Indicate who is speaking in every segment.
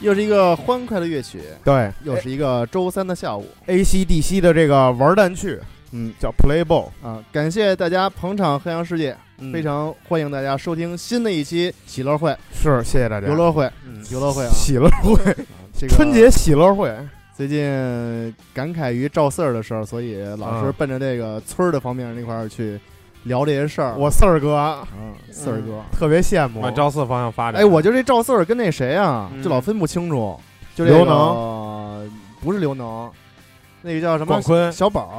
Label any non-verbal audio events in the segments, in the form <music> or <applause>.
Speaker 1: 又是一个欢快的乐曲，
Speaker 2: 对，
Speaker 1: 又是一个周三的下午
Speaker 2: A 西 D 西的这个玩蛋区，嗯，叫 Play Ball，
Speaker 1: 啊！感谢大家捧场黑羊世界，
Speaker 2: 嗯
Speaker 1: 非常欢迎大家收听新的一期喜乐会、
Speaker 2: 是谢谢大家。
Speaker 1: 游乐会、游乐会啊！
Speaker 2: 喜乐会，
Speaker 1: 这个
Speaker 2: 春节喜乐会，
Speaker 1: 最近感慨于赵四儿的事儿，所以老是
Speaker 2: 嗯
Speaker 1: 奔着这个村儿的方面那块儿去聊这些事儿。
Speaker 2: 我四儿哥啊
Speaker 1: 嗯，四儿哥，
Speaker 2: 特别羡慕
Speaker 3: 往赵四方向
Speaker 2: 嗯
Speaker 3: 发展。
Speaker 1: 哎，我就这赵四儿跟那谁啊，
Speaker 3: 嗯
Speaker 1: 就老分不清楚，就这个
Speaker 2: 刘能
Speaker 1: 不是刘能，那个叫什么
Speaker 3: 广坤
Speaker 1: 小宝儿，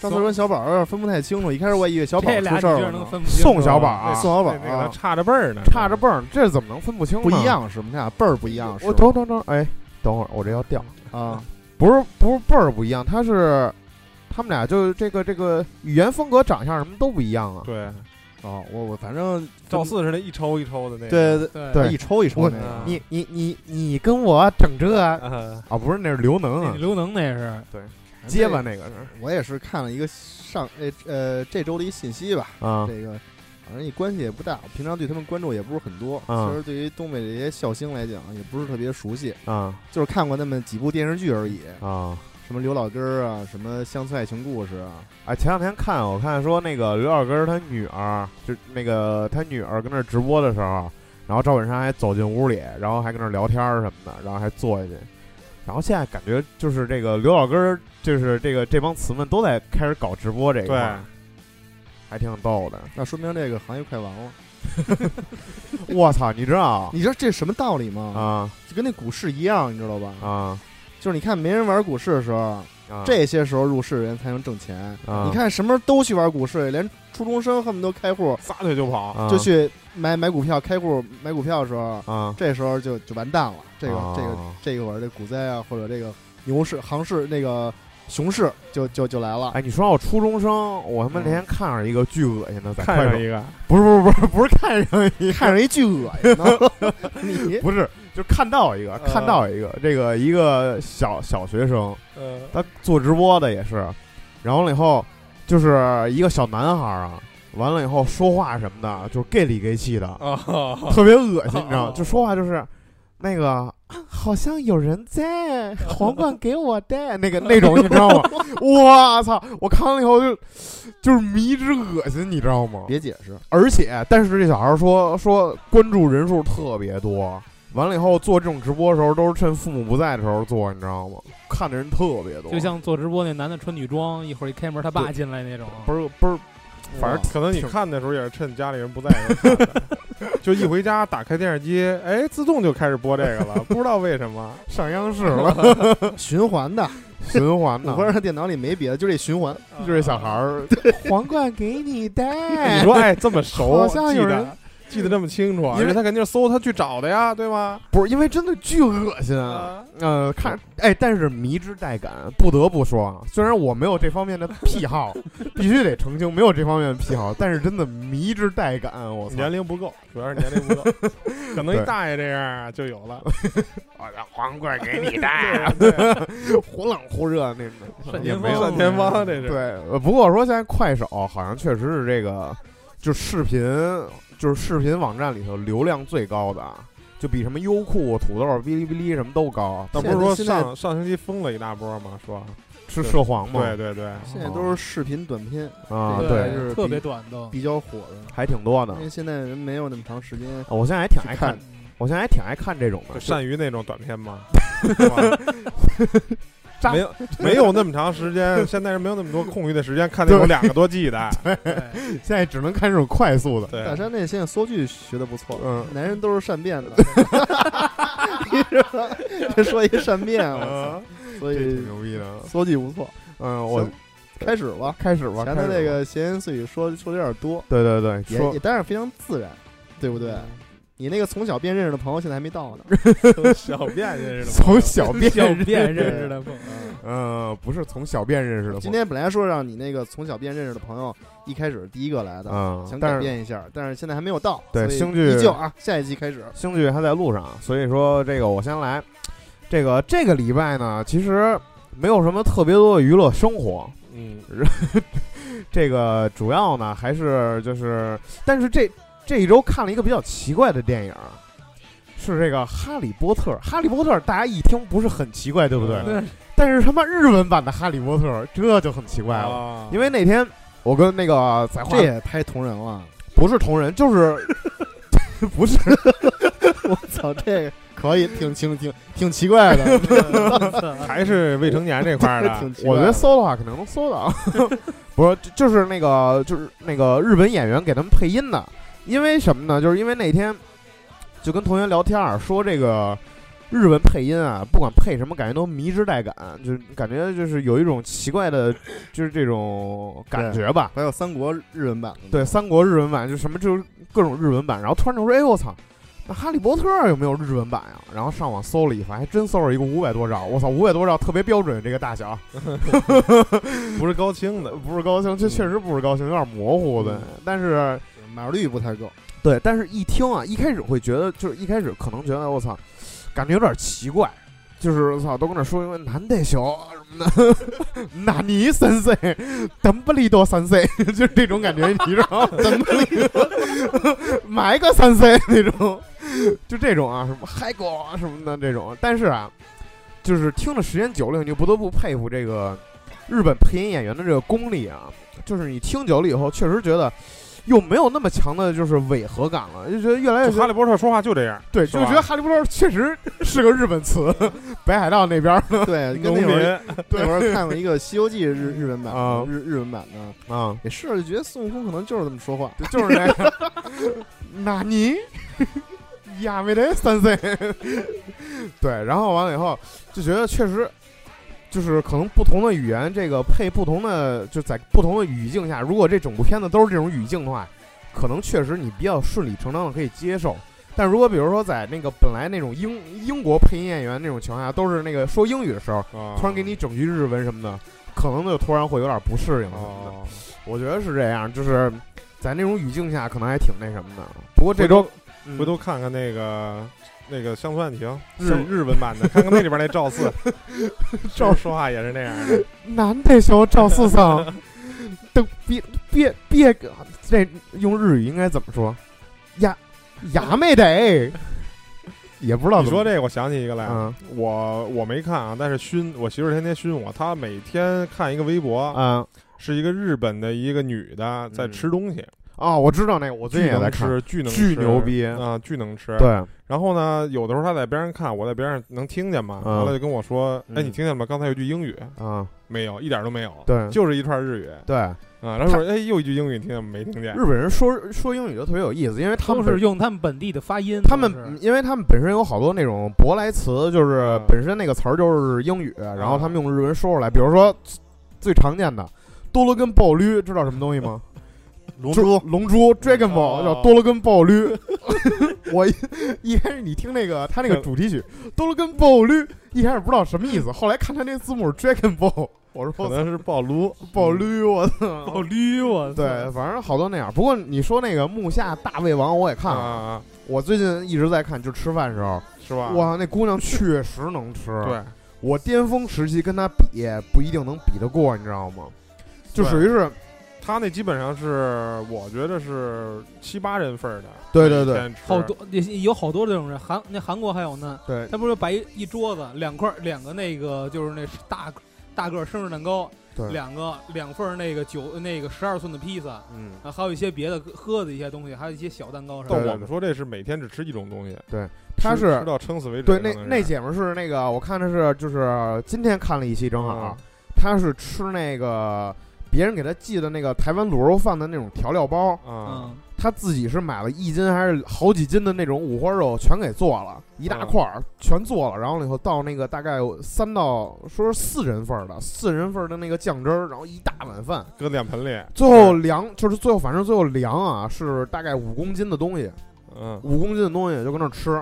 Speaker 1: 上次跟小宝儿有点分不太清楚，一开始我还以为小宝
Speaker 4: 这
Speaker 1: 儿
Speaker 4: 俩
Speaker 1: 出
Speaker 4: 你
Speaker 1: 事
Speaker 4: 居
Speaker 1: 儿了
Speaker 4: 然能
Speaker 1: 呢，
Speaker 4: 分不清
Speaker 2: 宋
Speaker 4: 楚
Speaker 2: 小宝
Speaker 4: 啊
Speaker 2: 儿，
Speaker 1: 宋小宝
Speaker 3: 那个
Speaker 1: 儿
Speaker 3: 差着辈儿呢，
Speaker 2: 差着辈儿，这怎么能分不清呢？
Speaker 1: 不一，样是吗？你看辈儿不一样是
Speaker 2: 我
Speaker 1: 吗
Speaker 2: 等等等，哎，等会儿我这要掉，
Speaker 1: 啊，
Speaker 2: 不是不是辈儿不一样，他是他们俩就这个这个语言风格、长相什么都不一样啊。
Speaker 3: 对，
Speaker 1: 哦，我我反正
Speaker 3: 赵四是那一抽一抽的那个。 <laughs>
Speaker 1: 对
Speaker 4: 对
Speaker 1: 对
Speaker 2: 对
Speaker 1: 一抽一抽
Speaker 2: 我
Speaker 1: 那个
Speaker 3: 啊
Speaker 2: 你你你你跟我整这啊？
Speaker 3: 啊，
Speaker 2: 不是，那是刘能
Speaker 4: 那
Speaker 2: 啊，
Speaker 4: 刘能那是
Speaker 2: 结巴那个是
Speaker 1: 我也是看了一个上呃呃这周的一信息吧，
Speaker 2: 啊，
Speaker 1: 这个反正也关系也不大，平常对他们关注也不是很多。
Speaker 2: 嗯
Speaker 1: 其实对于东北这些笑星来讲，也不是特别熟悉，
Speaker 2: 啊
Speaker 1: 就是看过那么几部电视剧而已，
Speaker 2: 啊！
Speaker 1: 什么刘老根儿啊，什么乡村爱情故事啊，
Speaker 2: 哎，前两天看我看说那个刘老根儿他女儿，就那个他女儿跟那儿直播的时候，然后赵本山还走进屋里，然后还跟那儿聊天儿什么的，然后还坐下去。然后现在感觉就是这个刘老根儿，就是这个这帮词们都在开始搞直播这个，
Speaker 3: 对，
Speaker 2: 还挺逗的。
Speaker 1: 那说明这个行业快完了。
Speaker 2: 我操，你知道
Speaker 1: 你知道这什么道理吗？
Speaker 2: 啊
Speaker 1: 就跟那股市一样，你知道吧？
Speaker 2: 啊
Speaker 1: 就是你看没人玩股市的时候，
Speaker 2: 啊！
Speaker 1: 这些时候入市人才能挣钱。
Speaker 2: 啊
Speaker 1: 你看什么时候都去玩股市，连初中生恨不得开户
Speaker 3: 撒腿就跑。
Speaker 2: 啊
Speaker 1: 就去买买股票，开户买股票的时候，
Speaker 2: 啊
Speaker 1: 这时候就就完蛋了。这个、
Speaker 2: 哦
Speaker 1: 这个这会儿这股灾啊，或者这个牛市、行市那个熊市就就就来了。
Speaker 2: 哎，你说我初中生，我他妈
Speaker 1: 嗯
Speaker 2: 那天看上一个巨恶心的，在
Speaker 3: 看
Speaker 2: 快
Speaker 3: 上
Speaker 2: 手，
Speaker 3: 一个，
Speaker 2: 不是不是不是不是看上一
Speaker 1: 看着一巨恶心呢， <laughs> 你
Speaker 2: <laughs> 不是，就看到一个，
Speaker 3: 呃
Speaker 2: 看到一个，这个一个小小学生，
Speaker 3: 呃，
Speaker 2: 他做直播的也是，然后了以后就是一个小男孩儿啊，完了以后说话什么的，就是 gay 里 gay 气的，
Speaker 3: 哦，
Speaker 2: 特别恶心，你知道吗
Speaker 3: 哦？
Speaker 2: 就说话就是那个啊好像有人在，皇冠给我戴那个那种，你知道
Speaker 3: <laughs>
Speaker 2: 吗？我操！我看完了以后就就是迷之恶心，你知道吗？
Speaker 1: 别解释，
Speaker 2: 而且，但是这小孩说说关注人数特别多，完了以后做这种直播的时候都是趁父母不在的时候做，你知道吗？看的人特别多，
Speaker 4: 就像做直播那男的穿女装，一会儿一开门他爸进来那种。
Speaker 2: 不是不是，
Speaker 3: 反正 <laughs> 可能你看的时候也是趁家里人不在的时候看的，就一回家打开电视机，哎，自动就开始播这个了，不知道为什么。
Speaker 2: 上央视了，
Speaker 1: 循环的。
Speaker 2: <laughs> 啊循环
Speaker 1: 我
Speaker 2: 呢
Speaker 1: 不。知道电脑里没别的，就这循环。
Speaker 2: 就这小孩儿，皇冠给你戴
Speaker 3: 你说，哎，这么熟，
Speaker 2: 好像
Speaker 3: 记
Speaker 2: 有人
Speaker 3: 得记得这么清楚，
Speaker 2: 因
Speaker 3: 因
Speaker 2: 为
Speaker 3: 为他肯定是搜他去找的呀，对吗？
Speaker 2: 不是因为真的巨恶心啊！呃，看，哎，但是迷之带感，不得不说啊，虽然我没有这方面的癖好，必须得澄清，没有这方面的癖好，但是真的迷之带感，我操！
Speaker 3: 年龄不够，主要是年龄不够， <laughs> 可能
Speaker 2: 对
Speaker 3: 一大爷这样就有了。
Speaker 2: 我的皇冠给你 <laughs> 戴，忽啊冷忽热
Speaker 1: <laughs>
Speaker 2: 那种，
Speaker 4: 单
Speaker 2: 也
Speaker 4: 田
Speaker 2: 没有
Speaker 4: 芳
Speaker 3: 单田芳这是
Speaker 2: 对。呃不过我说现在快手好像确实是这个，就视频就是视频网站里头流量最高的，啊就比什么优酷、土豆、哔哩哔哩什么都高。
Speaker 3: 倒不是说
Speaker 1: 现在
Speaker 3: 上上星期封了一大波吗？说
Speaker 2: 是涉黄吗？
Speaker 3: 对对对，
Speaker 1: 现在
Speaker 2: 哦
Speaker 1: 都是视频短片，
Speaker 2: 啊，
Speaker 1: 对
Speaker 2: 对，
Speaker 1: 就是
Speaker 4: 特
Speaker 1: 比
Speaker 4: 别短的。
Speaker 1: 比较火的。
Speaker 2: 还挺多的
Speaker 1: 因。为现在人没有那么长时间
Speaker 2: 我现在还挺爱
Speaker 1: 去
Speaker 2: 看
Speaker 1: 看，，
Speaker 2: 我现在还挺爱看这种的
Speaker 3: 就，善于那种短片嘛， <laughs> 是吧
Speaker 2: 渣
Speaker 3: 没有没有那么长时间，现在是没有那么多空余的时间看那种两个多 G 的，
Speaker 1: <laughs>
Speaker 4: 对
Speaker 2: 现在只能看这种快速的。
Speaker 3: 对，
Speaker 1: 大山那现在缩句学的不错，
Speaker 2: 嗯
Speaker 1: 男人都是善变
Speaker 2: <laughs>
Speaker 1: 的。你知道吧这说一善变，啊我操所
Speaker 2: 嗯，这挺
Speaker 1: 以
Speaker 2: 牛逼的。
Speaker 1: 缩句不错。
Speaker 2: 嗯，我
Speaker 1: 行开始吧，
Speaker 2: 开始吧。
Speaker 1: 前
Speaker 2: 开
Speaker 1: 头
Speaker 2: 始
Speaker 1: 那
Speaker 2: 吧，
Speaker 1: 个闲言碎语说说的有点多，
Speaker 2: 对对对，
Speaker 1: 也
Speaker 2: 说嗯
Speaker 1: 也但是非常自然，对不对？你那个从小便认识的朋友现在还没到呢，
Speaker 3: 小便认识的朋
Speaker 2: 从
Speaker 3: 友，
Speaker 2: 小便
Speaker 4: 小
Speaker 2: 认识
Speaker 4: 便认识的不？
Speaker 1: <laughs>
Speaker 2: 呃，不是从小便认识的。
Speaker 1: 今天本来说让你那个从小便认识的朋友一开始第一个来的，
Speaker 2: 嗯，
Speaker 1: 想
Speaker 2: 但
Speaker 1: 改
Speaker 2: 是
Speaker 1: 变一下，但是现在还没有到，
Speaker 2: 对
Speaker 1: 所以
Speaker 2: 星剧
Speaker 1: 依旧啊，下一季开始，
Speaker 2: 星剧还在路上，所以说这个我先来。这个这个礼拜呢，其实没有什么特别多的娱乐生活，
Speaker 3: 嗯，
Speaker 2: 这个主要呢还是就是，但是这这一周看了一个比较奇怪的电影，啊是这个《哈利波特》。《哈利波特》大家一听不是很奇怪，对不对？
Speaker 3: 嗯
Speaker 2: 但是他妈日文版的《哈利波特》这就很奇怪了，
Speaker 3: 啊
Speaker 2: 因为那天我跟那个在
Speaker 1: 哦
Speaker 2: 画
Speaker 1: 这也拍同人了，
Speaker 2: 不是同人，就是不是
Speaker 1: 我操，这个可以，挺挺挺挺奇怪的，
Speaker 4: <laughs>
Speaker 3: 还是未成年这块儿的
Speaker 1: 挺奇怪的
Speaker 2: 我觉得搜的话可能能搜到， <laughs> 不是，就就是那个就是那个日本演员给他们配音的，因为什么呢？就是因为那天就跟同学聊天儿说这个日文配音啊，不管配什么，感觉都迷之带感，就是感觉就是有一种奇怪的，就是这种感觉吧。
Speaker 1: 还有三国日文版的，
Speaker 2: 对，三国日文版就什么就是各种日文版，然后突然就说，哎我操，那哈利波特有没有日文版呀、然后上网搜了一番，还真搜了一个五百多兆，我操，五百多兆特别标准这个大小。
Speaker 3: 不是高清的，
Speaker 2: 不是高清，这确实不是高清，有点模糊呗。但是
Speaker 1: 码率不太
Speaker 2: <laughs>
Speaker 1: 够，
Speaker 2: 嗯对，但是一听啊，一开始会觉得，就是一开始可能觉得我操，感觉有点奇怪，就是我操，都跟那说英文，难得小啊什么的， <laughs> 纳尼三岁， <laughs> 邓布利多三岁， <laughs> 就是这种感觉，你知道吗？邓布利多 <laughs> 埋个三岁那种， <laughs> 就这种啊，什么嗨狗啊什么的这种，但是啊，就是听的时间久了，你就不得不佩服这个日本配音演员的这个功力啊，就是你听久了以后，确实觉得。又没有那么强的，就是违和感了，就觉得越来越
Speaker 3: 就
Speaker 2: 觉得
Speaker 3: 哈利波特说话就这样，
Speaker 2: 对，
Speaker 3: 是
Speaker 2: 就
Speaker 3: 吧
Speaker 2: 觉得哈利波特确实是个日本词， <laughs> 北海道那边儿
Speaker 1: <laughs> 对，跟
Speaker 3: 农
Speaker 1: 那会儿
Speaker 3: 民
Speaker 1: 那会儿看过一个《西游记》日日文版
Speaker 2: 啊
Speaker 1: 的，日日文版的
Speaker 2: 啊，
Speaker 1: 也是，就觉得孙悟空可能就是这么说话，
Speaker 2: 就是那 <laughs> 个纳尼亚美得三岁， <laughs> 对，然后完了以后就觉得确实。就是可能不同的语言，这个配不同的，就在不同的语境下，如果这整部片子都是这种语境的话，可能确实你比较顺理成章的可以接受。但如果比如说在那个本来那种英英国配音演员那种情况下，都是那个说英语的时候，
Speaker 3: 哦
Speaker 2: 突然给你整句日文什么的，可能就突然会有点不适应什么的。
Speaker 3: 哦，
Speaker 2: 我觉得是这样，就是在那种语境下，可能还挺那什么的。不过这嗯
Speaker 3: 回头
Speaker 2: 周
Speaker 3: 回头看看那个那个乡村爱情日
Speaker 2: 乡
Speaker 3: 日文版
Speaker 2: <laughs>
Speaker 3: 的，看看那里边那赵四，赵说话也是那样的，
Speaker 2: 男的小赵四
Speaker 3: <laughs>
Speaker 2: 桑，都别别别个，这用日语应该怎么说？牙牙没
Speaker 3: <laughs>
Speaker 2: 得，也不知道
Speaker 3: 你
Speaker 2: 怎么
Speaker 3: 说这个，我想起一个来，
Speaker 2: 嗯
Speaker 3: 我我没看啊，但是熏我媳妇儿天天熏我，她每天看一个微博，
Speaker 2: 啊
Speaker 3: 是一个日本的一个女的在吃东西，
Speaker 2: 啊！我知道那个，我最
Speaker 3: 巨
Speaker 2: 近也在
Speaker 3: 能
Speaker 2: 看，
Speaker 3: 吃，巨能
Speaker 2: 巨
Speaker 3: 吃，
Speaker 2: 牛逼
Speaker 3: 啊，巨能吃。
Speaker 2: 对，
Speaker 3: 然后呢，有的时候她在边上看，我在边上能听见嘛，
Speaker 2: 嗯
Speaker 3: 完了就跟我说：“哎，
Speaker 2: 嗯
Speaker 3: 你听见了吗？刚才有句英语，
Speaker 2: 啊，
Speaker 3: 没有，一点都没有，
Speaker 2: 对
Speaker 3: 就是一串日语
Speaker 2: 对，
Speaker 3: 啊。”然后说：“哎，又一句英语，你听见吗没听见？”
Speaker 2: 日本人说说英语就特别有意思，因为他
Speaker 4: 都
Speaker 2: 们
Speaker 4: 是用他们本地的发音，
Speaker 2: 他们
Speaker 4: 都是
Speaker 2: 因为他们本身有好多那种舶来词，就是
Speaker 3: 嗯
Speaker 2: 本身那个词儿就是英语，然后他们用日文说出来。比如说最最常见的多罗根暴驴，知道什么东西吗？
Speaker 1: 龙
Speaker 2: 就 <laughs> 龙珠 Dragon Ball
Speaker 3: 哦
Speaker 2: 叫多罗根暴 <laughs> 驴。我一一开始你听那个 <laughs> 他那个主题曲多罗根暴驴，一开始不知道什么意思，后来看他那字母 Dragon Ball，我说
Speaker 3: 可
Speaker 2: 我操
Speaker 3: 能是啊 <laughs> 暴撸，
Speaker 2: 暴嗯驴，我操！
Speaker 4: 好驴我操
Speaker 2: 哦对，反正好多那样。不过你说那个木下大胃王，我也
Speaker 3: 啊
Speaker 2: 看了，
Speaker 3: 啊，
Speaker 2: 我最近一直在看，就吃饭时候。
Speaker 3: 是吧？
Speaker 2: 哇，那姑娘确实能 <laughs> 吃。
Speaker 3: 对，
Speaker 2: 我巅峰时期跟她比，不一定能比得过，你知道吗？就属于是，
Speaker 3: 他那基本上是，我觉得是七八人份儿的，
Speaker 2: 对对对
Speaker 3: 每天吃，
Speaker 4: 好多也有好多这种人，韩那韩国还有呢，
Speaker 2: 对
Speaker 4: 他不是摆一一桌子两块两个那个就是那大大个儿生日蛋糕，
Speaker 2: 对
Speaker 4: 两个两份儿那个九那个十二寸的披萨，
Speaker 3: 嗯。
Speaker 4: 啊，还有一些别的喝的一些东西，还有一些小蛋糕什
Speaker 3: 但
Speaker 4: 么
Speaker 2: 对对
Speaker 4: 的。
Speaker 3: 我们说这是每天只吃一种东西，
Speaker 2: 她
Speaker 3: 吃
Speaker 2: 是
Speaker 3: 吃到撑死为止。
Speaker 2: 对那
Speaker 3: 可能是
Speaker 2: 那姐们儿是那个，我看的是就是今天看了一
Speaker 3: 啊
Speaker 2: 期，正好、她是吃那个别人给她寄的那个台湾卤肉饭的那种调料包，
Speaker 3: 啊，
Speaker 4: 嗯，
Speaker 2: 她自己是买了一斤还是好几斤的那种五花肉，全给做了一大块儿，全做了，然后了以后到那个大概有三到说是四人份儿的四人份儿的那个酱汁儿，然后一大碗饭。
Speaker 3: 搁脸盆里，
Speaker 2: 最后
Speaker 4: 嗯
Speaker 2: 量就是最后，反正最后量啊是大概五公斤的东西，
Speaker 3: 嗯，
Speaker 2: 五公斤的东西就跟那儿
Speaker 4: 哦
Speaker 2: 吃。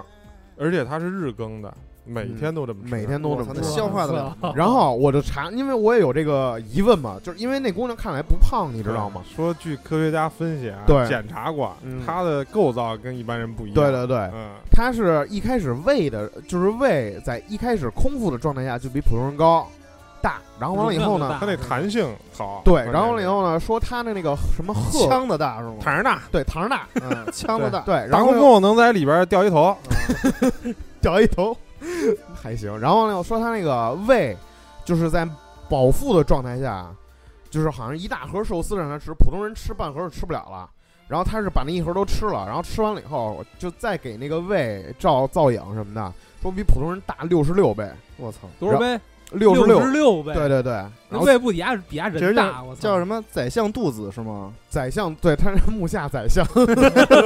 Speaker 3: 而且它是日更的，每天都这么吃，
Speaker 2: 嗯每天都这么
Speaker 1: 我操
Speaker 2: 吃
Speaker 1: 那消化得 <laughs> 了
Speaker 4: 了。
Speaker 2: 然后我就查，因为我也有这个疑问嘛，就是因为那姑娘看来不胖，你
Speaker 3: 你
Speaker 2: 知道
Speaker 4: 嗯
Speaker 2: 吗？？
Speaker 3: 说据科学家分析啊，
Speaker 2: 对
Speaker 3: 检查过
Speaker 2: 嗯，
Speaker 3: 它的构造跟一般人不一样。
Speaker 2: 对对对，
Speaker 3: 嗯，
Speaker 2: 她是一开始胃的，就是胃在一开始空腹的状态下就比普通人高，大，然后啊完了以
Speaker 4: 容
Speaker 2: 后
Speaker 4: 量就，
Speaker 2: 呢
Speaker 4: 大嗯
Speaker 3: 它那弹性好。
Speaker 2: 对，然后完了以后呢，说他的那个什么鹤，
Speaker 1: 枪的大
Speaker 2: <laughs>
Speaker 1: 是吗？
Speaker 3: 坦然大，
Speaker 2: 对，唐人
Speaker 4: <laughs>
Speaker 2: 大，
Speaker 1: 嗯，枪的大，
Speaker 2: 对，
Speaker 3: 大
Speaker 2: 然
Speaker 3: 公
Speaker 2: 后
Speaker 3: 公能在里边掉一头，
Speaker 2: <laughs> 屌一头，还行。然后呢，说他那个胃，就是在饱腹的状态下，就是好像一大盒寿司让他吃，普通人吃半盒就吃不了了。然后他是把那一盒都吃了，然后吃完了以后，就再给那个胃照造影什么的，说比普通人大六十六倍，
Speaker 1: 我操，
Speaker 4: 多少倍？
Speaker 2: 六十六
Speaker 4: 十，六倍，
Speaker 2: 对对对。然
Speaker 4: 那
Speaker 2: 后
Speaker 4: 胃不比牙比牙
Speaker 1: 这
Speaker 4: 人
Speaker 1: 是
Speaker 4: 大，我操，
Speaker 1: 叫什么宰相肚子是
Speaker 2: <laughs>
Speaker 1: 吗？
Speaker 2: 宰相，对，他是木下宰相，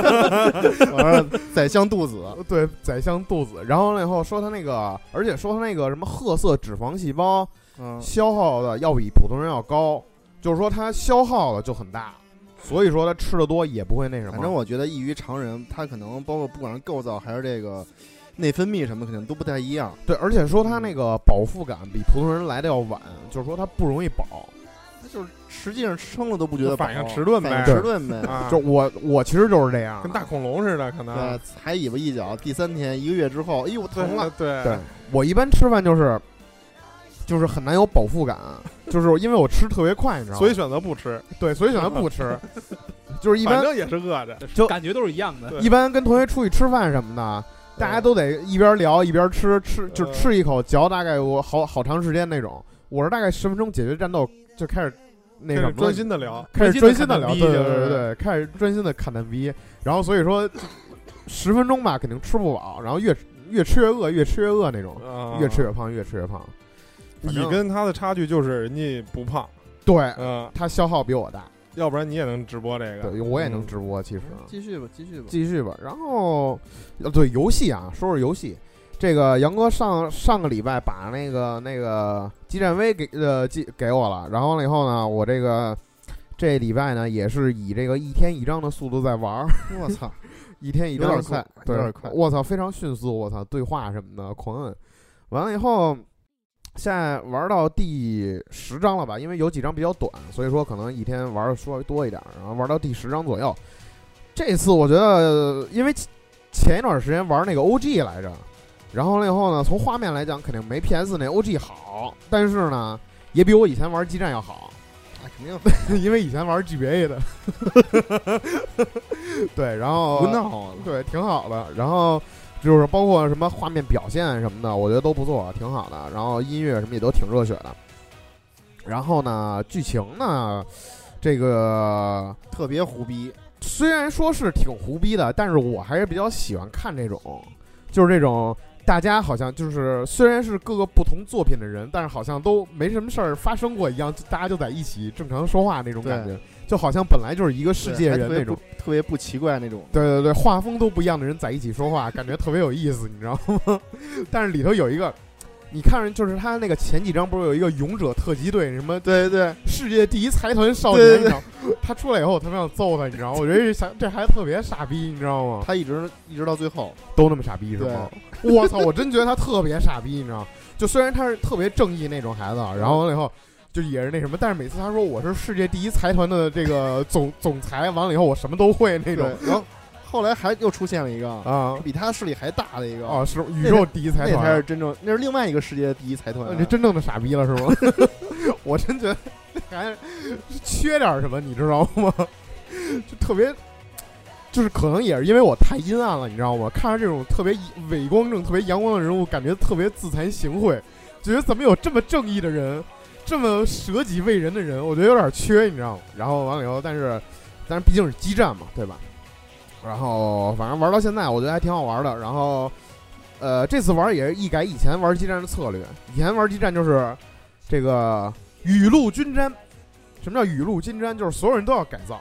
Speaker 1: 我说宰相肚子，
Speaker 2: 对，宰相肚子。然后了以后说他那个，而且说他那个什么褐色脂肪细胞 <laughs>
Speaker 1: 嗯，
Speaker 2: 消耗的要比普通人要高，就是说他消耗的就很大，所以说他吃的多也不会那什么。
Speaker 1: 反正我觉得异于常人，他可能包括不管是构造还是这个内分泌什么，肯定都不太一样。
Speaker 2: 对，而且说他那个饱腹感比普通人来的要晚，就是说他不容易饱。
Speaker 1: 他就是实际上撑了都不觉得
Speaker 3: 就
Speaker 1: 饱
Speaker 3: 反应迟钝呗
Speaker 1: 反应迟钝呗。
Speaker 3: 啊，
Speaker 2: 就我我其实就是这样
Speaker 3: 跟，大恐龙似的，可能
Speaker 1: 对，
Speaker 2: 啊
Speaker 1: 才尾巴一脚，第三天一个月之后，哎呦
Speaker 3: 对
Speaker 1: 疼了，
Speaker 3: 对
Speaker 2: 对我一般吃饭就是就是很难有饱腹感，啊就是因为我吃特别快，你知道吗？
Speaker 3: 所以选择不吃，
Speaker 2: 对，所以选择不
Speaker 3: <laughs>
Speaker 2: 吃，就是一般
Speaker 3: 反正也是饿着。
Speaker 2: 就
Speaker 4: 感觉都是一样的。
Speaker 3: 对
Speaker 2: 一般跟同学出去吃饭什么的，大家都得一边聊一边吃，吃就
Speaker 3: 呃
Speaker 2: 吃一口嚼大概我好好长时间那种。我是大概十分钟解决战斗就开始那
Speaker 3: 开
Speaker 2: 什么
Speaker 3: 始
Speaker 2: 了
Speaker 3: 专心的聊，
Speaker 2: 开始专心的聊，
Speaker 4: 专
Speaker 2: 对
Speaker 4: 心地
Speaker 2: 对
Speaker 4: 看
Speaker 2: 对
Speaker 4: 蛋
Speaker 2: 对对，开始专心的砍蛋逼。然后所以说十分钟吧肯定吃不饱，然后越越吃越饿，越吃越饿那种，
Speaker 3: 啊
Speaker 2: 越吃越胖，越吃越胖。反
Speaker 3: 你
Speaker 2: 正
Speaker 3: 跟他的差距就是人家不胖，
Speaker 2: 对
Speaker 3: 嗯，
Speaker 2: 他消耗比我大，
Speaker 3: 要不然你也能直播这个。嗯
Speaker 2: 对我也能直播其实。
Speaker 1: 继续吧，继续吧。
Speaker 2: 继续吧。然后，呃，对游戏啊，说说游戏。这个杨哥上上个礼拜把那个那个激战威给呃寄给我了，然后了以后呢，我这个这礼拜呢也是以这个一天一张的速度在玩儿，
Speaker 1: <laughs> 我操，
Speaker 2: 一天一
Speaker 1: 有
Speaker 2: 张
Speaker 1: 点
Speaker 2: 的速
Speaker 1: 快，有
Speaker 2: 对，
Speaker 1: 点快。
Speaker 2: 我操，非常迅速，我操，对话什么的狂摁，完了以后，现在玩到第十章了吧？因为有几章比较短，所以说可能一天玩的稍微多一点，然后玩到第十章左右。这次我觉得，因为前前一段时间玩那个 OG 来着，然后了以后呢，从画面来讲肯定没 PS 那 OG 好，但是呢，也比我以前玩激战要好。
Speaker 1: 哎肯定
Speaker 2: <laughs> 因为以前玩 GBA 的， <laughs> 对，然后
Speaker 1: 胡闹啊！
Speaker 2: 对，挺好的。然后就是包括什么画面表现什么的，我觉得都不错，挺好的。然后音乐什么也都挺热血的。然后呢，剧情呢，这个
Speaker 1: 特别胡逼，
Speaker 2: 虽然说是挺胡逼的，但是我还是比较喜欢看这种，就是这种大家好像就是虽然是各个不同作品的人，但是好像都没什么事儿发生过一样，就大家就在一起正常说话那种感觉，就好像本来就是一个世界
Speaker 1: 对还
Speaker 2: 人
Speaker 1: 特
Speaker 2: 那
Speaker 1: 别
Speaker 2: 种
Speaker 1: 不。特别不奇怪那种。
Speaker 2: 对对对，画风都不一样的人在一起说话，感觉特别有意思，你知道吗？ <laughs> 但是里头有一个，你看着就是他那个前几章不是有一个勇者特级队，什么
Speaker 1: 对对
Speaker 2: 世界第一财团少
Speaker 1: 对对对
Speaker 2: 年，你知道吗他出来以后，我他妈想揍他，你知道吗？我觉得这想这孩子特别傻逼，你知道吗？
Speaker 1: 他一直一直到最后，
Speaker 2: 都那么傻逼是吗？我操，我真觉得他特别傻逼，你知道吗？就虽然他是特别正义那种孩子啊，
Speaker 1: 嗯
Speaker 2: 然后完了以后。就也是那什么，但是每次他说我是世界第一财团的这个总总裁，完了以后我什么都会那
Speaker 1: 对，
Speaker 2: 种
Speaker 1: 然后后来还又出现了一个
Speaker 2: 啊，
Speaker 1: 比他势力还大的一个，
Speaker 2: 哦，是宇宙第一财
Speaker 1: 那才
Speaker 2: 团
Speaker 1: 是，真正，那是另外一个世界的第一财团啊
Speaker 2: 呃。这真正的傻逼了是吗？ <laughs> 我真觉得还是缺点什么，你知道吗？就特别，就是可能也是因为我太阴暗了，你知道吗？看着这种特别伪光正、特别阳光的人物，感觉特别自惭形秽，觉得怎么有这么正义的人，这么舍己为人的人，我觉得有点缺，你知道吗？然后完了以后，但是，但是毕竟是激战嘛，对吧？然后反正玩到现在，我觉得还挺好玩的。然后呃，这次玩也是一改以前玩激战的策略。以前玩激战就是这个雨露均沾。什么叫雨露均沾？就是所有人都要改造，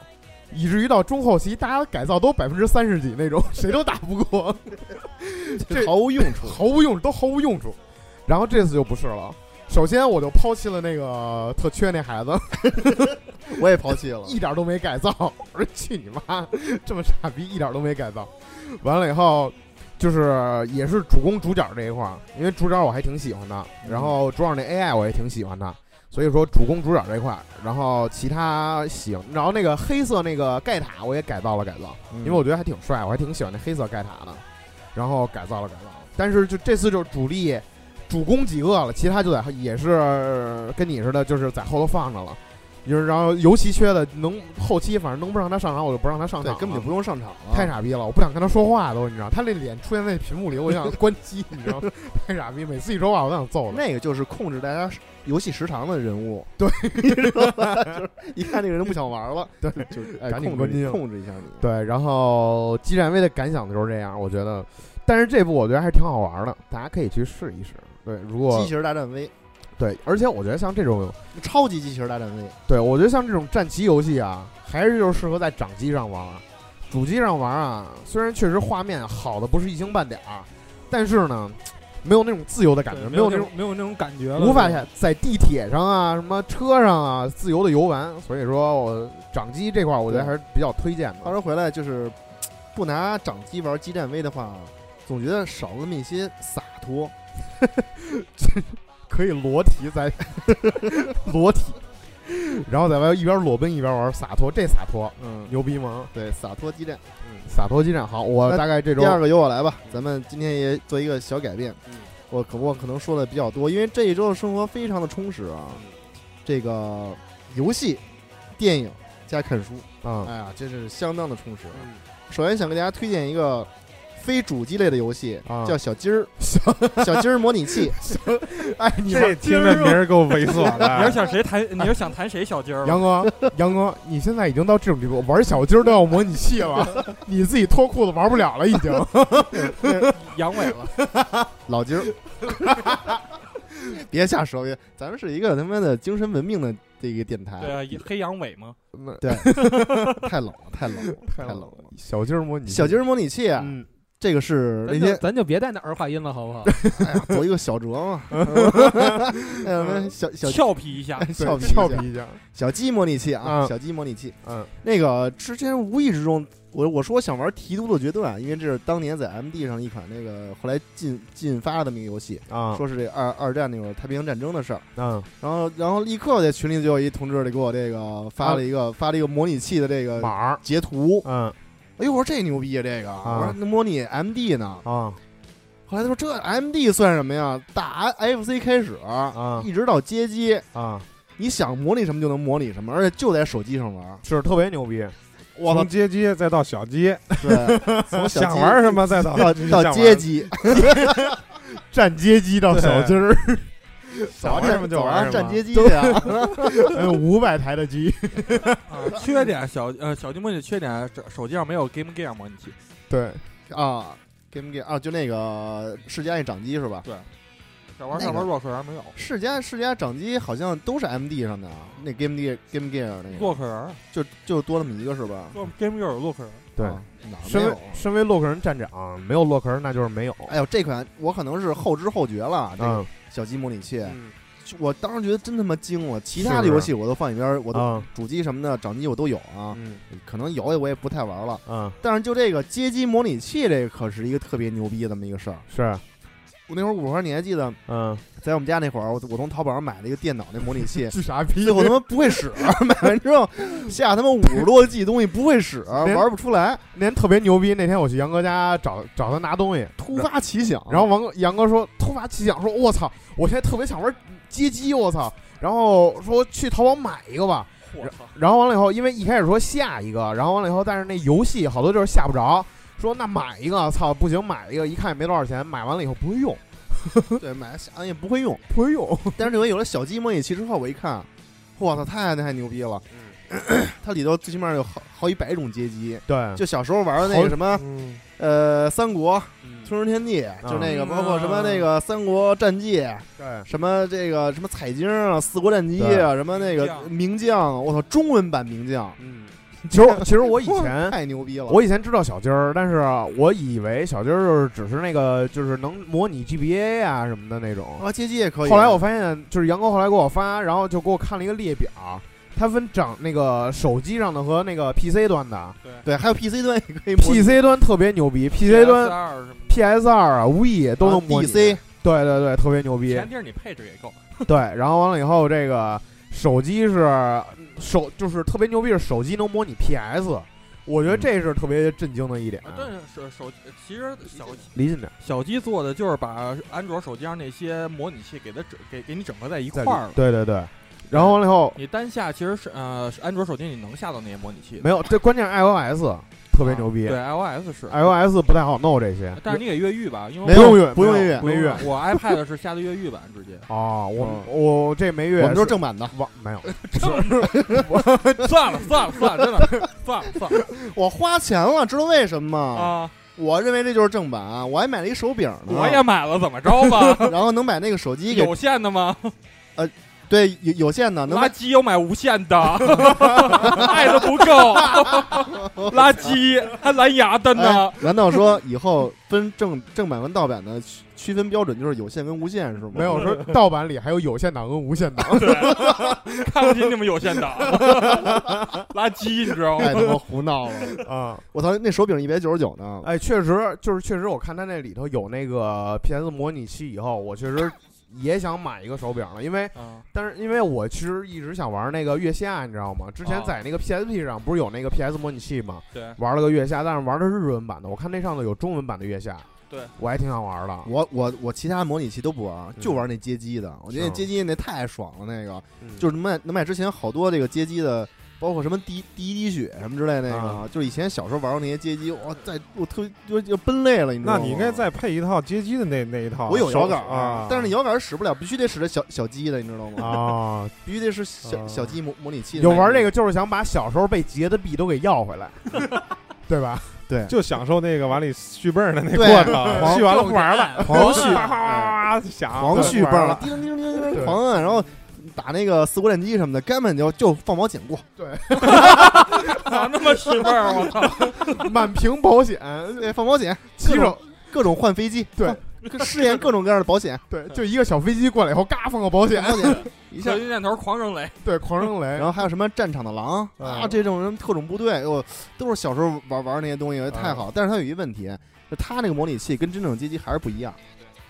Speaker 2: 以至于到中后期，大家改造都百分之三十几那种， <laughs> 谁都打不过，这
Speaker 1: 这毫无用
Speaker 2: <laughs>
Speaker 1: 处。
Speaker 2: 毫无用，都毫无用处。然后这次就不是了。首先，我就抛弃了那个特缺那孩子，
Speaker 1: 我也抛弃了，
Speaker 2: 一点都没改造。我说去你妈，这么傻逼，一点都没改造。完了以后，就是也是主攻主角这一块儿，因为主角我还挺喜欢的，然后主角那 AI 我也挺喜欢的，所以说主攻主角这一块儿，然后其他行，然后那个黑色那个盖塔我也改造了改造，
Speaker 3: 嗯
Speaker 2: 因为我觉得还挺帅，我还挺喜欢那黑色盖塔的，然后改造了改造。但是就这次就是主力主攻几个了，其他就在也是跟你似的，就是在后头放着了。就是然后尤其缺的能后期，反正能不让他上场，我就不让他上
Speaker 1: 对
Speaker 2: 场，了，啊
Speaker 1: 根本就不用上场了。
Speaker 2: 太傻逼了，我不想跟他说话都，你知道，他那脸出现在屏幕里，我想 <laughs> 关机，你知道吗，太傻逼，每次一说话我都想
Speaker 1: <laughs>
Speaker 2: 揍他。
Speaker 1: 那个就是控制大家游戏时长的人物，
Speaker 2: 对，
Speaker 1: 你知道吧？就是一看这个人不想玩了，
Speaker 2: 对，
Speaker 1: 就是哎，
Speaker 2: 赶紧
Speaker 1: 控制
Speaker 2: 关
Speaker 1: 你
Speaker 2: 机
Speaker 1: 控制一下你。
Speaker 2: 对，然后《激战威》的感想就是这样，我觉得，但是这部我觉得还是挺好玩的，大家可以去试一试。对，如果
Speaker 1: 机器人大战 V，
Speaker 2: 对，而且我觉得像这种，
Speaker 1: 超级机器人大战 V，
Speaker 2: 对我觉得像这种战棋游戏啊，还是就是适合在掌机上玩儿，主机上玩儿啊，虽然确实画面好的不是一星半点儿，但是呢，没有那种自由的感觉，
Speaker 4: 对
Speaker 2: 没
Speaker 4: 没
Speaker 2: 有
Speaker 4: 有
Speaker 2: 那种
Speaker 4: 种没有那种感觉了，
Speaker 2: 无法
Speaker 4: 是吧
Speaker 2: 在在地铁上啊、什么车上啊自由的游玩，所以说我掌机这块儿我觉得还是比较推荐
Speaker 1: 到时
Speaker 2: 的。
Speaker 1: 候回来就是不拿掌机玩激战 V 的话，总觉得少了那么一些洒脱。
Speaker 2: 可以裸体在 <laughs> 裸体，然后在外一边裸奔一边玩，洒脱，这洒脱
Speaker 1: 嗯，
Speaker 2: 牛逼吗？
Speaker 1: 对，洒脱激战。
Speaker 2: 洒脱激战好，我
Speaker 1: 那
Speaker 2: 大概这周
Speaker 1: 第二个由我来吧，咱们今天也做一个小改变。我可我可能说的比较多，因为这一周的生活非常的充实啊。这个游戏、电影加看书，嗯
Speaker 2: 啊
Speaker 1: 哎呀，这是相当的充实。啊首先想给大家推荐一个非主机类的游戏，
Speaker 2: 啊
Speaker 1: 叫小鸡儿，嗯 <laughs> 小小鸡儿模拟器。
Speaker 2: 哎，你
Speaker 3: 这听着名儿够猥琐 <laughs>
Speaker 5: 你要
Speaker 3: 的。
Speaker 5: 想
Speaker 4: 哎
Speaker 5: 谁谈，你要想谈谁小鸡儿吧？
Speaker 2: 杨哥，杨哥，你现在已经到这种地步，玩小鸡儿都要模拟
Speaker 1: <laughs>
Speaker 2: 器了，你自己脱裤子玩不了了，已经。
Speaker 5: 阳痿了，
Speaker 1: 老鸡儿， <laughs> 别瞎说，别，咱们是一个他妈的精神文明的这个电台，
Speaker 5: 对啊，一黑阳痿嘛，
Speaker 2: 那
Speaker 1: <laughs> 太冷了，太冷了，
Speaker 3: 嗯
Speaker 1: 太冷了。
Speaker 2: 小鸡儿模拟器
Speaker 1: 小鸡儿模拟器，啊，
Speaker 2: 嗯，
Speaker 1: 这个是那
Speaker 4: 咱就
Speaker 1: 天
Speaker 4: 咱就别带那儿化音了，好不好？
Speaker 1: 哎呀，走一个小折嘛，哎呀，那小 <laughs>
Speaker 6: 嗯
Speaker 1: 小，
Speaker 5: 俏皮
Speaker 4: <laughs>
Speaker 5: 一下
Speaker 1: 俏皮
Speaker 2: 俏
Speaker 1: 一下
Speaker 2: 皮一下，
Speaker 1: 小鸡模拟器啊，
Speaker 2: 嗯
Speaker 1: 小鸡模拟器。
Speaker 2: 嗯
Speaker 1: 那个之前无意之中，我我说我想玩《提督的决断》，因为这是当年在 MD 上一款那个后来进进发的那个游戏，
Speaker 3: 嗯
Speaker 2: 啊，
Speaker 1: 说是这二二战那会儿太平洋战争的事儿。
Speaker 2: 嗯
Speaker 1: 然后然后立刻在群里就有一同志就给我这个发了一
Speaker 3: 啊
Speaker 1: 个、发了一个模拟器的这个
Speaker 2: 码儿，
Speaker 1: 截图，
Speaker 2: 嗯
Speaker 1: 哎呦我说这牛逼啊这个，
Speaker 2: 啊
Speaker 1: 我说那模拟 MD 呢？
Speaker 2: 啊
Speaker 1: 后来他说这 MD 算什么呀？打 FC 开始，
Speaker 2: 啊
Speaker 1: 一直到街机，
Speaker 2: 啊，
Speaker 1: 你想模拟什么就能模拟什么，而且就在手机上玩。
Speaker 2: 是特别牛逼，
Speaker 1: 我操
Speaker 3: 从，街机再到小鸡， <laughs>
Speaker 1: 对，从小
Speaker 3: 想
Speaker 1: 鸡
Speaker 3: 玩什么再 <laughs> 到
Speaker 1: <laughs> 到
Speaker 3: 想
Speaker 1: 到
Speaker 3: 玩
Speaker 1: 街机，
Speaker 2: 站街机到小鸡儿，
Speaker 3: <laughs> 想玩什么就
Speaker 1: 早
Speaker 3: 玩
Speaker 1: 上
Speaker 3: 什么。
Speaker 1: 站街机去啊！ <laughs>
Speaker 2: 还有 <laughs> 五百台的机，
Speaker 5: 啊缺点小呃小鸡模拟缺点，这手机上没有 Game Gear 模拟器，
Speaker 2: 对，
Speaker 1: 啊，Game Gear 啊，就那个世嘉那掌机是吧？
Speaker 5: 想玩
Speaker 1: 那
Speaker 5: 上
Speaker 1: 个
Speaker 5: 玩弱手上没有，
Speaker 1: 世嘉世嘉掌机好像都是 MD 上的，啊，那 Game Gear Game Gear 那个
Speaker 5: 洛克人儿，
Speaker 1: 就就多那么一个是吧？
Speaker 5: 洛 Game Gear 有洛克人儿，
Speaker 2: 对
Speaker 1: 啊哪儿没
Speaker 2: 身为
Speaker 1: 有？
Speaker 2: 身为洛克人站长，没有洛克人那就是没有，
Speaker 1: 哎呦，这款我可能是后知后觉了，啊这个
Speaker 2: 嗯
Speaker 1: 小鸡模拟器，
Speaker 5: 嗯
Speaker 1: 我当时觉得真他妈惊了。其他的
Speaker 2: 是
Speaker 1: 游戏我都放一边儿，我都
Speaker 2: 嗯
Speaker 1: 主机什么的、掌机我都有啊，
Speaker 2: 嗯
Speaker 1: 可能有的我也不太玩了。
Speaker 2: 嗯，
Speaker 1: 但是就这个街机模拟器，这个可是一个特别牛逼的这么一个事儿。
Speaker 2: 是，
Speaker 1: 我那会儿五环，你还记得
Speaker 2: 嗯，，
Speaker 1: 在我们家那会儿，我我从淘宝上买了一个电脑那模拟器
Speaker 2: 是傻逼
Speaker 1: 最后他妈不会使，啊买完之后下他妈五十多个 G 东西不会使，
Speaker 2: <laughs>
Speaker 1: 啊
Speaker 2: 连
Speaker 1: 玩不出来，
Speaker 2: 那天特别牛逼，那天我去杨哥家找找他拿东西，
Speaker 1: 突发奇想，
Speaker 2: 然后王哥杨哥说突发奇想说，我操，我现在特别想玩街机，我操，然后说去淘宝买一个吧。
Speaker 5: 我操，
Speaker 2: 然后完了以后，因为一开始说下一个，然后完了以后，但是那游戏好多就是下不着，说那买一个，操，不行，买一个，一看也没多少钱，买完了以后不会用，
Speaker 1: 对买了下也不会用。
Speaker 2: 不会用， <laughs>
Speaker 1: 但是这回有了小鸡模拟器之后，我一看，我操，太太牛逼了！ <clears throat> 它里头最起码有好好几百种街机，
Speaker 2: 对，
Speaker 1: 就小时候玩的那
Speaker 2: 好
Speaker 1: 个什么
Speaker 3: 嗯，
Speaker 1: 呃三国、
Speaker 5: 嗯
Speaker 1: 吞食天地，就那个
Speaker 5: 嗯
Speaker 1: 包括什么那个三国战记，
Speaker 2: 对，
Speaker 1: 什么这个什么彩晶啊，四国战机啊，什么那
Speaker 5: 名
Speaker 1: 个
Speaker 5: 将
Speaker 1: 名将，我操，中文版名将，
Speaker 5: 嗯，
Speaker 2: 其实我其实我以前。
Speaker 1: 太牛逼了，
Speaker 2: 我以前知道小鸡儿，但是我以为小鸡儿就是只是那个就是能模拟 GBA 啊什么的那种。
Speaker 5: 哦
Speaker 1: 啊，街机也可以。
Speaker 2: 后来我发现，就是杨哥后来给我发，然后就给我看了一个列表，它分掌那个手机上的和那个 PC 端的。
Speaker 1: 对，还有 PC 端也可以模拟
Speaker 2: PC 端特别牛逼，PC 端
Speaker 5: 二什么的
Speaker 2: PS 二啊、V 都能模拟。
Speaker 1: DC
Speaker 2: 对对对，特别牛逼
Speaker 5: 前。提是你配置也够，啊
Speaker 2: 对，然后完了以后，这个手机是手就是特别牛逼，是手机能模拟 PS。我觉得这是特别震惊的一点。
Speaker 5: 嗯啊，但是手手其实小
Speaker 4: 呃
Speaker 2: 离近点，
Speaker 5: 小鸡做的就是把安卓手机上那些模拟器给它整给给你整合在一块
Speaker 2: 在
Speaker 5: 儿了。
Speaker 2: 对对对，然后完了以后
Speaker 5: 你单下其实是呃，是安卓手机你能下到那些模拟器的，
Speaker 2: 没有，这关键是 iOS 特别
Speaker 5: 啊
Speaker 2: 牛逼、
Speaker 5: 对 iOS 是，
Speaker 2: iOS 不太好弄这些。
Speaker 5: 但是你给越狱吧，因为
Speaker 1: 没
Speaker 5: 我
Speaker 1: 有不
Speaker 2: 不用
Speaker 1: 用
Speaker 2: 没有
Speaker 1: 越狱
Speaker 5: 不用
Speaker 2: 没越。
Speaker 5: 了我 iPad 是下的越狱版直接
Speaker 2: 啊，我们、我这没越，
Speaker 1: 我们都是正版的。
Speaker 2: 网没有，
Speaker 5: 算了算了算了，真的算了算了
Speaker 1: 我花钱了，知道为什么吗？
Speaker 5: 啊！
Speaker 1: 我认为这就是正版，啊我还买了一手柄呢，
Speaker 5: 我也买了，怎么着吧？
Speaker 1: 然后能买那个手啊机给
Speaker 5: 有线的吗？
Speaker 1: 对有有线的，能
Speaker 5: 垃
Speaker 1: 买
Speaker 5: 圾有买无线的， <laughs> 爱的不够，垃圾还蓝牙的呢
Speaker 1: 哎。难道说以后分正正版跟盗版的区区分标准就是有线跟无线是吗？
Speaker 2: <laughs> 没有说盗版里还有有线档跟无线 <laughs> 档，
Speaker 5: 看不起你们有
Speaker 4: <laughs>
Speaker 5: 线党，垃圾，你知道
Speaker 1: 太
Speaker 5: 吗？
Speaker 1: 他妈胡闹了！
Speaker 2: 啊，
Speaker 1: 我操，那手柄一百九十九呢，
Speaker 2: 哎，确实就是确实，我看它那里头有那个 PS 模拟器以后，我确实也想买一个手柄了，因为
Speaker 4: 哎
Speaker 5: 啊，
Speaker 2: 但是因为我其实一直想玩那个月下，你知道吗？之前
Speaker 5: 啊
Speaker 2: 在那个 PSP 上不是有那个 PS 模拟器吗？
Speaker 5: 对，
Speaker 2: 玩了个月下，但是玩的是日文版的，我看那上头有中文版的月下，
Speaker 5: 对
Speaker 2: 我还挺想玩的。
Speaker 1: 我我我其他模拟器都不玩，
Speaker 2: 嗯
Speaker 1: 就玩那街机的。我觉得那
Speaker 2: 是
Speaker 1: 街机那太爽了，那个
Speaker 2: 嗯
Speaker 1: 就是能卖能卖之前好多这个街机的，包括什么第第一滴血什么之类的那个
Speaker 2: 啊，
Speaker 1: 就是以前小时候玩过那些街机，哇，在我特别就就奔累了，你知道
Speaker 3: 那
Speaker 1: 吗？
Speaker 3: 你应该再配一套街机的那那一套。
Speaker 1: 哦我有摇杆
Speaker 3: 啊，
Speaker 1: 但是那摇杆使不了，必须得使这小小机的，你知道吗？
Speaker 2: 啊，
Speaker 1: 必须得是小
Speaker 2: 啊
Speaker 1: 小机模模拟器的
Speaker 2: 有
Speaker 1: 那种。
Speaker 2: 玩这个就是想把小时候被劫的币都给要回来，对吧？
Speaker 3: 就享受那个往里续泵的那
Speaker 1: 对啊
Speaker 3: 过程，续完了不玩
Speaker 5: <laughs>
Speaker 3: 了，
Speaker 4: 了
Speaker 1: <laughs> 狂
Speaker 3: <laughs>
Speaker 1: 续
Speaker 3: 哗哗
Speaker 1: 哎
Speaker 3: 哗响，
Speaker 1: 啊狂续
Speaker 3: 啊不
Speaker 1: 棒
Speaker 3: 玩了，，
Speaker 1: 叮叮叮叮
Speaker 2: 对
Speaker 1: 叮狂按，然后打那个四国战机什么的，根本就就放保险过，
Speaker 5: 咋啊那么使味儿？我操！
Speaker 2: 满屏保险，
Speaker 1: 对，放保险，
Speaker 2: 骑手
Speaker 1: 各种换飞机，
Speaker 2: 对
Speaker 1: 放，试验各种各样的保险，
Speaker 2: 对，就一个小飞机过来以后，嘎放个保险，
Speaker 1: 保险一下
Speaker 5: 小。心箭头狂扔
Speaker 4: 啊
Speaker 5: 雷，
Speaker 2: 对，狂扔雷
Speaker 1: 然。后还有什么战场的狼啊，
Speaker 2: 嗯
Speaker 1: 这种什么特种部队，我都是小时候玩玩那些东
Speaker 2: 哎
Speaker 1: 西，太好。但是它有一问题，就它那个模拟器跟真正的街机还是不一样，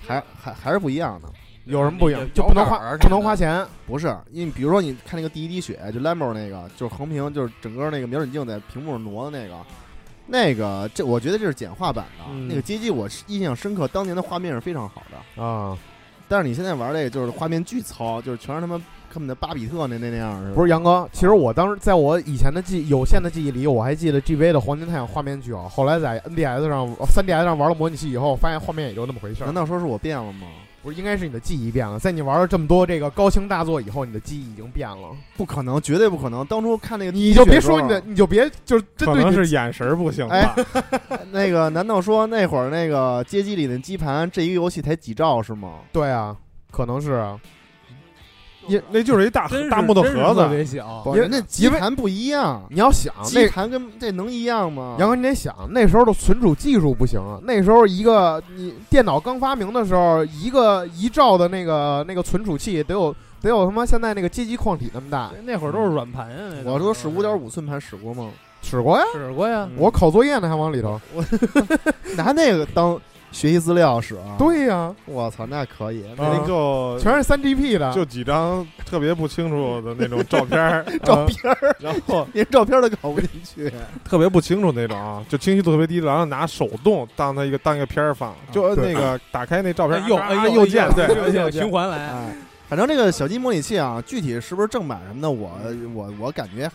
Speaker 1: 还还还是不一样的。
Speaker 2: 有什么不一
Speaker 5: 那
Speaker 2: 样
Speaker 5: 个？
Speaker 2: 就不能花
Speaker 5: 摇杆儿啊
Speaker 2: 不能花钱，
Speaker 1: 不是，因为比如说你看那个第一滴血，就 Lambo 那个，就是横屏，就是整个那个瞄准镜在屏幕上挪的那个，那个这我觉得这是简化版的。
Speaker 2: 嗯
Speaker 1: 那个街机我是印象深刻，当年的画面是非常好的，
Speaker 2: 啊，
Speaker 1: 但是你现在玩这个就是画面巨糙，就是全是他妈恨不得巴比特那那那样似的。
Speaker 2: 不是杨哥，其实我当时在我以前的记有限的记忆里，我还记得 GV 的黄金太阳画面巨好。后来在 NDS 上、3DS 上玩了模拟器以后，发现画面也就那么回事儿
Speaker 1: 难。道说是我变了吗？
Speaker 2: 不是，应该是你的记忆变了。在你玩了这么多这个高清大作以后，你的记忆已经变了。
Speaker 1: 不可能，绝对不可能！当初看那个第一
Speaker 2: 你
Speaker 1: 滴血
Speaker 2: 就
Speaker 1: 的
Speaker 2: 别
Speaker 1: 时候，
Speaker 2: 说你的，你就别就是针
Speaker 3: 可
Speaker 2: 对
Speaker 3: 能
Speaker 2: 你的
Speaker 3: 是眼神儿不行吧。
Speaker 1: 哎 <laughs> 那个，难道说那会儿那个街机里的基盘，这一个游戏才几兆是吗？
Speaker 2: 对啊，可能是啊
Speaker 3: 那就是一大
Speaker 4: 真是
Speaker 3: 大木头
Speaker 4: 真是
Speaker 3: 盒
Speaker 4: 特
Speaker 3: 子，嗯
Speaker 4: 别小，
Speaker 1: 不
Speaker 2: 因
Speaker 1: 是，
Speaker 2: 为
Speaker 1: 那啊基盘不一样，
Speaker 2: 你要想那
Speaker 1: 基盘跟这能一样吗？
Speaker 2: 杨哥，你得想那时候的存储技术不行啊，那时候一个你电脑刚发明的时候，一个一兆的那个那个存储器得有得有他妈现在那个街机矿体那么大，
Speaker 4: 那会儿都是软盘啊。那
Speaker 1: 我
Speaker 4: 都
Speaker 1: 说使五点五寸盘使过吗？
Speaker 2: 使过呀，
Speaker 4: 使过
Speaker 5: 嗯
Speaker 4: 呀，
Speaker 2: 我考作业呢还往里头。
Speaker 1: <laughs> 拿那个当学习资料使啊？，
Speaker 2: 对呀，
Speaker 1: 我操，那可以，那
Speaker 3: 那就
Speaker 2: 全是三 GP 的，
Speaker 3: 呃就几张特别不清楚的那种照片儿，
Speaker 1: <laughs>
Speaker 3: 嗯
Speaker 1: 照片儿
Speaker 3: 然后
Speaker 1: 连照片都搞不进去，
Speaker 3: 特别不清楚那种啊，就清晰度特别低，然后拿手动当它一个当一个片儿放，就
Speaker 1: 啊
Speaker 3: 摁那个打开那照片
Speaker 4: 哎右
Speaker 3: 啊
Speaker 4: 哎右
Speaker 3: 右键对
Speaker 4: 右
Speaker 3: 右
Speaker 4: 键
Speaker 3: 键
Speaker 4: 循环来，
Speaker 1: <laughs> 哎，反正这个小鸡模拟器啊，具体是不是正版什么的，我我我感觉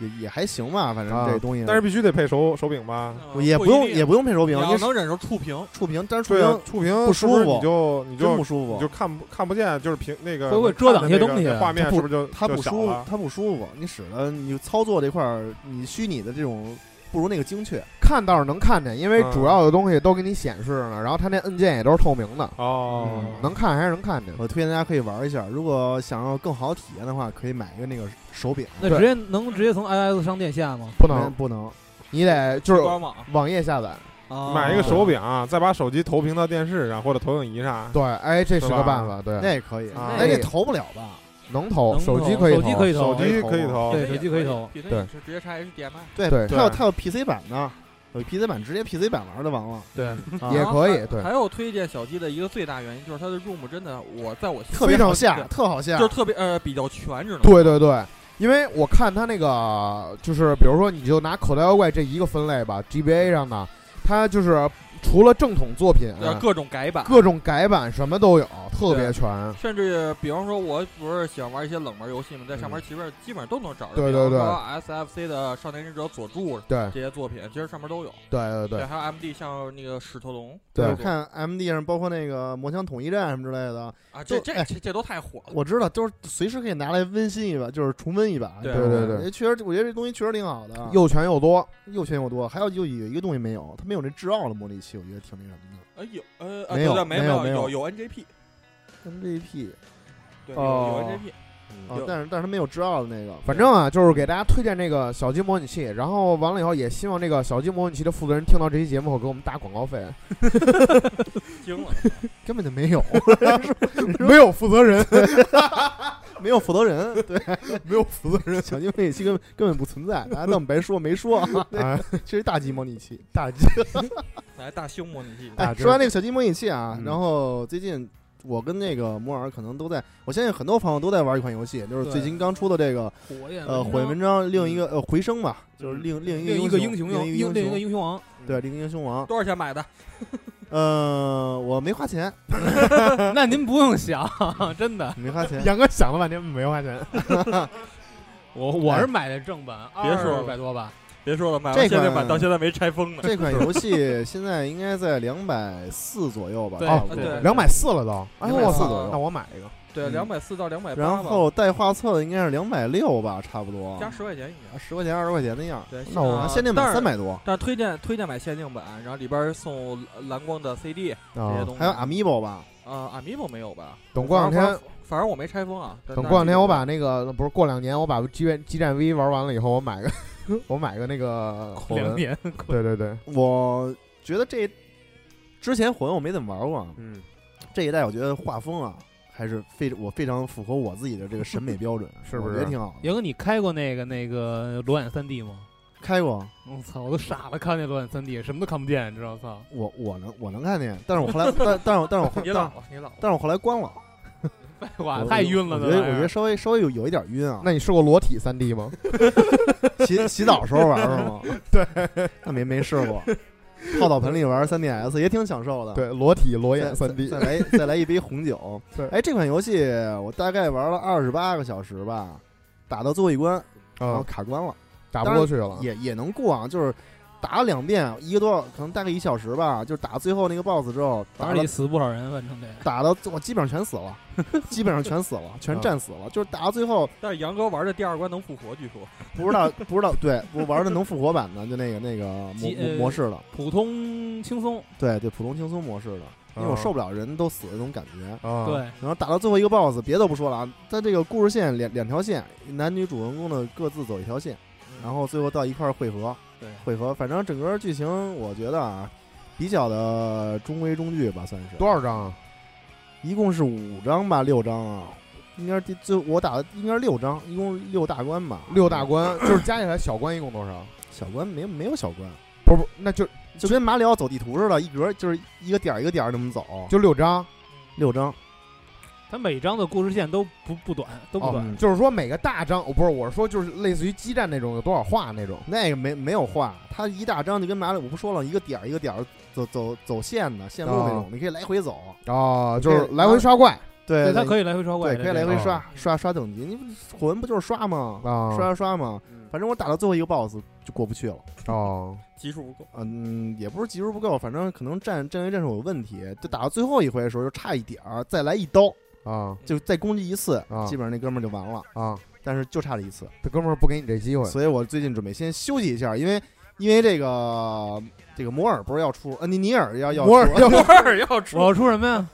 Speaker 1: 也也还行吧，反正
Speaker 2: 啊
Speaker 1: 这东西，
Speaker 3: 但是必须得配手手柄吧，
Speaker 5: 嗯
Speaker 1: 也不用
Speaker 5: 一定
Speaker 1: 也不用配
Speaker 5: 你
Speaker 1: 手柄，
Speaker 5: 要
Speaker 1: 因为
Speaker 5: 能忍受触屏，
Speaker 1: 触屏，但是触
Speaker 3: 对啊
Speaker 1: 屏，
Speaker 3: 触屏
Speaker 1: 不
Speaker 3: 是不
Speaker 1: 舒服
Speaker 3: 是你就你
Speaker 1: 真
Speaker 3: 就
Speaker 1: 不舒服
Speaker 3: 你就，看不看不见，就是屏那个
Speaker 4: 会不会遮挡一些东西啊
Speaker 3: 那个画面
Speaker 1: 它不
Speaker 3: 是不是就
Speaker 1: 它不
Speaker 3: 就小
Speaker 1: 舒服
Speaker 3: 了，
Speaker 1: 它不舒服，你使的你操作这块儿，你虚拟的这种不如那个精确，
Speaker 2: 看倒是能看见，因为主要的东西都给你显示呢，然后它那按键也都是透明的，
Speaker 3: 哦，
Speaker 2: 能看还是能看见。
Speaker 1: 我推荐大家可以玩一下，如果想要更好体验的话，可以买一个那个手柄。
Speaker 4: 那直接能直接从 iOS 商店下吗？
Speaker 2: 不
Speaker 1: 不
Speaker 2: 能，
Speaker 1: 不能，
Speaker 2: 你得就是
Speaker 5: 官网
Speaker 2: 网页下载。
Speaker 4: 啊，
Speaker 1: 嗯
Speaker 3: 买一个手柄，再把手机投屏到电视上或者投影仪上，
Speaker 2: 对，哎，这是
Speaker 3: 是
Speaker 2: 个
Speaker 3: 吧
Speaker 2: 办法，对，
Speaker 1: 那也可以，
Speaker 3: 啊
Speaker 1: 那也投不了吧？
Speaker 2: 能投，
Speaker 4: 能投
Speaker 2: 手机可以投，
Speaker 4: 手机可以投
Speaker 3: 手机可以投，
Speaker 4: 啊对手机可以投
Speaker 5: 比特
Speaker 2: 对
Speaker 5: 是直接插 HDMI，
Speaker 1: 对
Speaker 2: 对
Speaker 1: 它有它有 PC 版的，有 PC 版直接 PC 版玩就完了，
Speaker 4: 对，
Speaker 1: 啊
Speaker 2: 也可以，对
Speaker 5: 还。有推荐小鸡的一个最大原因就是它的 ROM 真的，我在我心里
Speaker 1: 特别好
Speaker 5: 对
Speaker 1: 下，特好下
Speaker 5: 就是。特别呃比较全，只能
Speaker 2: 对对对，因为我看他那个，就是比如说，你就拿口袋妖怪这一个分类吧，GBA 上的，它就是除了正统作品，
Speaker 6: 呃各种改版，
Speaker 2: 各种改版什么都有，特别
Speaker 6: 对
Speaker 2: 全。
Speaker 6: 甚至比方说，我不是喜欢玩一些冷门游戏嘛，在上
Speaker 1: 嗯
Speaker 6: 面其实基本上都能找着。
Speaker 2: 对对对
Speaker 6: 比方说 SFC 的《少年忍者佐助》
Speaker 2: 对
Speaker 6: 这些作品，其实上面都有。
Speaker 2: 对对对，
Speaker 6: 还有 MD 像那个史特龙，
Speaker 2: 对
Speaker 1: 我看 M D 上包括那个魔枪统一战什么之类的，
Speaker 6: 啊，这
Speaker 1: 都
Speaker 6: 这
Speaker 1: 哎
Speaker 6: 这这都太火了。
Speaker 1: 我知道都是随时可以拿来温新一把，就是重温一把。啊
Speaker 6: 对
Speaker 1: 你知道吗哎
Speaker 2: 对对，对
Speaker 1: 确实我觉得这东西确实挺好的，啊
Speaker 2: 又全又多。
Speaker 1: 又全又多。还有就有一个东西没有，它没有那制奥的魔力器，我觉得挺那什么的。
Speaker 6: 呃，有呃，
Speaker 1: 没有
Speaker 6: 啊对对没
Speaker 1: 没有
Speaker 6: 有
Speaker 1: 没有
Speaker 6: 有有 NGP，
Speaker 1: M G P
Speaker 6: 对，有
Speaker 2: 哦
Speaker 6: 有 NGP，
Speaker 1: 啊
Speaker 6: 有，
Speaker 1: 但是但是它没有制奥的那个，
Speaker 2: 反正啊，就是给大家推荐这个小鸡模拟器，然后完了以后，也希望这个小鸡模拟器的负责人听到这期节目后给我们打广告费，
Speaker 6: 惊
Speaker 1: <laughs>
Speaker 6: 了。
Speaker 1: 根本就没有，
Speaker 2: <laughs> 没有负责人，
Speaker 1: <laughs> 没有负责人，
Speaker 2: <laughs>
Speaker 1: 对，
Speaker 2: 没有负责人，
Speaker 1: 小鸡模拟器根本根本不存在，大家
Speaker 2: <laughs>
Speaker 1: 当白说没说啊。
Speaker 2: 哎，
Speaker 1: 这是大鸡模拟器。
Speaker 2: 大鸡，
Speaker 6: 来大兴模拟器，
Speaker 1: 哎，
Speaker 2: 大只
Speaker 1: 说完那个小鸡模拟器啊，
Speaker 2: 嗯
Speaker 1: 然后最近我跟那个摩尔可能都在，我相信很多朋友都在玩一款游戏，就是
Speaker 4: 对
Speaker 1: 最近刚出的这个
Speaker 4: 火焰
Speaker 1: 呃《火焰
Speaker 4: 章
Speaker 1: 文章》另一个呃回声吧，就是
Speaker 2: 嗯
Speaker 1: 另另
Speaker 4: 另一
Speaker 1: 一
Speaker 4: 个
Speaker 1: 个
Speaker 4: 英雄
Speaker 1: 另
Speaker 4: 英
Speaker 1: 一个
Speaker 4: 另一个
Speaker 1: 雄
Speaker 4: 英雄王，
Speaker 1: 对另一个英雄王。
Speaker 6: 多少钱买的？
Speaker 1: 呃，我没花
Speaker 2: <laughs>。
Speaker 1: 钱，
Speaker 4: 那您不用想，
Speaker 1: <laughs>
Speaker 4: 真的，
Speaker 1: 没花钱
Speaker 2: 杨哥想了半天没花钱，
Speaker 4: <laughs> 我我是买的正版，
Speaker 6: 别说了
Speaker 4: 百多吧，
Speaker 6: 别说了，买
Speaker 1: 这
Speaker 6: 了限
Speaker 1: 款
Speaker 6: 定版到现在没拆封
Speaker 1: <laughs>
Speaker 6: 呢。
Speaker 1: 这款游戏现在应该在两百四左右吧，
Speaker 4: 对
Speaker 1: 差不
Speaker 6: 啊
Speaker 1: 多。
Speaker 6: 对
Speaker 2: 两百四了都，哎呦我
Speaker 1: 240
Speaker 2: 操
Speaker 1: 左右，
Speaker 2: 那我买一个，
Speaker 6: 对，
Speaker 1: 嗯
Speaker 6: 两百四到两百八，
Speaker 1: 然后带画册的应该是两百六吧，差不多，
Speaker 6: 加十块钱一
Speaker 1: 啊
Speaker 6: 年。
Speaker 1: 十块钱二十块钱那样。
Speaker 6: 对，
Speaker 2: 那我
Speaker 6: 啊
Speaker 1: 限定版
Speaker 6: 但是
Speaker 1: 三百多，
Speaker 6: 但是推荐推荐买限定版，然后里边送蓝光的 CD 这些
Speaker 2: 啊，
Speaker 6: 东西。
Speaker 1: 还有 Amiibo 吧，
Speaker 6: 啊，Amiibo 没有吧？
Speaker 2: 等过两
Speaker 6: 反
Speaker 2: 天
Speaker 6: 正，，反正我没拆封啊。但
Speaker 2: 等过两天我把
Speaker 6: 那
Speaker 2: 那个不是过两年我把激战激战 V 玩完了以后，我买个 <laughs> 我买个那个火
Speaker 4: 两
Speaker 2: 纹，
Speaker 4: 年，
Speaker 2: 对
Speaker 4: <laughs>
Speaker 2: 对对，
Speaker 1: 我觉得这之前魂我没怎么玩过啊，
Speaker 2: 嗯，
Speaker 1: 这一代我觉得画风啊，还是非我非常符合我自己的这个审美标准，
Speaker 2: 是不是
Speaker 1: 我觉得挺好的。
Speaker 4: 杨哥，你开过那个那个裸眼三 D 吗？
Speaker 1: 开过，
Speaker 4: 我操，我都傻了，看那裸眼三 D 什么都看不见，你知道操？
Speaker 1: 我我能我能看见，但是我后来但但是我但是我后
Speaker 6: 你
Speaker 1: 但
Speaker 6: 老
Speaker 1: 是
Speaker 6: 了，你老了。
Speaker 1: 但是我后来关了，
Speaker 4: 哇，
Speaker 1: 我
Speaker 4: 太晕了，
Speaker 1: 我
Speaker 4: 那
Speaker 1: 觉得
Speaker 4: 玩意儿
Speaker 1: 我觉得稍微稍微有有一点晕啊。
Speaker 2: 那你试过裸体三 D
Speaker 1: <laughs>
Speaker 2: 吗？
Speaker 1: 洗洗澡时候玩是吗？
Speaker 2: <laughs>
Speaker 1: 对， <laughs> 那没没试过。泡澡盆里玩 3DS 也挺享受的。，
Speaker 2: 对，裸体裸
Speaker 1: 再
Speaker 2: 眼三 D，
Speaker 1: 再再来再来一杯红酒
Speaker 2: 对。
Speaker 1: 哎，这款游戏我大概玩了二十八个小时吧，打到最后一关，然后
Speaker 2: 啊，
Speaker 1: 卡关了，
Speaker 2: 打不过去了，
Speaker 1: 哦也也能过啊，就是。打了两遍，一个多小，可能大概一小时吧，就是打最后那个 BOSS 之后，打
Speaker 4: 反
Speaker 1: 到
Speaker 4: 正里死不少人，反正得。
Speaker 1: 打到我基本上全死了， <laughs> 基本上全死了，
Speaker 2: 嗯
Speaker 1: 全战死了。就是打到最后
Speaker 6: 但是杨哥玩的第二关能复活，据说。
Speaker 1: 不知道不知道，对，我玩的能复活版的，就那个那个模
Speaker 4: 极呃
Speaker 1: 模式了，
Speaker 4: 普通轻松，
Speaker 1: 对对，普通轻松模式的，因为
Speaker 2: 嗯
Speaker 1: 我受不了人都死的那种感觉。
Speaker 2: 啊，
Speaker 4: 对，
Speaker 1: 然后打到最后一个 BOSS，别的不说了啊，它这个故事线两两条线，男女主人公呢各自走一条线，然后最后到一块儿汇合，
Speaker 6: 嗯对
Speaker 1: 汇合，反正整个剧情我觉得啊，比较的中规中矩吧，算是。
Speaker 2: 多少张啊？
Speaker 1: 一共是五章吧，六章啊，应该是第最我打的应该是六章，一共六大关吧，
Speaker 2: 六大关，就是加起来小关一共多
Speaker 4: <coughs>
Speaker 2: 少？
Speaker 1: 小关没没有小关，
Speaker 2: 不是不是，那就
Speaker 1: 就跟马里奥走地图似的，一格就是一个点儿一个点儿那么走，
Speaker 2: 就六张，
Speaker 1: 六章。
Speaker 4: 它每章的故事线都不不短，都不
Speaker 2: 哦
Speaker 4: 短。，
Speaker 2: 就是说每个大张，哦不是，我是说就是类似于基站那种有多少话那种，
Speaker 1: 那个没没有画，它一大张就跟马里我不说了，一个点儿一个点儿走走走线的线路那种
Speaker 2: 哦，
Speaker 1: 你可以来回走，
Speaker 2: 哦，就是来回刷怪
Speaker 1: 对
Speaker 4: 它可
Speaker 1: 以
Speaker 4: 以来回刷怪
Speaker 1: 对
Speaker 4: 的，
Speaker 1: 可以来
Speaker 4: 这
Speaker 1: 回
Speaker 4: 个
Speaker 2: 哦
Speaker 1: 刷刷刷等级，你不火纹不就是刷吗？
Speaker 2: 啊，
Speaker 1: 刷刷刷吗？反正我打到最后一个 BOSS 就过不去了。
Speaker 2: 哦，
Speaker 6: 级数不
Speaker 4: <laughs>
Speaker 6: 够。
Speaker 1: 嗯，也不是级数不够，反正可能战战略战术有问题，就打到最后一回的时候就差一点儿，再来一刀，
Speaker 2: 啊
Speaker 1: 就再攻击一次，
Speaker 2: 啊
Speaker 1: 基本上那哥们儿就完了。
Speaker 2: 啊，
Speaker 1: 但是就差这一次，
Speaker 2: 这哥们儿不给你这机会，
Speaker 1: 所以我最近准备先休息一下，因为因为这个这个摩尔不是要出，呃，尼尼尔要要
Speaker 2: 摩尔
Speaker 1: 出
Speaker 2: 要
Speaker 6: 摩尔要 <laughs>
Speaker 4: 我要出什么呀？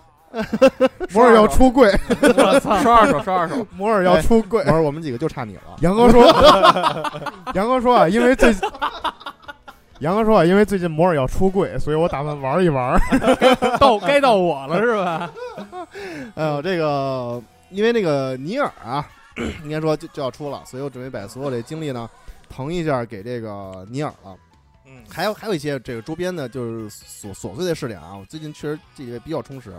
Speaker 2: <laughs> 摩尔要出
Speaker 4: <laughs>
Speaker 2: 柜，
Speaker 4: 我操！
Speaker 6: 十二手，十
Speaker 4: <laughs>
Speaker 6: 二手。
Speaker 2: 摩尔要出柜。
Speaker 1: 摩尔，我们几个就差你了。
Speaker 2: <laughs> 杨哥说， <laughs> 杨哥说啊，因为最近。杨哥说啊，因为最近摩尔要出柜，所以我打算玩一玩。
Speaker 4: 到 <laughs> 该到我了是吧？
Speaker 1: 哎呦，这个因为那个尼尔啊， <clears throat> 应该说就就要出了，所以我准备把所有这精力呢腾一下给这个尼尔了。
Speaker 6: 嗯，
Speaker 1: 还有还有一些这个周边的，就是琐琐碎的事情啊，我最近确实这个比较充实。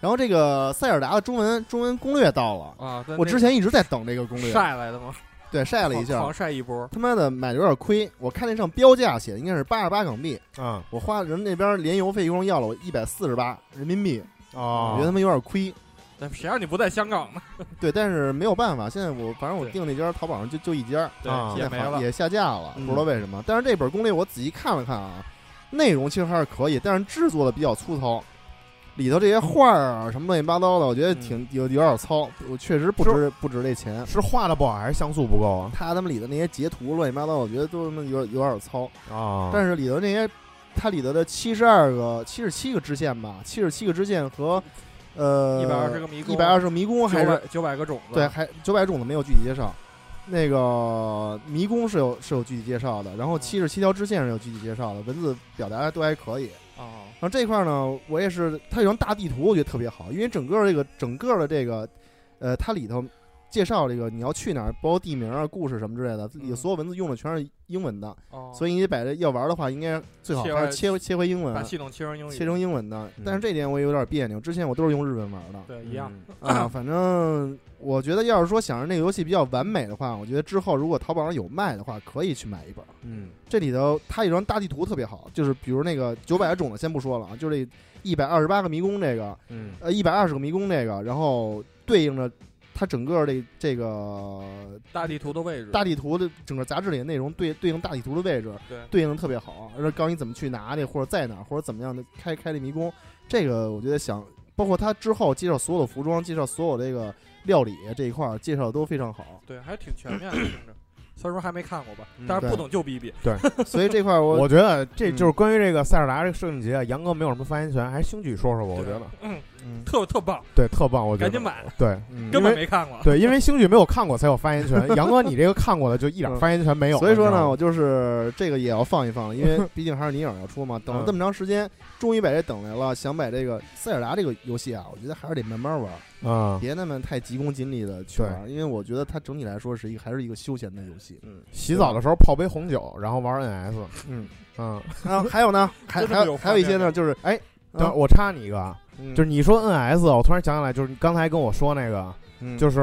Speaker 1: 然后这个塞尔达的中文中文攻略到了，
Speaker 6: 啊，在
Speaker 1: 我
Speaker 6: 那
Speaker 1: 之前一直在等这个攻略，
Speaker 6: 晒来的吗？
Speaker 1: 对晒了一下
Speaker 6: 狂，晒一波，
Speaker 1: 他妈的买的有点亏。我看那上标价写的应该是八十八港币，
Speaker 3: 嗯
Speaker 2: 啊
Speaker 1: 我花人那边连邮费一共要了我一百四十八人民币，我觉得
Speaker 2: 哦，
Speaker 1: 他妈有点亏。
Speaker 6: 但谁让你不在香港呢？
Speaker 1: 对，但是没有办法，现在我反正我
Speaker 6: 对
Speaker 1: 订那家淘宝上就就一家，
Speaker 2: 啊
Speaker 1: 现
Speaker 6: 也
Speaker 1: 在
Speaker 6: 没
Speaker 1: 好
Speaker 6: 了。
Speaker 1: 也下架了，
Speaker 6: 嗯
Speaker 1: 不知道为什么。但是这本攻略我仔细看了看啊，内容其实还是可以，但是制作的比较粗糙，里头这些画儿啊什么乱七八糟的，我觉得
Speaker 6: 嗯
Speaker 1: 挺有有点糙，我确实不值不值这钱。
Speaker 2: 是画的不好还是像素不够啊？
Speaker 1: 他他们里头那些截图乱七八糟，我觉得都他妈有有点糙。
Speaker 2: 啊，
Speaker 1: 但是里头那些，它里头的七十二个、七十七个支线吧，七十七个支线和呃
Speaker 6: 120个迷宫
Speaker 1: 一百二十个迷宫还
Speaker 6: 九
Speaker 1: 是
Speaker 6: 百九百个种子，
Speaker 1: 对，，还九百种子没有具体介绍。那个迷宫是有是有具体介绍的，然
Speaker 6: 嗯
Speaker 1: 后七十七条支线是有具体介绍的，文字表达都还可以。
Speaker 6: 哦，
Speaker 1: 然后这块儿呢，我也是它有张大地图，我觉得特别好，因为整个这个整个的这个，呃，它里头介绍这个你要去哪儿，包括地名啊、故事什么之类的，里
Speaker 6: 嗯
Speaker 1: 所有文字用的全是英文的，
Speaker 6: 哦
Speaker 1: 所
Speaker 6: 以
Speaker 1: 以你把这要玩的话，应该最好
Speaker 6: 切
Speaker 1: 还
Speaker 6: 换
Speaker 1: 是切回切回英文啊
Speaker 6: 把，系统切成英语，
Speaker 1: 切成英文的。但是
Speaker 2: 嗯
Speaker 1: 这点我也有点别扭，之前我都是用日文玩的。
Speaker 6: 对一样。
Speaker 1: <laughs>
Speaker 2: 嗯
Speaker 1: 啊，反正我觉得，要是说想让那个游戏比较完美的话，我觉得之后如果淘宝上有卖的话，可以去买一本。
Speaker 2: 嗯
Speaker 1: 这里头它有张大地图特别好，就是比如那个九百个种子先不说了啊，就这一百二十八个迷宫这个，
Speaker 2: 嗯
Speaker 1: 呃，一百二十个迷宫这个，然后对应着它整个这这个
Speaker 6: 大地图的位置，
Speaker 1: 大地图的整个杂志里的内容对对应大地图的位置，
Speaker 6: 对，
Speaker 1: 对应的特别好，啊而且告诉你怎么去拿去，或者在哪儿，或者怎么样的开开这迷宫。这个我觉得想，包括他之后介绍所有的服装，介绍所有这个料理这一块儿介绍的都非常好
Speaker 6: 对，还挺全面的，听着。虽然说还没看过吧，但是不
Speaker 1: 对
Speaker 6: 懂就逼逼。
Speaker 1: 所以这块儿我
Speaker 2: 我觉得这
Speaker 1: 嗯
Speaker 2: 就是关于这个塞尔达这个设定节啊，杨哥没有什么发言权，还是兴许说说吧。我觉得
Speaker 1: 嗯
Speaker 6: 特特棒，
Speaker 2: 对，特棒，我觉得
Speaker 6: 赶紧买，
Speaker 2: 对，
Speaker 1: 嗯
Speaker 6: 根
Speaker 2: 因为
Speaker 6: 本没
Speaker 1: <laughs>
Speaker 6: 看过。
Speaker 2: 对，因为兴许没有看过才有发言权。杨哥，你这个看过的就一点发言权没有。
Speaker 1: 嗯所以说
Speaker 2: 你知
Speaker 1: 呢，
Speaker 2: 道
Speaker 1: 我
Speaker 2: 吗，
Speaker 1: 就是这个也要放一放，因为毕竟还是尼尔要出嘛，等了这么长时间，终于把这等来了，想把这个塞尔达这个游戏啊，我觉得还是得慢慢玩，
Speaker 2: 嗯，
Speaker 1: 别那么太急功近利的去玩，因为我觉得它整体来说是一个还是一个休闲的游戏。
Speaker 2: 洗澡的时候泡杯红酒，然后玩 NS。
Speaker 1: 嗯
Speaker 2: 嗯，
Speaker 1: 啊，还有呢，还
Speaker 6: 真的
Speaker 1: 还
Speaker 6: 有
Speaker 1: 有
Speaker 6: 画
Speaker 1: 还有一些
Speaker 6: 面
Speaker 1: 呢，就是哎，
Speaker 2: 等会儿我插你一个啊，
Speaker 1: 嗯
Speaker 2: 就是你说 NS，我突然想起来，就是你刚才跟我说那个，
Speaker 1: 嗯
Speaker 2: 就是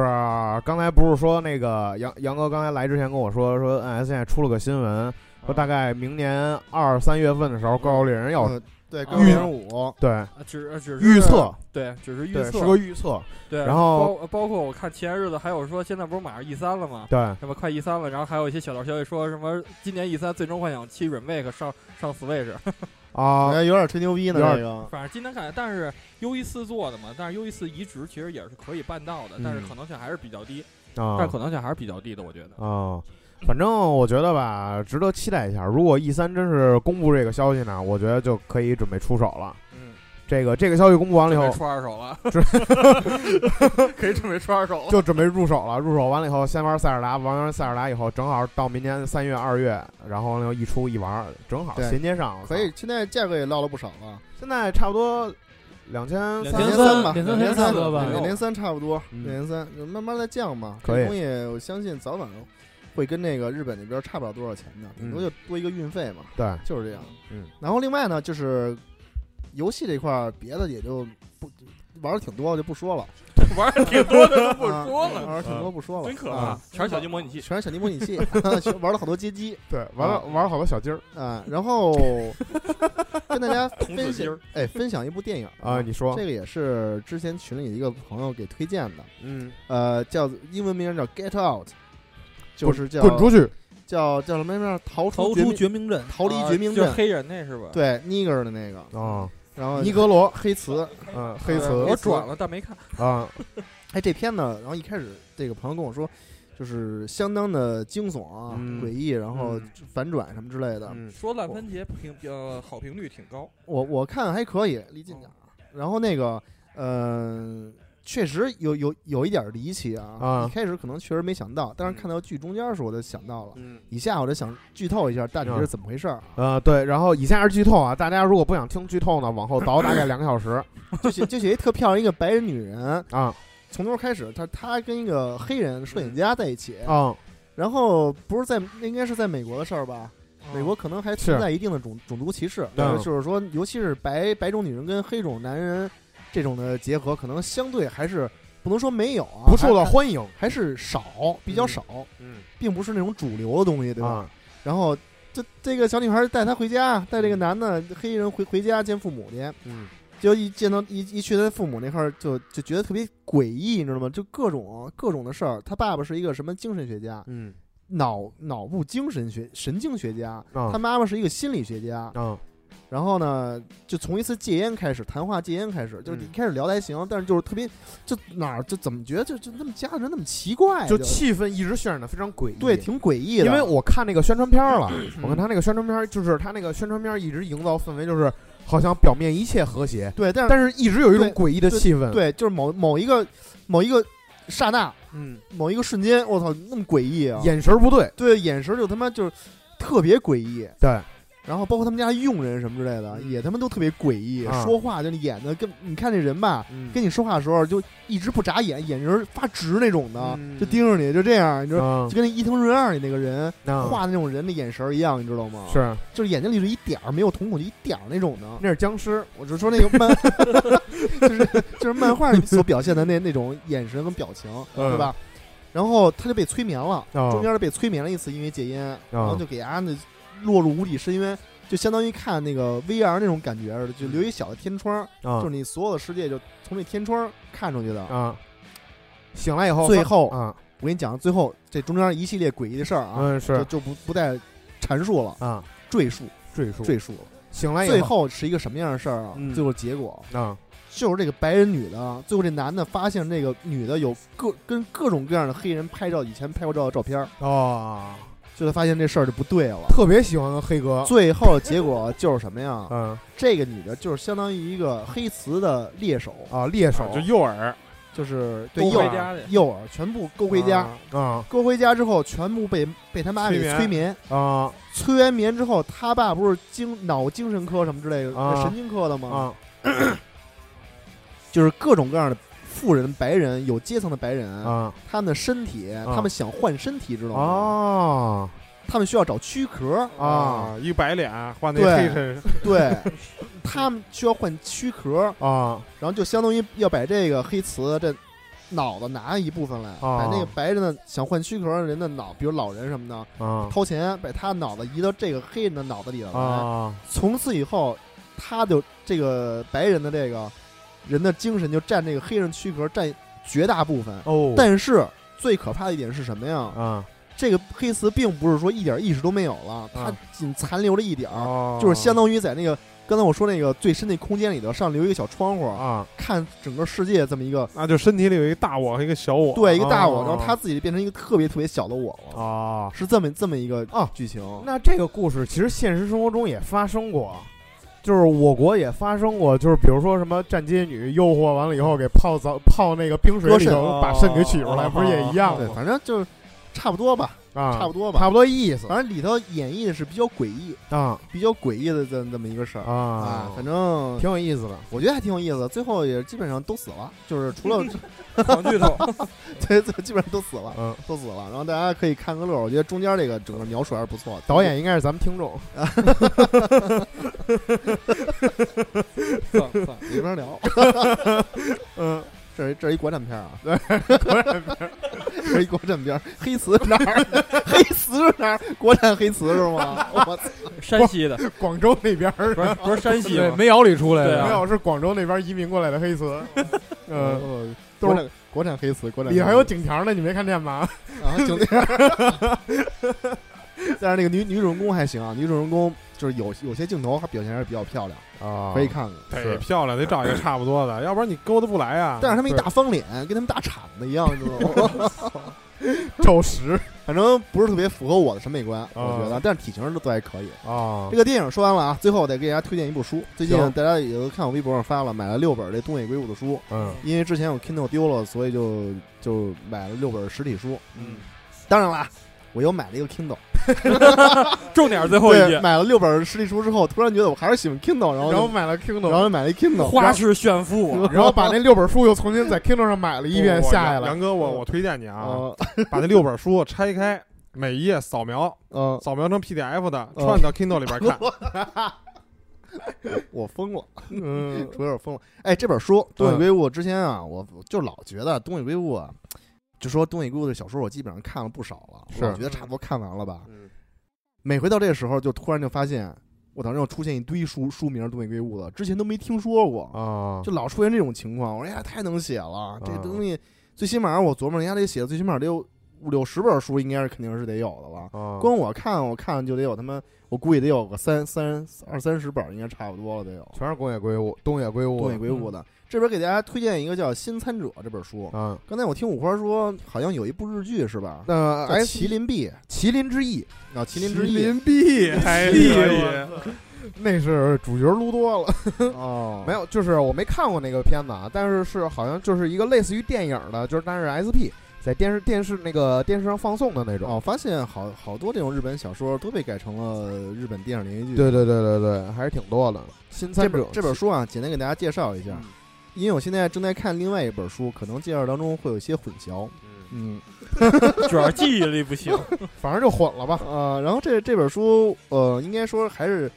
Speaker 2: 刚才不是说那个杨杨哥刚才来之前跟我说说 NS 现在出了个新闻，
Speaker 1: 嗯
Speaker 2: 说大概明年二三月份的时候，怪物猎人要
Speaker 1: 呃对，
Speaker 6: 啊
Speaker 1: 高零五，
Speaker 2: 对
Speaker 6: 啊只只是
Speaker 2: 预测，
Speaker 6: 对，只是预
Speaker 2: 对，是
Speaker 6: 测，
Speaker 2: 个预测，
Speaker 6: 对。
Speaker 2: 然后
Speaker 6: 包包括我看前日子还有说，现在不是马上 E 三了吗？
Speaker 2: 对，
Speaker 6: 什么快 E 三了，然后还有一些小道消息说什么今年 E 三最终幻想七 remake 上上 Switch， <laughs>
Speaker 2: 啊，
Speaker 1: 哎有点吹牛逼呢，
Speaker 2: 有点
Speaker 1: 这个
Speaker 6: 反正今天看，但是 U E 四做的嘛，但是 U E 四移植其实也是可以办到的，但是
Speaker 2: 嗯
Speaker 6: 可能性还是比较低，但
Speaker 2: 啊
Speaker 6: 是可能性还是比较低的，我觉得。
Speaker 2: 啊，反正我觉得吧，值得期待一下。如果 E 三真是公布这个消息呢，我觉得就可以准备出手了。
Speaker 6: 嗯，
Speaker 2: 这个这个消息公布完了以
Speaker 6: 准备
Speaker 2: 后，
Speaker 6: 出二手了， <laughs> 可以准备出二手了。
Speaker 2: 就准备入手了。入手完了以后，先玩塞尔达，玩完塞尔达以后，正好到明年三月、二月，然后呢一出一玩，正好
Speaker 1: 对
Speaker 2: 衔接上。啊
Speaker 1: 可以，现在价格也落了不少了，
Speaker 2: 现在差不多两千
Speaker 4: 两
Speaker 1: 三
Speaker 4: 千
Speaker 1: 千
Speaker 4: 三
Speaker 1: 吧，
Speaker 4: 两
Speaker 1: 两
Speaker 4: 千
Speaker 1: 千
Speaker 4: 三差
Speaker 1: 三
Speaker 4: 不多吧
Speaker 1: 两千三差不多，
Speaker 2: 嗯
Speaker 1: 两千三就慢慢再降嘛。
Speaker 2: 可以
Speaker 1: 这东西我相信早晚会跟那个日本那边差不了多少钱的，顶
Speaker 6: 嗯
Speaker 1: 多就多一个运费嘛，
Speaker 2: 对，
Speaker 1: 就是这样。
Speaker 2: 嗯，
Speaker 1: 然后另外呢，就是游戏这块儿别的也就不玩的挺多，就不说了，
Speaker 6: 玩的挺多的都 <laughs> 不
Speaker 1: 啊
Speaker 6: 说了，
Speaker 1: 玩的挺多不说了，
Speaker 6: 真可怕
Speaker 1: 啊，
Speaker 6: 全是小鸡模拟器。
Speaker 1: 全是小鸡模拟器， <laughs> 玩了好多街机。
Speaker 2: 对，玩了玩了好多小鸡儿
Speaker 1: 啊，然后
Speaker 2: <laughs>
Speaker 1: 跟大家
Speaker 6: 童子
Speaker 1: 分
Speaker 6: 鸡
Speaker 1: 享
Speaker 6: 儿，
Speaker 1: 哎，分享一部电影
Speaker 2: 啊，你说
Speaker 1: 这，个也是之前群里一个朋友给推荐的，
Speaker 2: 嗯，
Speaker 1: 呃，叫英文名叫《Get Out》，就是叫
Speaker 2: 滚出去，
Speaker 1: 叫叫什么名儿？啊逃
Speaker 4: 逃出
Speaker 1: 出绝
Speaker 4: 绝命镇
Speaker 1: 命，逃离
Speaker 6: 啊
Speaker 1: 绝命
Speaker 6: 就
Speaker 1: 镇，
Speaker 6: 黑人那是吧？
Speaker 1: 对 Nigger 的那个，
Speaker 2: 啊，
Speaker 1: 然后
Speaker 2: 尼格罗，
Speaker 1: 黑词，
Speaker 2: 嗯，黑
Speaker 6: 呃
Speaker 2: 词
Speaker 6: 我转了但没看。
Speaker 2: 啊，
Speaker 1: 哎，这片呢，然后一开始这个朋友跟我说。就是相当的惊悚啊、
Speaker 2: 嗯
Speaker 1: 诡异，然后
Speaker 2: 嗯
Speaker 1: 反转什么之类的。
Speaker 2: 嗯
Speaker 6: 说烂番茄评呃好评率挺高，
Speaker 1: 我我看还可以，离近点儿。然后那个，嗯、确实有有有一点儿离奇啊。
Speaker 2: 啊
Speaker 1: 一开始可能确实没想到，但是看到剧中间儿时候我就想到了。
Speaker 2: 嗯。
Speaker 1: 以下我就想剧透一下到底是怎么回事儿啊？
Speaker 2: 呃，对，然后以下是剧透啊，大家如果不想听剧透呢，往后倒大概两个小时
Speaker 1: 就写就写一特漂亮一个白人女人，
Speaker 2: 啊
Speaker 1: 从头开始，她她跟一个黑人摄影家在一起，
Speaker 2: 啊，
Speaker 1: 然后不是在应该是在美国的事儿吧？美国可能还存
Speaker 2: 是
Speaker 1: 在一定的种种族歧视，
Speaker 2: 嗯
Speaker 1: 就是说，尤其是白白种女人跟黑种男人这种的结合，可能相对还是不能说没有啊，
Speaker 2: 不受到
Speaker 1: 还
Speaker 2: 欢迎，
Speaker 1: 还是少，比较少，
Speaker 2: 嗯
Speaker 1: 并不是那种主流的东西，对吧？
Speaker 2: 啊，
Speaker 1: 然后这这个小女孩带她回家，带这个男的黑衣人回回家见父母去，
Speaker 2: 嗯
Speaker 1: 就一见到一一去他父母那块儿，就就觉得特别诡异，你知道吗？就各种各种的事儿。他爸爸是一个什么精神学家，
Speaker 2: 嗯
Speaker 1: 脑脑部精神学神经学家，
Speaker 2: 啊
Speaker 1: 他妈妈是一个心理学家。
Speaker 2: 啊
Speaker 1: 然后呢，就从一次戒烟开始，谈话戒烟开始，就是
Speaker 2: 嗯
Speaker 1: 一开始聊的还行，但是就是特别，就哪儿就怎么觉得就就那么家的人那么奇怪，啊
Speaker 2: 就
Speaker 1: 哎就
Speaker 2: 气氛一直渲染的非常诡异，
Speaker 1: 对，挺诡异的。
Speaker 2: 因为我看那个宣传片
Speaker 1: <clears throat>
Speaker 2: 儿了，我看他那个宣传片儿，就是他那个宣传片儿一直营造氛围，就是好像表面一切和谐，
Speaker 1: 对，但是
Speaker 2: 但是一直有一种
Speaker 1: 对
Speaker 2: 诡异的气氛。，
Speaker 1: 对，就是某某一个某一个刹那，
Speaker 2: 嗯，
Speaker 1: 某一个瞬间，我操，那么诡异啊！
Speaker 2: 眼神儿不对，
Speaker 1: 对，眼神就他妈就是特别诡异。
Speaker 2: 对，
Speaker 1: 然后包括他们家佣人什么之类的，
Speaker 2: 嗯
Speaker 1: 也他妈都特别诡异，
Speaker 2: 啊
Speaker 1: 说话就演的跟你看这人吧，
Speaker 2: 嗯
Speaker 1: 跟你说话的时候就一直不眨眼，眼神发直那种的，
Speaker 2: 嗯
Speaker 1: 就盯着你，就这样，你知道，
Speaker 2: 嗯
Speaker 1: 就跟那伊藤润二里那个人、
Speaker 2: 那
Speaker 1: 画的那种人的眼神一样，你知道吗？，
Speaker 2: 是嗯
Speaker 1: 就是眼睛里是一点儿没有瞳孔，就一点儿那种的。
Speaker 2: 那是僵尸，
Speaker 1: 我就说那个漫， <laughs> 就是就是漫画里所表现的那那种眼神跟表情，
Speaker 2: 嗯
Speaker 1: 对吧？然后他就被催眠了，
Speaker 2: 啊
Speaker 1: 中间被催眠了一次，因为戒烟，
Speaker 2: 嗯
Speaker 1: 然后就给伢那落入无底深渊，就相当于看那个 VR 那种感觉似的，就留一小的天窗，
Speaker 2: 啊
Speaker 1: 就是你所有的世界就从这天窗看出去的。
Speaker 2: 啊，醒来以后，
Speaker 1: 最后
Speaker 2: 啊，
Speaker 1: 我跟你讲，最后这中间一系列诡异的事儿啊，
Speaker 2: 嗯
Speaker 1: 就是就不不再阐述了，
Speaker 2: 啊，
Speaker 1: 赘述
Speaker 2: 赘述，
Speaker 1: 赘述了。
Speaker 2: 醒来以
Speaker 1: 最后是一个什么样的事儿啊？
Speaker 2: 哎嗯
Speaker 1: 最后结果
Speaker 2: 啊，
Speaker 1: 就是这个白人女的，啊最后这男的发现这个女的有各跟各种各样的黑人拍照，以前拍过照的照片儿，
Speaker 2: 哦，
Speaker 1: 就他发现这事儿就不对了。
Speaker 2: 特别喜欢跟黑哥，
Speaker 1: 最后结果就是什么呀？
Speaker 2: 嗯
Speaker 1: 这个女的就是相当于一个黑磁的猎手，
Speaker 2: 啊，猎手
Speaker 3: 啊就诱饵，
Speaker 1: 就是
Speaker 3: 哎
Speaker 1: 对
Speaker 6: 都
Speaker 1: 诱
Speaker 3: 啊
Speaker 6: 回
Speaker 1: 饵
Speaker 6: 家去，
Speaker 1: 诱饵全部勾回家，
Speaker 2: 啊
Speaker 1: 勾回家之后全部被被他妈给
Speaker 3: 催眠
Speaker 1: 催眠，
Speaker 2: 啊
Speaker 1: 催完眠之后，他爸不是精脑精神科什么之类的、
Speaker 2: 啊
Speaker 1: 神经科的吗？
Speaker 2: 啊
Speaker 1: 就是各种各样的富人、白人、有阶层的白人，
Speaker 2: 啊
Speaker 1: 他们的身体，他们想换身体，知道吗？
Speaker 2: 啊
Speaker 1: 他们需要找躯壳，
Speaker 2: 啊
Speaker 3: 啊，一白脸画那
Speaker 1: 对
Speaker 3: 黑身，
Speaker 2: <laughs>
Speaker 1: 对，他们需要换躯壳，
Speaker 2: 啊
Speaker 1: 然后就相当于要把这个黑磁这脑子拿一部分来，
Speaker 2: 哦
Speaker 1: 把那个白人的想换躯壳的人的脑，比如老人什么的，
Speaker 2: 啊
Speaker 1: 掏钱把他脑子移到这个黑人的脑子里了。
Speaker 2: 啊
Speaker 1: 从此以后，他就这个白人的这个人的精神就占这个黑人躯壳占绝大部分。
Speaker 2: 哦，
Speaker 1: 但是最可怕的一点是什么呀？
Speaker 2: 啊
Speaker 1: 这个黑磁并不是说一点意识都没有了，他
Speaker 2: 嗯
Speaker 1: 仅残留了一点儿，
Speaker 2: 啊，
Speaker 1: 就是相当于在那个刚才我说那个最深那空间里头上留一个小窗户，
Speaker 2: 啊
Speaker 1: 看整个世界这么一个
Speaker 3: 那就身体里有一大我和一个小我，啊
Speaker 1: 对一个大我，
Speaker 2: 哦
Speaker 1: 然后他自己变成一个特别特别小的我了，
Speaker 2: 啊。
Speaker 1: 是这么这么一个啊剧情。
Speaker 2: 哦那这个故事其实现实生活中也发生过，就是我国也发生过，就是比如说什么站街女诱惑完了以后给泡澡泡那个冰水
Speaker 1: 割
Speaker 2: 里
Speaker 1: 肾啊
Speaker 2: 头，把肾给取出来，
Speaker 3: 哦
Speaker 2: 不是也一样
Speaker 1: 对，
Speaker 2: 吗？
Speaker 1: 反正就是差不多吧，
Speaker 2: 啊，
Speaker 1: 差不多吧，
Speaker 2: 差不多啊意思
Speaker 1: 反正里头演绎的是比较诡异、
Speaker 2: 啊
Speaker 1: 比较诡异的这这么一个事儿
Speaker 2: 啊
Speaker 1: 啊，，反正
Speaker 2: 挺有意思的。
Speaker 1: 我觉得还挺有意思的。最后也基本上都死了，就是除
Speaker 2: <laughs>
Speaker 1: 了
Speaker 5: 扛剧透，
Speaker 1: 对，最后基本上都死了，
Speaker 2: 嗯，
Speaker 1: 都死了。然后大家可以看个乐儿，我觉得中间这个整个描述还是不错的。
Speaker 2: 导演应该是咱们听众，
Speaker 5: 算了算了，
Speaker 1: 没法
Speaker 2: <laughs>
Speaker 1: 聊，
Speaker 2: 嗯，
Speaker 1: 这是这是一国产片儿啊，对，国产片，这是一国产片儿。黑瓷是哪儿？ <laughs> 黑瓷是哪儿？国产黑瓷是吗？ <laughs> 我操！
Speaker 6: 山西的，
Speaker 2: <laughs> 广州那边儿
Speaker 6: 不是不是山西
Speaker 5: 对，
Speaker 6: 吗？
Speaker 5: 煤窑里出来
Speaker 6: 对
Speaker 5: 的，
Speaker 2: 没
Speaker 6: 啊
Speaker 2: 有是广州那边移民过来的 <laughs> 黑瓷，嗯，
Speaker 1: 呃，
Speaker 2: 都
Speaker 1: 国
Speaker 2: 是
Speaker 1: 产国产黑瓷，国产
Speaker 2: 里还有景条呢，你没看见 <laughs> 吗？
Speaker 1: 啊景点儿。 <laughs> 但是那个女女主人公还行啊，女主人公就是有有些镜头还表现还是比较漂亮，
Speaker 2: 啊
Speaker 1: 可以看看。
Speaker 3: 得哎漂亮，得找一个差不多的，要不然你勾搭不来啊。
Speaker 1: 但是他们一大方脸，跟他们大铲子一样，你知道吗？ <laughs>
Speaker 2: 照实
Speaker 1: 反正不是特别符合我的审美观，我觉得，但是体型都还可以。
Speaker 2: 啊
Speaker 1: 这个电影说完了啊，最后得给大家推荐一部书。最近
Speaker 2: 行
Speaker 1: 大家也都看我微博上发了，买了六本这东野圭吾的书，
Speaker 2: 嗯
Speaker 1: 因为之前我 Kindle 丢了，所以就就买了六本实体书。
Speaker 2: 嗯，
Speaker 1: 当然啦，我又买了一个 Kindle，
Speaker 6: 重点儿最后一
Speaker 1: 对，
Speaker 6: 句，
Speaker 1: 买了六本实体书之后，突然觉得我还是喜欢 Kindle，然后
Speaker 2: <laughs> 然后
Speaker 1: 就
Speaker 2: 买了
Speaker 1: 然
Speaker 2: Kindle，
Speaker 1: 后就买了一 Kindle，
Speaker 6: 花式炫富， <laughs>
Speaker 2: 然后把那六本书又重新在 Kindle 上买了一遍
Speaker 3: 不不
Speaker 2: 下来 <laughs>
Speaker 3: 杨
Speaker 2: 了
Speaker 3: 杨哥，
Speaker 1: 嗯
Speaker 3: 我我推荐你啊，
Speaker 1: 啊
Speaker 3: 把那六本书拆开， <laughs> 每一页扫描，
Speaker 1: 呃，
Speaker 3: 扫描成 PDF 的，
Speaker 1: 嗯 <laughs>
Speaker 3: 串到 Kindle 里边看。
Speaker 1: 我疯了，
Speaker 2: 嗯
Speaker 1: 主要是疯了。哎，这本书《东野
Speaker 2: 嗯
Speaker 1: 圭吾》之前啊，我我就老觉得东野圭吾啊，就说东野圭吾的小说，我基本上看了不少了，
Speaker 2: 是
Speaker 1: 我觉得差不多看完了吧。
Speaker 2: 嗯
Speaker 1: 每回到这个时候，就突然就发现，我当时又出现一堆书书名东野圭吾的，之前都没听说过，
Speaker 2: 啊，
Speaker 1: 就老出现这种情况。我说哎呀，太能写了，这
Speaker 2: 啊
Speaker 1: 东西最起码我琢磨，人家得写，最起码得有五六十本书，应该是肯定是得有的了。
Speaker 2: 啊
Speaker 1: 光我看，我看就得有他妈，我估计得有个三三二三十本儿，应该差不多了，得有。
Speaker 2: 全是宫野圭吾，东野圭吾，
Speaker 1: 东野圭吾的这边给大家推荐一个叫《新参者》这本书。
Speaker 2: 啊，
Speaker 1: 刚才我听五花说，好像有一部日剧是吧？
Speaker 2: 那哎
Speaker 1: 叫《
Speaker 2: S
Speaker 1: 麒麟臂》
Speaker 2: 麒麟之翼，
Speaker 1: 啊，《麒麟之翼》
Speaker 3: 臂
Speaker 1: 哎
Speaker 3: 还可以，
Speaker 2: 那是主角撸多了，
Speaker 1: 哦，
Speaker 2: 没
Speaker 1: 有
Speaker 2: 有，就是我没看过那个片子啊，但是是好像就是一个类似于电影的，就是但是 SP 在电视电视那个电视上放送的那种。
Speaker 1: 哦，发现好好多这种日本小说都被改成了日本电影连续剧。，
Speaker 2: 对对对对对，还是挺多的。新
Speaker 1: 这
Speaker 2: 参
Speaker 1: 本
Speaker 2: 者
Speaker 1: 这本书啊，简单给大家介绍一下，因为我现在正在看另外一本书，可能介绍当中会有一些混淆。嗯，
Speaker 6: 主要记忆力不 <laughs> 行。
Speaker 2: 反正就混了吧。
Speaker 1: 呃，然后这这本书，呃，应该说还是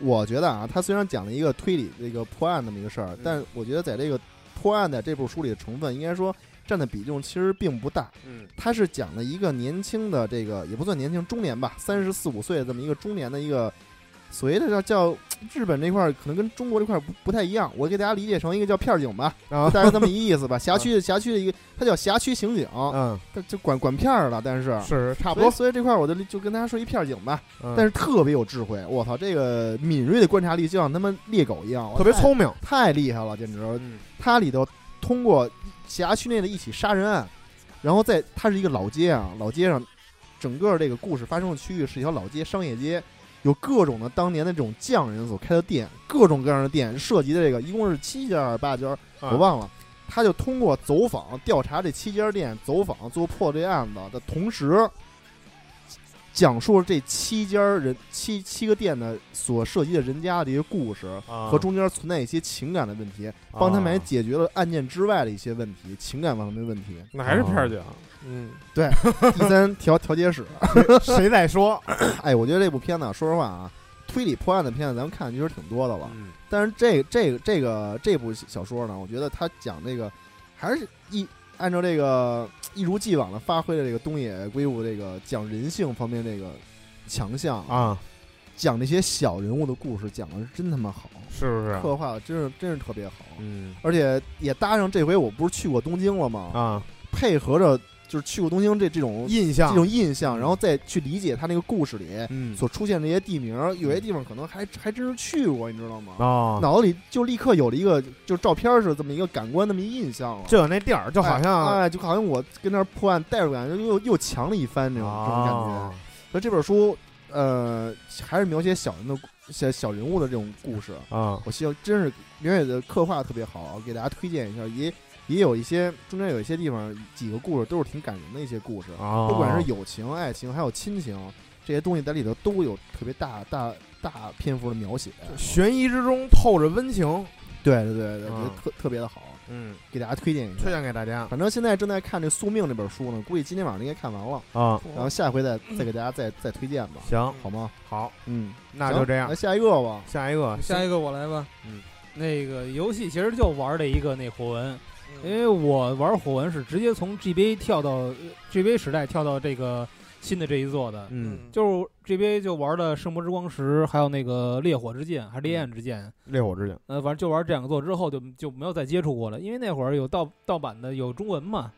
Speaker 1: 我觉得啊，它虽然讲了一个推理、这个破案这么一个事儿，但我觉得在这个破案的这部书里的成分，应该说占的比重其实并不大。
Speaker 2: 嗯
Speaker 1: 它是讲了一个年轻的这个也不算年轻，中年吧，三十四五岁的这么一个中年的一个。所谓的叫叫日本这块儿可能跟中国这块儿不不太一样，我给大家理解成一个叫片儿警吧，
Speaker 2: 啊
Speaker 1: 大概这么一意思吧。辖区的辖区的一个，它叫辖区刑警，
Speaker 2: 嗯，
Speaker 1: 它就管管片儿了，但是
Speaker 2: 啊是差不
Speaker 1: 所以
Speaker 2: 多。
Speaker 1: 所以这块儿我就就跟大家说一片儿警吧，
Speaker 2: 嗯
Speaker 1: 但是特别有智慧。我操，这个敏锐的观察力就像他妈猎狗一样，我
Speaker 2: 特别
Speaker 1: 太，
Speaker 2: 聪嗯明。
Speaker 1: 太厉害了，简直。它里头通过辖区内的一起杀人案，然后在它是一个老街啊，老街上整个这个故事发生的区域是一条老街商业街，有各种的当年的这种匠人所开的店，各种各样的店，涉及的这个一共是七家还是八家，
Speaker 2: 啊
Speaker 1: 我
Speaker 3: 嗯
Speaker 1: 忘了。他就通过走访调查这七家店，走访做破这案子的同时，讲述这七家人七七个店的所涉及的人家的一些故事
Speaker 2: 啊
Speaker 1: 和中间存在一些情感的问题，帮
Speaker 3: 啊
Speaker 1: 他们也解决了案件之外的一些问题，情感方面的问题。
Speaker 3: 那还是片儿警，嗯，
Speaker 1: 第三条调解室，
Speaker 2: <laughs> 谁在说？
Speaker 1: <clears throat> 哎，我觉得这部片子啊，说实话啊，推理破案的片子咱们看的其实挺多的了，
Speaker 2: 嗯
Speaker 1: 但是这这个这个这部小说呢，我觉得他讲这个还是一按照这个一如既往的发挥了这个东野圭吾这个讲人性方面这个强项，
Speaker 2: 啊，
Speaker 1: 讲这些小人物的故事讲的是真他妈好，
Speaker 2: 是不是？
Speaker 1: 刻画的真是真是特别好，
Speaker 2: 嗯
Speaker 1: 而且也搭上这回我不是去过东京了
Speaker 3: 嗯
Speaker 1: 吗？
Speaker 2: 啊，
Speaker 1: 配合着就是去过东京这这种
Speaker 2: <laughs> 印
Speaker 1: 这
Speaker 2: 象
Speaker 1: 种印象，然后再去理解他那个故事里
Speaker 2: 嗯
Speaker 1: 所出现的这些地名，有些地方可能还还真是去过，你知道吗？
Speaker 2: 啊，
Speaker 1: 脑子里就立刻有了一个，就是照片儿似的这么一个感官，那么一印象了。
Speaker 2: 就有啊那地儿，就
Speaker 1: 就
Speaker 2: 好像
Speaker 1: 哎就好像我跟那儿破案，代入感又又强了一番那种、这种感觉
Speaker 2: 啊。
Speaker 1: 所以这本书，呃，还是描写小人的故小小人物的这种故事。
Speaker 2: 啊，
Speaker 1: 我希望真是明月的刻画特别好，给大家推荐一下。也也有一些中间有一些地方几个故事都是挺感人的一些故事，
Speaker 2: 啊
Speaker 1: 不管是友情、爱情还有亲情这些东西在里头都有特别大大大篇幅的描写。
Speaker 2: 悬疑之中透着温情，
Speaker 1: 对对对对，
Speaker 2: 嗯
Speaker 1: 我觉得特特别的好，
Speaker 2: 嗯，
Speaker 1: 给大家推荐一
Speaker 2: 推
Speaker 1: 下。
Speaker 2: 荐给大家
Speaker 1: 反正现在正在看这《宿命》这本书呢，估计今天晚上应该看完了，
Speaker 2: 啊。
Speaker 1: 然后下回再再给大家再再推荐吧，
Speaker 2: 行，
Speaker 1: 好吗？
Speaker 2: 好，
Speaker 1: 嗯，
Speaker 2: 那
Speaker 1: 行
Speaker 2: 就这样
Speaker 1: 那，下一个吧。
Speaker 2: 下一个，
Speaker 4: 下一个我来吧。
Speaker 2: 嗯，
Speaker 4: 那个游戏其实就玩了一个那火纹，
Speaker 6: 嗯
Speaker 4: 因为我玩火纹是直接从 GBA 跳到呃 GBA 时代跳到这个新的这一座的，
Speaker 2: 嗯，
Speaker 4: 就是 GBA 就玩的圣魔之光石，还有那个烈火之剑还是烈焰之剑，
Speaker 2: 烈火之影
Speaker 4: 呃，反正就玩这两个座之后就就没有再接触过了，因为那会儿有盗盗版的有中文嘛，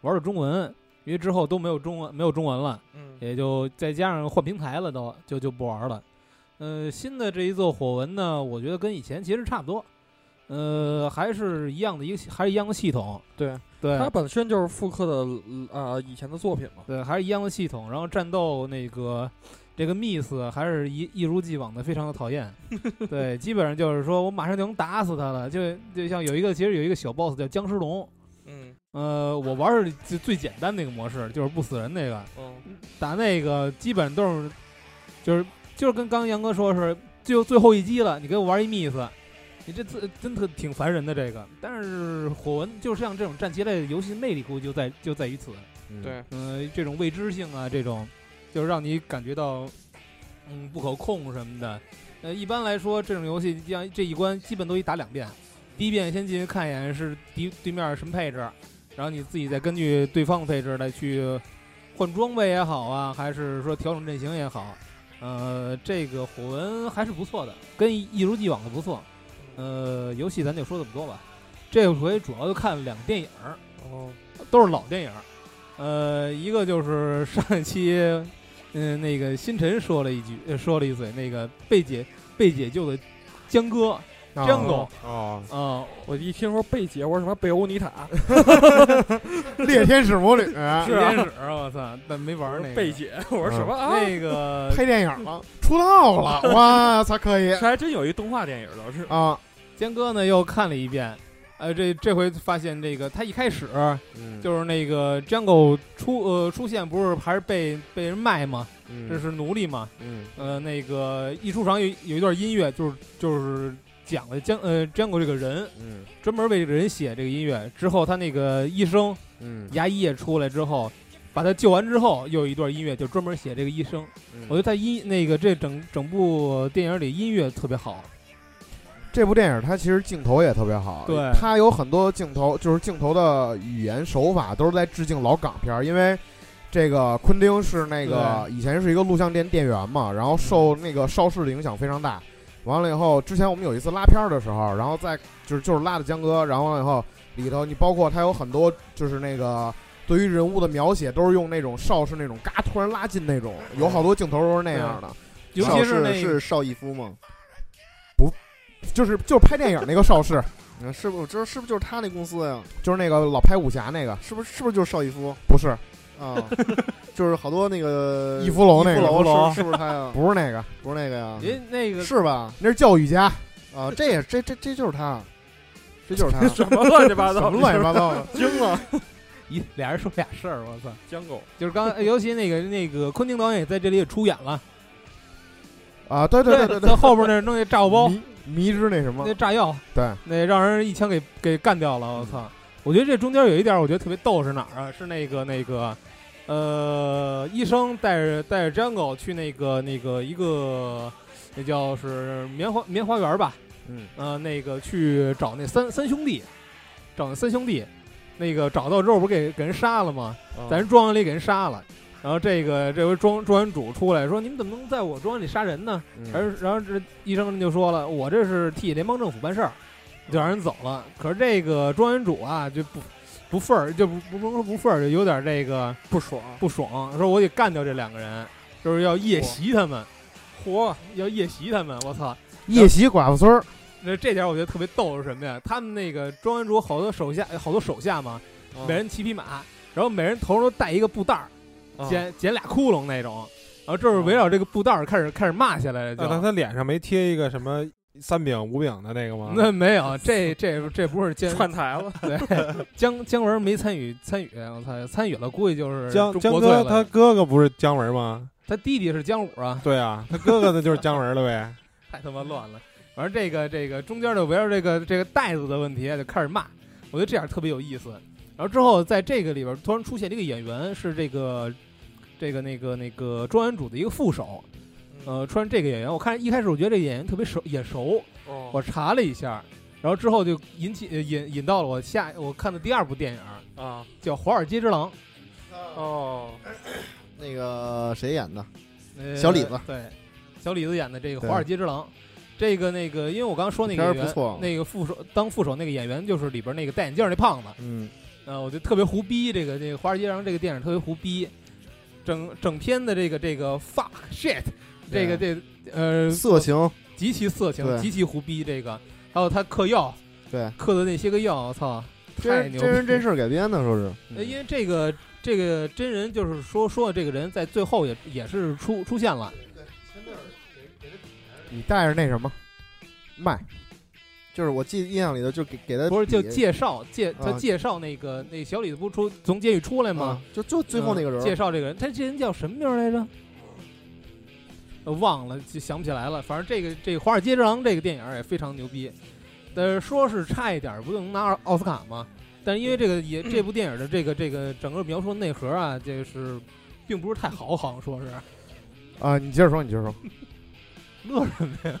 Speaker 4: 玩的中文，因为之后都没有中文没有中文了。
Speaker 5: 嗯
Speaker 4: 也就再加上换平台了都，就就不玩了。呃，新的这一座火纹呢，我觉得跟以前其实差不多，呃，还是一样的一个系，还是一样的系统，
Speaker 5: 对
Speaker 4: 对
Speaker 6: 它本身就是复刻的啊、呃以前的作品嘛。
Speaker 4: 对，还是一样的系统。然后战斗那个这个 miss 还是一一如既往的非常的讨厌，对，基本上就是说我马上就能打死他了，就就像有一个其实有一个小 boss 叫僵尸龙，
Speaker 5: 嗯
Speaker 4: 呃，我玩儿的最最简单那个模式就是不死人那个，
Speaker 2: 哦
Speaker 5: 嗯
Speaker 4: 打那个基本都是，就是就是跟刚刚杨哥说的是，就最后一击了，你给我玩一 miss，你这次真特挺烦人的这个。但是火纹就是像这种战棋类的游戏魅力，估计就在就在于此，
Speaker 2: 嗯
Speaker 5: 对
Speaker 4: 嗯、这种未知性啊，这种就是让你感觉到嗯不可控什么的。
Speaker 2: 呃，一般来说这种游戏这样这一关基本都一打两遍，第一遍先进去看一眼是敌对面什么配置，然后你自己再根据对方的配置来去换装备也好啊，还是说调整阵型也好，呃，这个火纹还是不错的，跟一一如既往的不错。呃，游戏咱就说这么多吧，这回主要就看两个电影儿，
Speaker 6: 哦，
Speaker 2: 都是老电影儿。呃，一个就是上一期，嗯、那个星辰说了一句，呃说了一嘴，那个被解被解救的江哥
Speaker 3: 啊
Speaker 2: 江总
Speaker 3: 哦，
Speaker 2: 啊、
Speaker 6: 我一听说贝姐，我说什么贝欧妮塔，
Speaker 7: <laughs> 猎天使
Speaker 2: <laughs>
Speaker 7: 魔女
Speaker 2: 是天使，我操，但没玩儿那个嗯呃
Speaker 6: 贝姐，我说什么啊？
Speaker 2: 那个
Speaker 7: 拍电影了，出道
Speaker 2: <laughs>
Speaker 7: 了，哇，才可以
Speaker 6: 这还真有一动画电影，倒是，
Speaker 7: 啊！
Speaker 2: 坚哥呢又看了一遍，呃，这这回发现这个他一开始
Speaker 7: 嗯
Speaker 2: 就是那个 Django 出呃出现不是还是被被人卖吗？这是奴隶嘛？
Speaker 7: 嗯
Speaker 2: 呃，那个一出场有有一段音乐，就是就是讲的江呃 Django 这个人，
Speaker 7: 嗯
Speaker 2: 专门为这个人写这个音乐。之后他那个医生
Speaker 7: 嗯，
Speaker 2: 牙医也出来之后。把他救完之后，又有一段音乐，就专门写这个医生。
Speaker 3: 嗯
Speaker 2: 我觉得他音那个这整整部电影里音乐特别好，
Speaker 7: 这部电影它其实镜头也特别好，
Speaker 2: 对
Speaker 7: 它有很多镜头，就是镜头的语言手法都是在致敬老港片儿，因为。这个昆汀是那个以前是一个录像店店员嘛，然后受那个邵氏的影响非常大。完了以后，之前我们有一次拉片儿的时候，然后在就是就是拉的江哥，然后完了以后里头你包括他有很多就是那个对于人物的描写都是用那种邵氏那种嘎突然拉近那种，有好多镜头都是那样的。
Speaker 2: 尤其
Speaker 1: 是
Speaker 2: 那个
Speaker 1: 是邵逸夫吗？
Speaker 7: 就是就是拍电影那个邵氏，
Speaker 1: 嗯是不？我知道是不是就是他那公司呀？
Speaker 7: 就是那个老拍武侠那个，
Speaker 1: 是不是是不是就是邵逸夫
Speaker 7: 不是
Speaker 1: <laughs> 啊？就是好多那个
Speaker 7: 逸夫楼那个
Speaker 1: 逸
Speaker 7: 逸夫楼
Speaker 1: 是是不是他呀？
Speaker 7: 不是那个，
Speaker 1: 不是那个呀？
Speaker 2: 您那个
Speaker 1: 是吧？
Speaker 7: 那是教育家，
Speaker 1: 啊，这也这这这就是他，啊这就
Speaker 7: <laughs>
Speaker 1: 是他
Speaker 6: 什么乱
Speaker 2: <laughs>
Speaker 6: 七八糟，
Speaker 7: 什么乱七八糟
Speaker 1: <laughs>
Speaker 7: 的。
Speaker 6: 惊了，
Speaker 2: 一俩人说俩事儿，我操！
Speaker 6: 江狗
Speaker 2: 就是刚，尤其那个那个昆汀导演也在这里也出演了，
Speaker 7: 啊，对对对对
Speaker 2: 在后边那弄那炸药包、
Speaker 7: 迷迷之那什么
Speaker 2: 那，炸药，
Speaker 7: 对，
Speaker 2: 那让人一枪给给干掉了，我操！我觉得这中间有一点我觉得特别逗是哪儿啊？是那个那个，呃，医生带着带着 Django 去那个那个一个那叫是棉花棉花园吧，
Speaker 7: 嗯，
Speaker 2: 呃，那个去找那三三兄弟，找那三兄弟，那个找到之后不是给给人杀了吗？
Speaker 6: 哦
Speaker 2: 在人庄园里给人杀了。然后这个这回庄庄园主出来说：“你们怎么能在我庄园里杀人呢？”
Speaker 3: 嗯
Speaker 2: 而然后这医生就说了：“我这是替联邦政府办事儿。”就让人走了。可是这个庄园主啊，就不不忿儿，就不不能说不忿儿，就有点这个
Speaker 6: 不爽，
Speaker 2: 不爽，说我得干掉这两个人，就是要夜袭他们，嚯，要夜袭他们！我操！
Speaker 7: 夜袭寡妇村儿，
Speaker 2: 那这点我觉得特别逗是什么呀？他们那个庄园主好多手下，好多手下嘛，每人骑匹马，然后每人头上都带一个布袋儿，剪剪俩窟窿那种。然后这是围绕这个布袋儿开始开始骂起来了，就、
Speaker 3: 那他脸上没贴一个什么三饼五饼的那个吗？
Speaker 2: 那没有， <laughs> 这这这不是江
Speaker 6: 串台了，
Speaker 2: 对姜姜文没参与参与，我操，参与了估计就是
Speaker 3: 江
Speaker 2: 中
Speaker 3: 江
Speaker 2: 国队
Speaker 3: 哥
Speaker 2: 了
Speaker 3: 他哥哥不是姜文吗？
Speaker 2: 他弟弟是姜武啊， <laughs>
Speaker 3: 对啊，他哥哥那就是姜文了呗。
Speaker 2: 太他妈乱了。反正这个这个中间就围绕这个这个袋子的问题就开始骂，我觉得这样特别有意思。然后之后在这个里边突然出现这个演员是这个这个那个那个庄园主的一个副手，呃，穿这个演员，我看一开始我觉得这个演员特别熟眼熟，
Speaker 6: 哦，
Speaker 2: 我查了一下，然后之后就引起呃引引到了我下我看的第二部电影
Speaker 6: 啊，
Speaker 2: 叫《华尔街之狼》，
Speaker 6: 哦，
Speaker 1: 那个谁演的？
Speaker 2: 呃
Speaker 1: 小李子
Speaker 2: 对，小李子演的这个《
Speaker 1: 对
Speaker 2: 华尔街之狼》，这个那个，因为我刚说那个
Speaker 1: 片儿
Speaker 2: 演员
Speaker 1: 不错
Speaker 2: 那个副手当副手那个演员就是里边那个戴眼镜儿那胖子，
Speaker 1: 嗯，
Speaker 2: 呃，我就特别胡逼，这个这个《华尔街之狼》这个电影特别胡逼，整整篇的这个这个 fuck shit，这个这呃
Speaker 1: 色情
Speaker 2: 极其色情，
Speaker 1: 对
Speaker 2: 极其胡逼，这个还有他嗑药
Speaker 1: 对，
Speaker 2: 嗑的那些个药，我操，
Speaker 1: 真
Speaker 2: 太
Speaker 1: 人
Speaker 2: 牛逼
Speaker 1: 真
Speaker 2: 了！
Speaker 1: 人真事儿改编的，说是哎
Speaker 2: 呃，因为这个这个真人就是说说的这个人在最后也也是出出现了，
Speaker 7: 你带着那什么麦，
Speaker 1: 就是我记印象里头就给给他
Speaker 2: 不是就
Speaker 1: 比
Speaker 2: 介绍介他
Speaker 1: 呃啊
Speaker 2: 介绍那个那小李子不出从监狱出来
Speaker 1: 啊
Speaker 2: 吗？，
Speaker 1: 就就最后那个人
Speaker 2: 嗯
Speaker 1: 儿
Speaker 2: 介绍这个人，他这人叫什么名儿来着？呃忘了，就想不起来了。反正这个这个《华尔街之狼》这个电影儿也非常牛逼，但是说是差一点儿不就能拿奥斯卡吗？但是因为这个也这部电影儿的这个这个整个描述的内核啊，这个是并不是太好，好像说是
Speaker 7: 啊，你接着说，你接着说，
Speaker 2: 乐什么呀？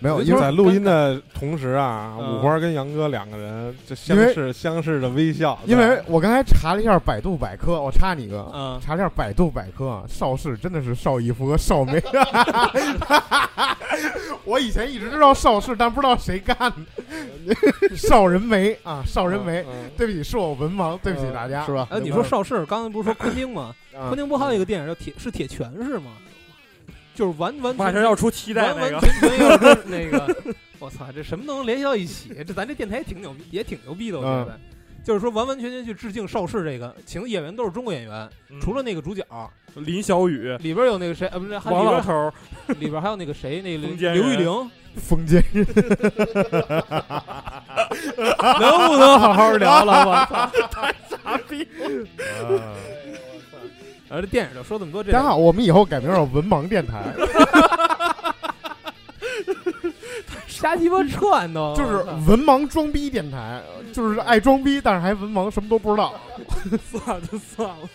Speaker 8: 没有，因
Speaker 3: 就
Speaker 8: 为
Speaker 3: 在录音的同时啊，
Speaker 2: 嗯
Speaker 3: 五花跟杨哥两个人这相
Speaker 1: 因为
Speaker 3: 视相视的微笑，
Speaker 1: 因为我刚才查了一下百度百科，我插你一个，
Speaker 2: 嗯，
Speaker 1: 查了一下百度百科，啊，邵氏真的是邵逸夫和邵梅。 <laughs> 我以前一直知道邵氏，但不知道谁干的。 <laughs> 邵仁梅啊，邵
Speaker 3: 赵
Speaker 1: 仁
Speaker 2: 嗯
Speaker 1: 梅，对不起，是我文盲，对不起大家。
Speaker 8: 是吧？
Speaker 2: 哎，你说邵氏，刚刚不是说昆汀吗？
Speaker 1: <laughs> 啊
Speaker 2: 昆汀不还有一个电影叫《铁》，是铁拳是吗？就是完完
Speaker 6: 马
Speaker 2: 全
Speaker 6: 上要出期待
Speaker 2: 完
Speaker 6: 那
Speaker 2: 完
Speaker 6: 个，
Speaker 2: 全全要跟那个，我操，这什么都能联系到一起，这咱这电台也挺牛逼，也挺牛逼的，我
Speaker 1: 嗯
Speaker 2: 觉得。就是说，完完全全去致敬邵氏这个，请的演员都是中国演员，除了那个主角
Speaker 6: 林小雨、
Speaker 2: 里边有那个谁，呃，不是，还
Speaker 6: 王
Speaker 2: 里
Speaker 6: 老
Speaker 2: 边
Speaker 6: 头儿，
Speaker 2: 里边还有那个谁，那个
Speaker 6: 中间
Speaker 2: 刘
Speaker 6: 人
Speaker 2: 玉
Speaker 6: <laughs>
Speaker 2: 玲，
Speaker 1: 封建人，
Speaker 2: 能不能好好聊了？我
Speaker 6: <laughs>
Speaker 2: 操！然后这电影就说这么多，这哦
Speaker 1: 正好我们以后改名叫文盲电台，
Speaker 2: 瞎鸡巴串都
Speaker 1: 就是文盲装逼电台，就是爱装逼，但是还文盲，什么都不知道。
Speaker 6: <laughs> 算了算了，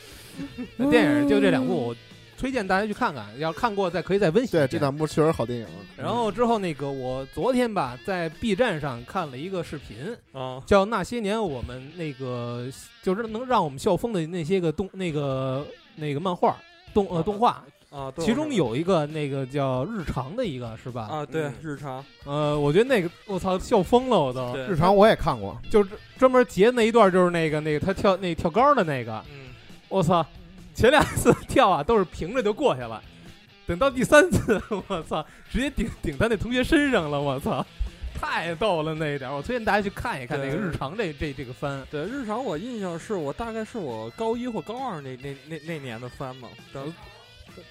Speaker 2: 那电影就这两部，我推荐大家去看看，要 <laughs> 看过再可以再温习一
Speaker 8: 对，
Speaker 2: 下。
Speaker 8: 这两部确实好电影。
Speaker 1: 啊
Speaker 2: 然后之后那个，我昨天吧在 B 站上看了一个视频，
Speaker 6: 啊，
Speaker 2: 叫《那些年我们那个就是能让我们笑疯的那些个动那个那个漫画动呃动画》，
Speaker 6: 啊，对
Speaker 2: 其中有一个那个叫日常的一个是吧？
Speaker 6: 啊，对
Speaker 3: 嗯
Speaker 6: 日常，
Speaker 2: 呃，我觉得那个我操笑疯了，我都
Speaker 6: 对
Speaker 1: 日常我也看过，
Speaker 2: 就是专门截那一段，就是那个那个他跳那跳高的那个，
Speaker 6: 嗯，
Speaker 2: 我操，前两次跳啊都是平着就过去了，等到第三次，我操，直接顶顶他那同学身上了，我操，太逗了那一点儿，我推荐大家去看一看那
Speaker 6: 对
Speaker 2: 个日常这这这个番，
Speaker 6: 对日常，我印象是我大概是我高一或高二那那那那年的番嘛，当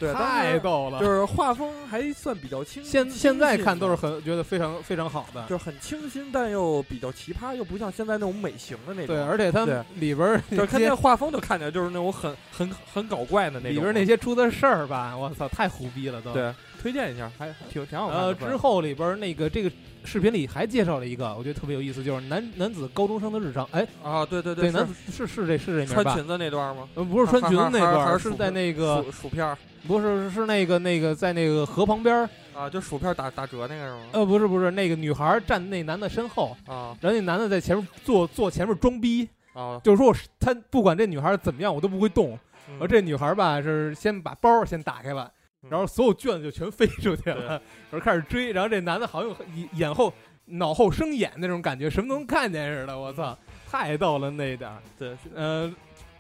Speaker 6: 对，当
Speaker 2: 嗯太
Speaker 6: 时
Speaker 2: 逗了
Speaker 6: 就。是画风还算比较清，
Speaker 2: 现
Speaker 6: 清
Speaker 2: 现在
Speaker 6: 新
Speaker 2: 看都
Speaker 6: 的
Speaker 2: 是很觉得非常非常好的，
Speaker 6: 就是很清新，但又比较奇葩，又不像现在那种美型的那种。
Speaker 2: 对，而且他们里边儿
Speaker 6: 就是
Speaker 2: 那
Speaker 6: 看
Speaker 2: 些
Speaker 6: 那画风就看起来就是那种很很很搞怪的那种。
Speaker 2: 里边儿那些出的事儿吧，我操，太胡逼了都。
Speaker 6: 对，推荐一下，还还挺挺好看的。
Speaker 2: 呃，之后里边儿那个这个视频里还介绍了一个，我觉得特别有意思，就是男男子高中生的日常。哎，
Speaker 6: 啊，对对
Speaker 2: 对，
Speaker 6: 是
Speaker 2: 男子是是这是这名儿
Speaker 6: 穿
Speaker 2: 吧？
Speaker 6: 裙子那段吗？
Speaker 2: 呃，不是穿
Speaker 6: 还
Speaker 2: 裙子那
Speaker 6: 还
Speaker 2: 段
Speaker 6: 还
Speaker 2: 儿，
Speaker 6: 是
Speaker 2: 是在那个
Speaker 6: 薯薯片儿
Speaker 2: 不是是那个那个在那个河旁边儿，
Speaker 6: 啊，就薯片打打折那个是吗？
Speaker 2: 呃，不是不是那个女孩儿站那男的身后，
Speaker 6: 啊
Speaker 2: 然后那男的在前面坐坐前面装逼，
Speaker 6: 啊，
Speaker 2: 就是说我是他不管这女孩儿怎么样，我都不会动。
Speaker 6: 嗯
Speaker 2: 哦而这女孩儿吧，是先把包儿先打开了，
Speaker 6: 嗯
Speaker 2: 然后所有卷子就全飞出去了，然后开始追，然后这男的好像有眼眼后脑后生眼那种感觉，什么都能看见似的，我操，嗯太逗了那一点儿。
Speaker 6: 对是
Speaker 2: 呃，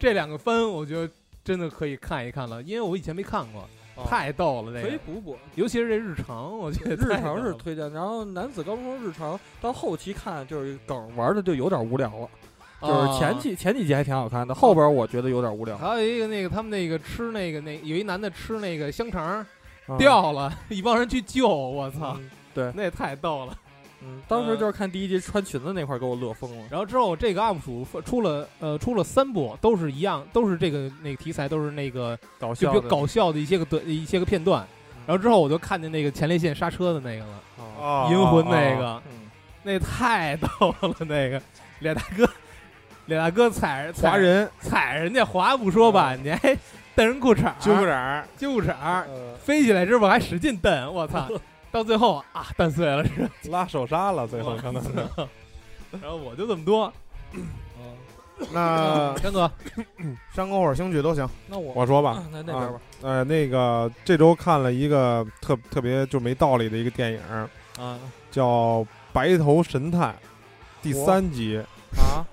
Speaker 2: 这两个番我觉得真的可以看一看了，因为我以前没看过，
Speaker 6: 哦
Speaker 2: 太逗了那
Speaker 6: 可以
Speaker 2: 个，
Speaker 6: 补补。
Speaker 2: 尤其是这日常，我觉得 <laughs>
Speaker 6: 日
Speaker 2: 太
Speaker 6: 常
Speaker 2: 逗
Speaker 6: 是
Speaker 2: 了
Speaker 6: 推荐，然后男子高中日常到后期看就是梗玩的就有点无聊了，就是前。
Speaker 2: 啊
Speaker 6: 期前几集还挺好看的，后边我觉得有点无聊。
Speaker 2: 还有一个那个，他们那个吃那个那有一男的吃那个香肠儿
Speaker 6: 啊
Speaker 2: 掉了，一帮人去救，我操，
Speaker 6: 嗯
Speaker 2: 那也太逗了。 <laughs>
Speaker 6: 嗯，当时就是看第一集穿裙子那块儿给我乐疯了。
Speaker 2: 然后之后这个 UP 主出了呃出了三部，都是一样，都是这个那个题材，都是那个
Speaker 6: 搞
Speaker 2: 就
Speaker 6: 笑
Speaker 2: 比
Speaker 6: 的
Speaker 2: 较搞笑的一些个段一些个片段。然后之后我就看见那个前列腺刹车的那个了，
Speaker 6: 啊，
Speaker 3: 啊
Speaker 2: 银魂那个，
Speaker 6: 嗯
Speaker 2: <laughs> 那太逗了，那 <laughs> 个俩大哥，俩大哥踩着踩
Speaker 3: 华人
Speaker 2: 踩人家滑不说吧，你还蹬人裤衩儿，
Speaker 3: 揪个染
Speaker 2: 揪裤衩儿，
Speaker 3: 儿，
Speaker 2: 飞起来之后还使劲蹬，我操！到最后啊，蹬碎了是吧，
Speaker 3: 拉手刹了，最后可能是
Speaker 2: 然后我就这么多， <laughs>
Speaker 1: 那
Speaker 2: 山哥，
Speaker 1: 山沟或者星爵都行。
Speaker 6: 那我
Speaker 3: 我说吧
Speaker 6: 啊，那那边吧，
Speaker 3: 呃，那个这周看了一个特特别就没道理的一个电影，
Speaker 6: 啊
Speaker 3: 叫《白头神探》第三集，
Speaker 2: 哎
Speaker 6: 啊，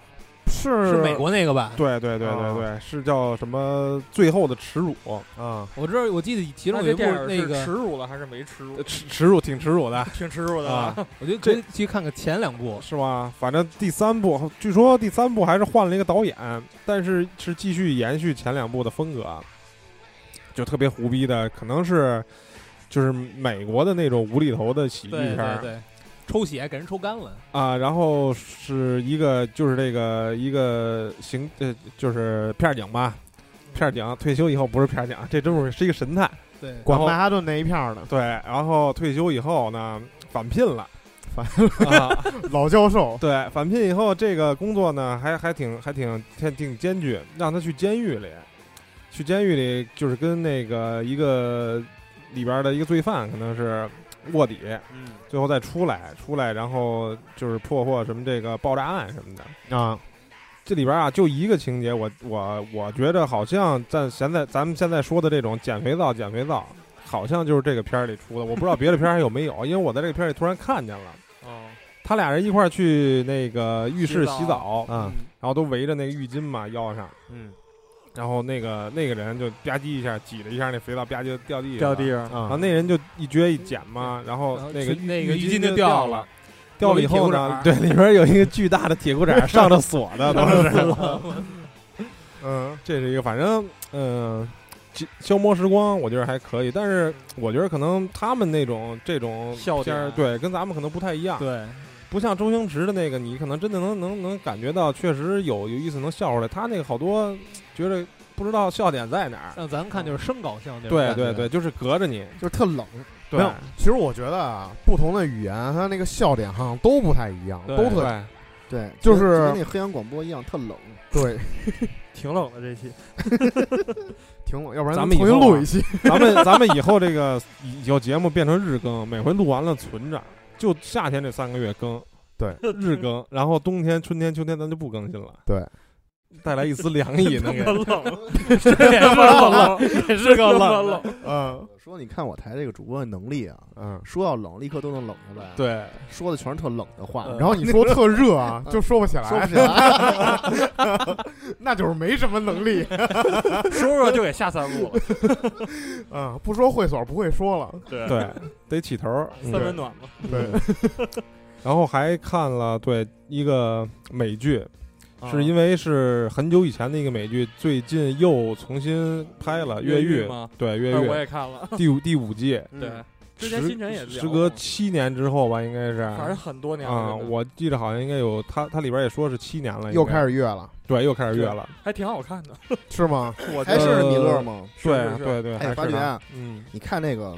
Speaker 1: 是
Speaker 2: 是美国那个吧？
Speaker 3: 对对对
Speaker 2: 啊
Speaker 3: 对对，是叫什么《最后的耻辱》
Speaker 1: 啊，
Speaker 2: 我知道，我记得其中
Speaker 6: 那
Speaker 2: 有一
Speaker 6: 这
Speaker 2: 部
Speaker 6: 电影
Speaker 2: 那
Speaker 6: 是耻
Speaker 2: 个，
Speaker 6: 辱了还是没耻辱
Speaker 3: 呃？耻耻辱挺耻辱
Speaker 2: <laughs>
Speaker 3: 的
Speaker 6: 挺耻辱的
Speaker 3: 啊 <laughs>
Speaker 6: 吧，，
Speaker 2: 我觉得可以去看看前两部，
Speaker 3: 是吗？反正第三部，据说第三部还是换了一个导演，但是是继续延续前两部的风格，就特别胡逼的，可能是就是美国的那种无厘头的喜剧
Speaker 2: 对
Speaker 3: 片
Speaker 2: 对
Speaker 3: 儿
Speaker 2: 对，抽血给人抽干了，
Speaker 3: 啊。然后是一个就是这个一个刑呃就是片儿警吧，片儿警退休以后不是片儿警，这真不是是一个神探。
Speaker 2: 对，
Speaker 1: 管
Speaker 3: 然后
Speaker 1: 曼哈顿那一片儿的
Speaker 3: 对，然后退休以后呢，返聘了。
Speaker 1: 返
Speaker 3: 啊，
Speaker 1: 老教
Speaker 3: <laughs>
Speaker 1: 授，
Speaker 3: 对，返聘以后，这个工作呢，还还挺还挺挺挺艰巨，让他去监狱里，去监狱里就是跟那个一个里边的一个罪犯，可能是卧底，
Speaker 5: 嗯，
Speaker 3: 最后再出来，出来然后就是破获什么这个爆炸案什么的。
Speaker 2: 啊，
Speaker 3: 这里边啊，就一个情节，我我我觉得好像在现在咱们现在说的这种减肥皂，减肥皂，好像就是这个片儿里出的。我不知道别的片儿还有没有，因为我在这个片儿里突然看见了，
Speaker 5: 哦，
Speaker 3: 他俩人一块儿去那个浴室
Speaker 6: 洗澡
Speaker 3: 洗澡，
Speaker 5: 嗯
Speaker 2: 啊
Speaker 3: 然后都围着那个浴巾嘛腰上，
Speaker 2: 嗯
Speaker 3: 然后那个那个人就吧唧一下挤了一下那肥皂，吧唧就掉地上
Speaker 5: 掉
Speaker 3: 了
Speaker 5: 地上，
Speaker 3: 然
Speaker 2: 啊
Speaker 3: 后，那人就一撅一捡嘛，然后
Speaker 4: 然后
Speaker 3: 那个
Speaker 4: 就那个
Speaker 3: 浴
Speaker 4: 浴
Speaker 3: 巾
Speaker 4: 巾就
Speaker 3: 就
Speaker 4: 掉
Speaker 3: 掉
Speaker 4: 了，
Speaker 3: 掉了以后
Speaker 4: 有个
Speaker 3: 呢，
Speaker 4: 铁
Speaker 3: <laughs> 对，里边有一个巨大的铁裤衩，上头锁的都是。 <laughs>
Speaker 2: 嗯
Speaker 3: 这是一个，反正嗯，这消磨时光我觉得还可以，但是我觉得可能他们那种这种
Speaker 6: 笑
Speaker 3: 片儿
Speaker 6: 点
Speaker 3: 对，跟咱们可能不太一样，
Speaker 4: 对，
Speaker 3: 不像周星驰的那个，你可能真的能能能感觉到确实有有意思，能笑出来。他那个好多觉得不知道笑点在哪儿，
Speaker 4: 让咱们看就是生搞笑那种
Speaker 3: 对
Speaker 4: 感觉
Speaker 3: 对对，就是隔着你，
Speaker 1: 就是特冷。
Speaker 3: 对
Speaker 2: 没有其实我觉得啊，不同的语言它那个笑点好像都不太一样，
Speaker 5: 对
Speaker 2: 都特
Speaker 3: 对，
Speaker 1: 对，
Speaker 2: 就
Speaker 1: 跟
Speaker 2: 是
Speaker 1: 跟那黑羊广播一样，特冷。
Speaker 2: 对，
Speaker 5: 挺冷的这期，
Speaker 2: 挺冷，要不然
Speaker 3: 咱们以
Speaker 2: 重新
Speaker 3: 后啊
Speaker 2: 录一期。
Speaker 3: <laughs> 咱们咱们以后这个以后节目变成日更，每回录完了存着，就夏天这三个月更，
Speaker 2: 对，
Speaker 3: 日更，然后冬天、春天、秋天咱就不更新了，
Speaker 2: 对，
Speaker 3: 带来一丝凉
Speaker 6: <laughs>
Speaker 3: 意，能给
Speaker 5: 冷，这也是个冷，也是个冷的，
Speaker 2: 嗯
Speaker 1: 我说你看我台这个主播的能力啊，
Speaker 2: 嗯，
Speaker 1: 说要冷立刻都能冷下来，，
Speaker 3: 对，
Speaker 1: 说的全是特冷的话，
Speaker 5: 嗯
Speaker 1: 然
Speaker 2: 然
Speaker 1: 后
Speaker 2: 后你 <laughs> 说特热啊，就说不起
Speaker 1: 说不
Speaker 2: 来，
Speaker 1: 起
Speaker 2: <laughs>
Speaker 1: 来。
Speaker 2: 那就是没什么能力。
Speaker 6: 说说就给下三路了，
Speaker 2: 嗯，不说会所不会说
Speaker 6: <laughs>
Speaker 2: 了。
Speaker 5: 对
Speaker 3: 对，得起头儿。
Speaker 6: 三温暖嘛，
Speaker 2: 对，
Speaker 3: 然后还看了对一个美剧，是因
Speaker 6: 为
Speaker 3: 为是很久以前的一个美剧，最近又重新拍
Speaker 6: 啊
Speaker 3: 了《越狱》
Speaker 6: 吗？
Speaker 3: 对，《越
Speaker 6: 哎
Speaker 3: 狱
Speaker 6: 我》也看了，
Speaker 3: 第五第五季，
Speaker 1: 嗯
Speaker 6: 对，之前
Speaker 3: 时
Speaker 6: 新晨也聊
Speaker 3: 时
Speaker 6: 过
Speaker 3: 隔七年之后吧，应该是
Speaker 6: 反正很多年了
Speaker 3: 啊、
Speaker 6: 真的
Speaker 3: 我记得好像应该有他，他里边也说是七年了，
Speaker 2: 又
Speaker 3: 应该
Speaker 2: 开始越了，
Speaker 3: 对，又开始越了，
Speaker 6: 还挺好看的，
Speaker 2: 是吗？
Speaker 6: 我
Speaker 1: 还
Speaker 6: 觉得
Speaker 1: 是米勒吗？
Speaker 6: 是
Speaker 3: 对
Speaker 6: 是是
Speaker 3: 啊对对，还
Speaker 1: 哎，
Speaker 3: 是
Speaker 1: 发觉
Speaker 3: 他
Speaker 1: 啊，
Speaker 3: 嗯，
Speaker 1: 你看那个，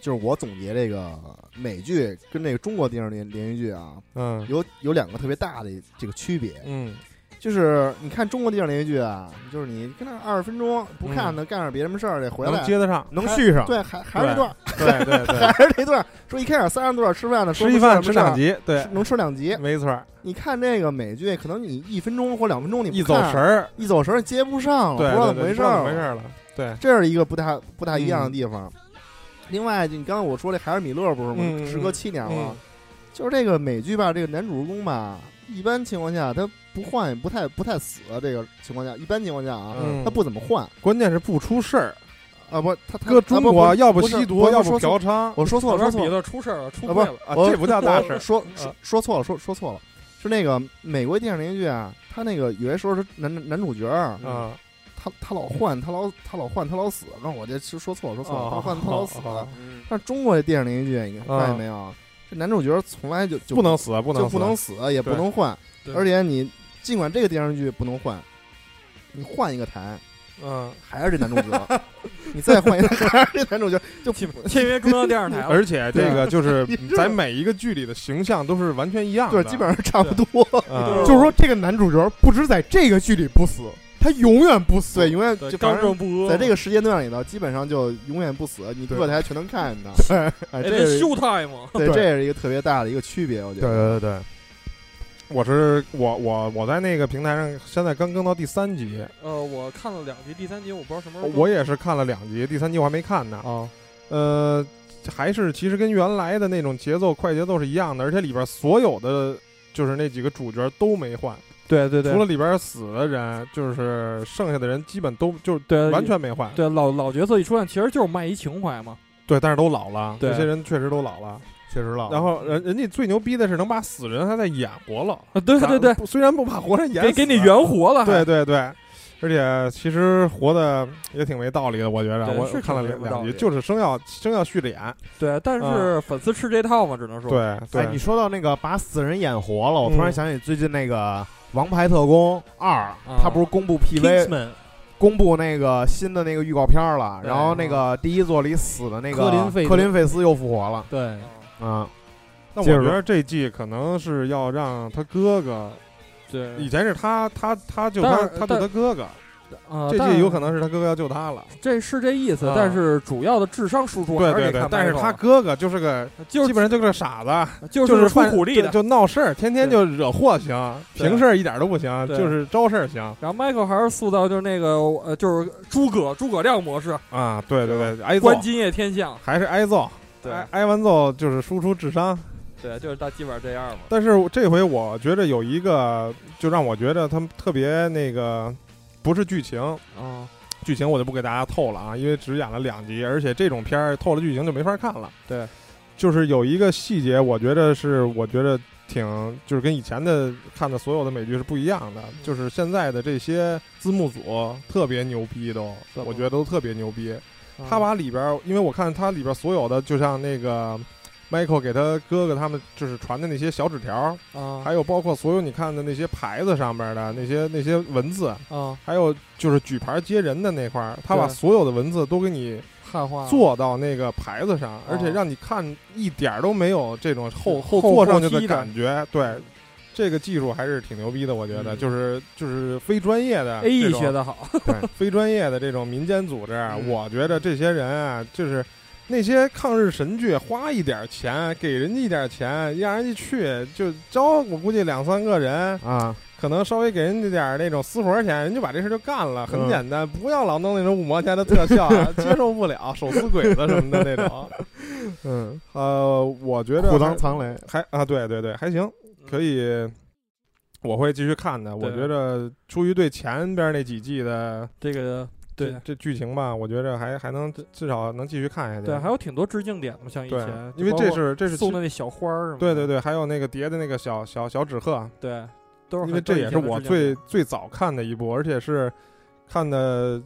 Speaker 1: 就是我总结这个美剧跟这个中国电视连连续剧啊，
Speaker 3: 嗯
Speaker 1: 有有两个特别大的这个区别，
Speaker 3: 嗯，
Speaker 1: 就是你看中国电视连续剧啊，就是你跟那二十分钟不看呢，干点别什么事儿得回来
Speaker 3: 嗯能，接
Speaker 1: <laughs>
Speaker 3: 得上，
Speaker 2: 能续上，
Speaker 1: 对，还还是那段儿，
Speaker 3: 对对对，
Speaker 1: 还是那段儿，说一开始三上多少吃饭呢，说
Speaker 3: 吃一
Speaker 1: 不事儿
Speaker 3: 饭
Speaker 1: 不
Speaker 3: 吃
Speaker 1: 事儿
Speaker 3: 两集，对
Speaker 1: 吃，能吃两集。
Speaker 3: 没错儿，
Speaker 1: 你看这个美剧，可能你一分钟或两分钟你不
Speaker 3: 一走
Speaker 1: 看啊
Speaker 3: 神儿，
Speaker 1: 一走神儿接不上了，
Speaker 3: 对，
Speaker 1: 不知道怎么
Speaker 3: 对
Speaker 1: 回
Speaker 3: 对
Speaker 1: 事
Speaker 3: 不知道
Speaker 1: 儿
Speaker 3: 怎
Speaker 1: 了
Speaker 3: 么回事儿了，对，嗯
Speaker 1: 这是一个不太不太一样的地方。另外，就你刚刚我说这还是米勒不是吗？
Speaker 3: 嗯嗯
Speaker 1: 时隔
Speaker 3: 嗯
Speaker 1: 七年了，
Speaker 3: 嗯，
Speaker 1: 就是这个美剧吧，这个男主人公吧，一般情况下他不换也不太不太死，啊这个情况下，一般情况下啊，
Speaker 3: 嗯
Speaker 1: 他不怎么换
Speaker 3: 关键是不出事儿，
Speaker 1: 啊，不，他他
Speaker 3: 搁中国
Speaker 1: 啊
Speaker 3: 要不
Speaker 1: 是
Speaker 3: 吸毒，
Speaker 1: 我
Speaker 3: 要
Speaker 1: 我说
Speaker 3: 不
Speaker 1: 错
Speaker 3: 嫖娼，
Speaker 1: 我说错了，说
Speaker 6: 说
Speaker 1: 错
Speaker 6: 米
Speaker 1: 了
Speaker 6: 勒出事儿了，出
Speaker 1: 啊，
Speaker 6: 柜
Speaker 1: 不
Speaker 6: 了，
Speaker 1: 啊，
Speaker 3: 这不叫大
Speaker 1: 我
Speaker 3: 事儿嗯
Speaker 1: 说说说错了，说说错了，是那个美国电视连续剧啊，他那个有些时候是男男主角儿，
Speaker 3: 啊，
Speaker 1: 他他老换，他老他老换，他老死，那我这是说错了，说错了，他
Speaker 3: 哦
Speaker 1: 换他老死。
Speaker 3: 哦
Speaker 6: 嗯
Speaker 1: 但是中国的电视连续剧，你发现
Speaker 3: 嗯
Speaker 1: 没有？这男主角从来就就
Speaker 3: 不能死，不能
Speaker 1: 就
Speaker 3: 死
Speaker 1: 不能死，也不
Speaker 3: 对
Speaker 1: 能换，
Speaker 6: 对
Speaker 1: 而且你尽管这个电视剧不能换，你换一个台
Speaker 3: 嗯，
Speaker 1: 还是这男主角，你再换一个台还是这男主角，就
Speaker 6: <laughs> 签约中央电视台了，
Speaker 3: 而且
Speaker 1: <laughs>
Speaker 3: 这个就是
Speaker 1: 你知道
Speaker 3: 在每一个剧里的形象都是完全一样的，
Speaker 1: 对，基本上差不多，
Speaker 3: 嗯
Speaker 2: 就是说这个男主角不止在这个剧里不死，他永远不死，
Speaker 1: <laughs> 对，永远
Speaker 6: 对
Speaker 1: 就
Speaker 6: 刚
Speaker 1: 反正
Speaker 6: 正不阿，
Speaker 1: 在这个时间段里头，基本上就永远不死，你各台全能看见的。
Speaker 2: 对
Speaker 1: 哎，
Speaker 6: 哎
Speaker 1: 这
Speaker 6: 这
Speaker 1: 是
Speaker 6: show
Speaker 1: <laughs>
Speaker 6: time，啊
Speaker 1: 对，
Speaker 2: 对
Speaker 1: 这是一个特别大的一个区别，我觉
Speaker 2: 对
Speaker 1: 得。
Speaker 2: 对对，
Speaker 3: 我是我我我在那个平台上现在刚更到第三集，
Speaker 6: 呃，我看了两集，第三集我不知道什么时候更，
Speaker 3: 我也是看了两集，第三集我还没看呢。
Speaker 2: 啊，
Speaker 3: 呃，还是其实跟原来的那种节奏快节奏是一样的，而且里边所有的就是那几个主角都没换，
Speaker 5: 对对对，
Speaker 3: 除了里边死的人，就是剩下的人基本都就是
Speaker 6: 对
Speaker 3: 完全没换。
Speaker 6: 呃对老老角色一出现，其实就是卖一情怀嘛，
Speaker 3: 对，但是都老了，
Speaker 6: 对
Speaker 3: 这些人确实都老了。
Speaker 2: 确实了。
Speaker 3: 然后人人家最牛逼的是能把死人还再演活了。
Speaker 6: 啊，对对对，
Speaker 3: 咱，虽然不把活人演死啊
Speaker 6: 给给你圆活 <laughs> 了，
Speaker 3: 对，对对，而且其实活的也挺没道理的，我觉着
Speaker 6: 对
Speaker 3: 我
Speaker 6: 是挺
Speaker 3: 看了
Speaker 6: 没
Speaker 3: 两
Speaker 6: 道
Speaker 3: 两
Speaker 6: 理
Speaker 3: 集，
Speaker 6: 的
Speaker 3: 就是生要生要续脸，
Speaker 6: 对，但是粉丝吃这套嘛，只能说，
Speaker 3: 对
Speaker 2: 哎，
Speaker 3: 对
Speaker 2: 你，说到那个把死人演活了，我突然
Speaker 3: 嗯
Speaker 2: 想起最近那个《王牌特工二》，他不是公布 PV，
Speaker 4: Kingsman
Speaker 2: 公布那个新的那个预告片了，
Speaker 4: 对
Speaker 2: 然后那个第一座里死的那个
Speaker 4: 科林费德
Speaker 2: 科林费斯又复活了
Speaker 4: 对
Speaker 6: 哦
Speaker 2: 啊，
Speaker 3: 那我
Speaker 2: 接着
Speaker 3: 觉
Speaker 2: 说
Speaker 3: 得这季可能是要让他哥哥，
Speaker 6: 对
Speaker 3: 以前是他他他救
Speaker 6: 但
Speaker 3: 他
Speaker 6: 是
Speaker 3: 他救他哥哥，
Speaker 6: 呃，
Speaker 3: 这
Speaker 6: 但
Speaker 3: 季
Speaker 6: 是
Speaker 3: 有可能是他哥哥要救他了。
Speaker 6: 这是这意思
Speaker 3: 啊，
Speaker 6: 但是主要的智商输出
Speaker 3: 对
Speaker 6: 还是
Speaker 3: 对
Speaker 6: 给
Speaker 3: 对
Speaker 6: 看，
Speaker 3: 但是
Speaker 6: 麦
Speaker 3: 他
Speaker 6: 克
Speaker 3: 哥哥就是个，
Speaker 6: 就
Speaker 3: 基本上就是个傻子，
Speaker 6: 就是出
Speaker 3: 犯
Speaker 6: 苦力的
Speaker 3: 就，就闹事儿，天天就惹祸行，
Speaker 6: 对
Speaker 3: 平事儿一点都不行，
Speaker 6: 对
Speaker 3: 就是招事儿行
Speaker 6: 然后 Michael 还是塑造就是那个呃，就是诸葛诸葛亮模式，
Speaker 3: 啊！对对对，挨揍
Speaker 6: 观今夜天哎象。
Speaker 3: 还是挨揍，挨挨完揍就是输出智商。
Speaker 6: 对，就是大基本上这样嘛。
Speaker 3: 但是这回我觉着有一个，就让我觉着他们特别那个，不是剧情，
Speaker 6: 啊，
Speaker 3: 剧情我就不给大家透了啊，因为只演了两集，而且这种片儿透了剧情就没法看了。
Speaker 6: 对，
Speaker 3: 就是有一个细节，我觉得是我觉得挺，就是跟以前的看的所有的美剧是不一样的，就是现在的这些字幕组特别牛逼都，
Speaker 6: 怎么
Speaker 3: 我觉得都特别牛逼。
Speaker 6: 啊
Speaker 3: 他把里边儿，因为我看他里边儿所有的，就像那个 Michael 给他哥哥他们就是传的那些小纸条儿，
Speaker 6: 啊
Speaker 3: 还有包括所有你看的那些牌子上面的那些那些文字，
Speaker 6: 啊
Speaker 3: 还有就是举牌接人的那块儿，他
Speaker 6: 对啊
Speaker 3: 把所有的文字都给你
Speaker 6: 汉化
Speaker 3: 做到那个牌子上，而
Speaker 6: 啊
Speaker 3: 且让你看一点儿都没有这种后后
Speaker 6: 后
Speaker 3: 坐上去
Speaker 6: 后
Speaker 3: 的
Speaker 6: 踢的
Speaker 3: 感觉。对，这个技术还是挺牛逼的，我觉得，
Speaker 6: 嗯
Speaker 3: 就是就是非专业的
Speaker 6: A E
Speaker 3: 这种
Speaker 6: 学的好，
Speaker 3: 对， <laughs> 非专业的这种民间组织，啊我觉得这些人啊，就是那些抗日神剧，花一点钱给人家一点钱，让人家去就招，我估计两三个人，
Speaker 2: 啊，
Speaker 3: 可能稍微给人家点儿那种私活儿钱，人家把这事儿就干了，很
Speaker 2: 嗯
Speaker 3: 简单，不要老弄那种五毛钱的特效啊，接受不了，手撕鬼子什么的那种。
Speaker 2: 嗯，
Speaker 3: 呃，我觉得
Speaker 2: 裤裆
Speaker 3: 还
Speaker 2: 藏雷，
Speaker 3: 还啊，对对对，还行，可以。我会继续看的，我
Speaker 6: 对
Speaker 3: 觉得出于对前边儿那几季的
Speaker 6: 这个对
Speaker 3: 这这剧情吧，我觉着还还能至少能继续看下去。
Speaker 6: 对，还有挺多致敬点嘛，像以
Speaker 3: 对
Speaker 6: 前，
Speaker 3: 因为
Speaker 6: 就包
Speaker 3: 这
Speaker 6: 括
Speaker 3: 是这是
Speaker 6: 送的那小花儿什么的，
Speaker 3: 对对对，还有那个叠的那个小小小纸鹤，啊
Speaker 6: 对，都是
Speaker 3: 因为
Speaker 6: 很
Speaker 3: 这
Speaker 6: 多
Speaker 3: 也
Speaker 6: 以
Speaker 3: 是
Speaker 6: 前的
Speaker 3: 我
Speaker 6: 致敬
Speaker 3: 最
Speaker 6: 点
Speaker 3: 最早看的一部，而且是看的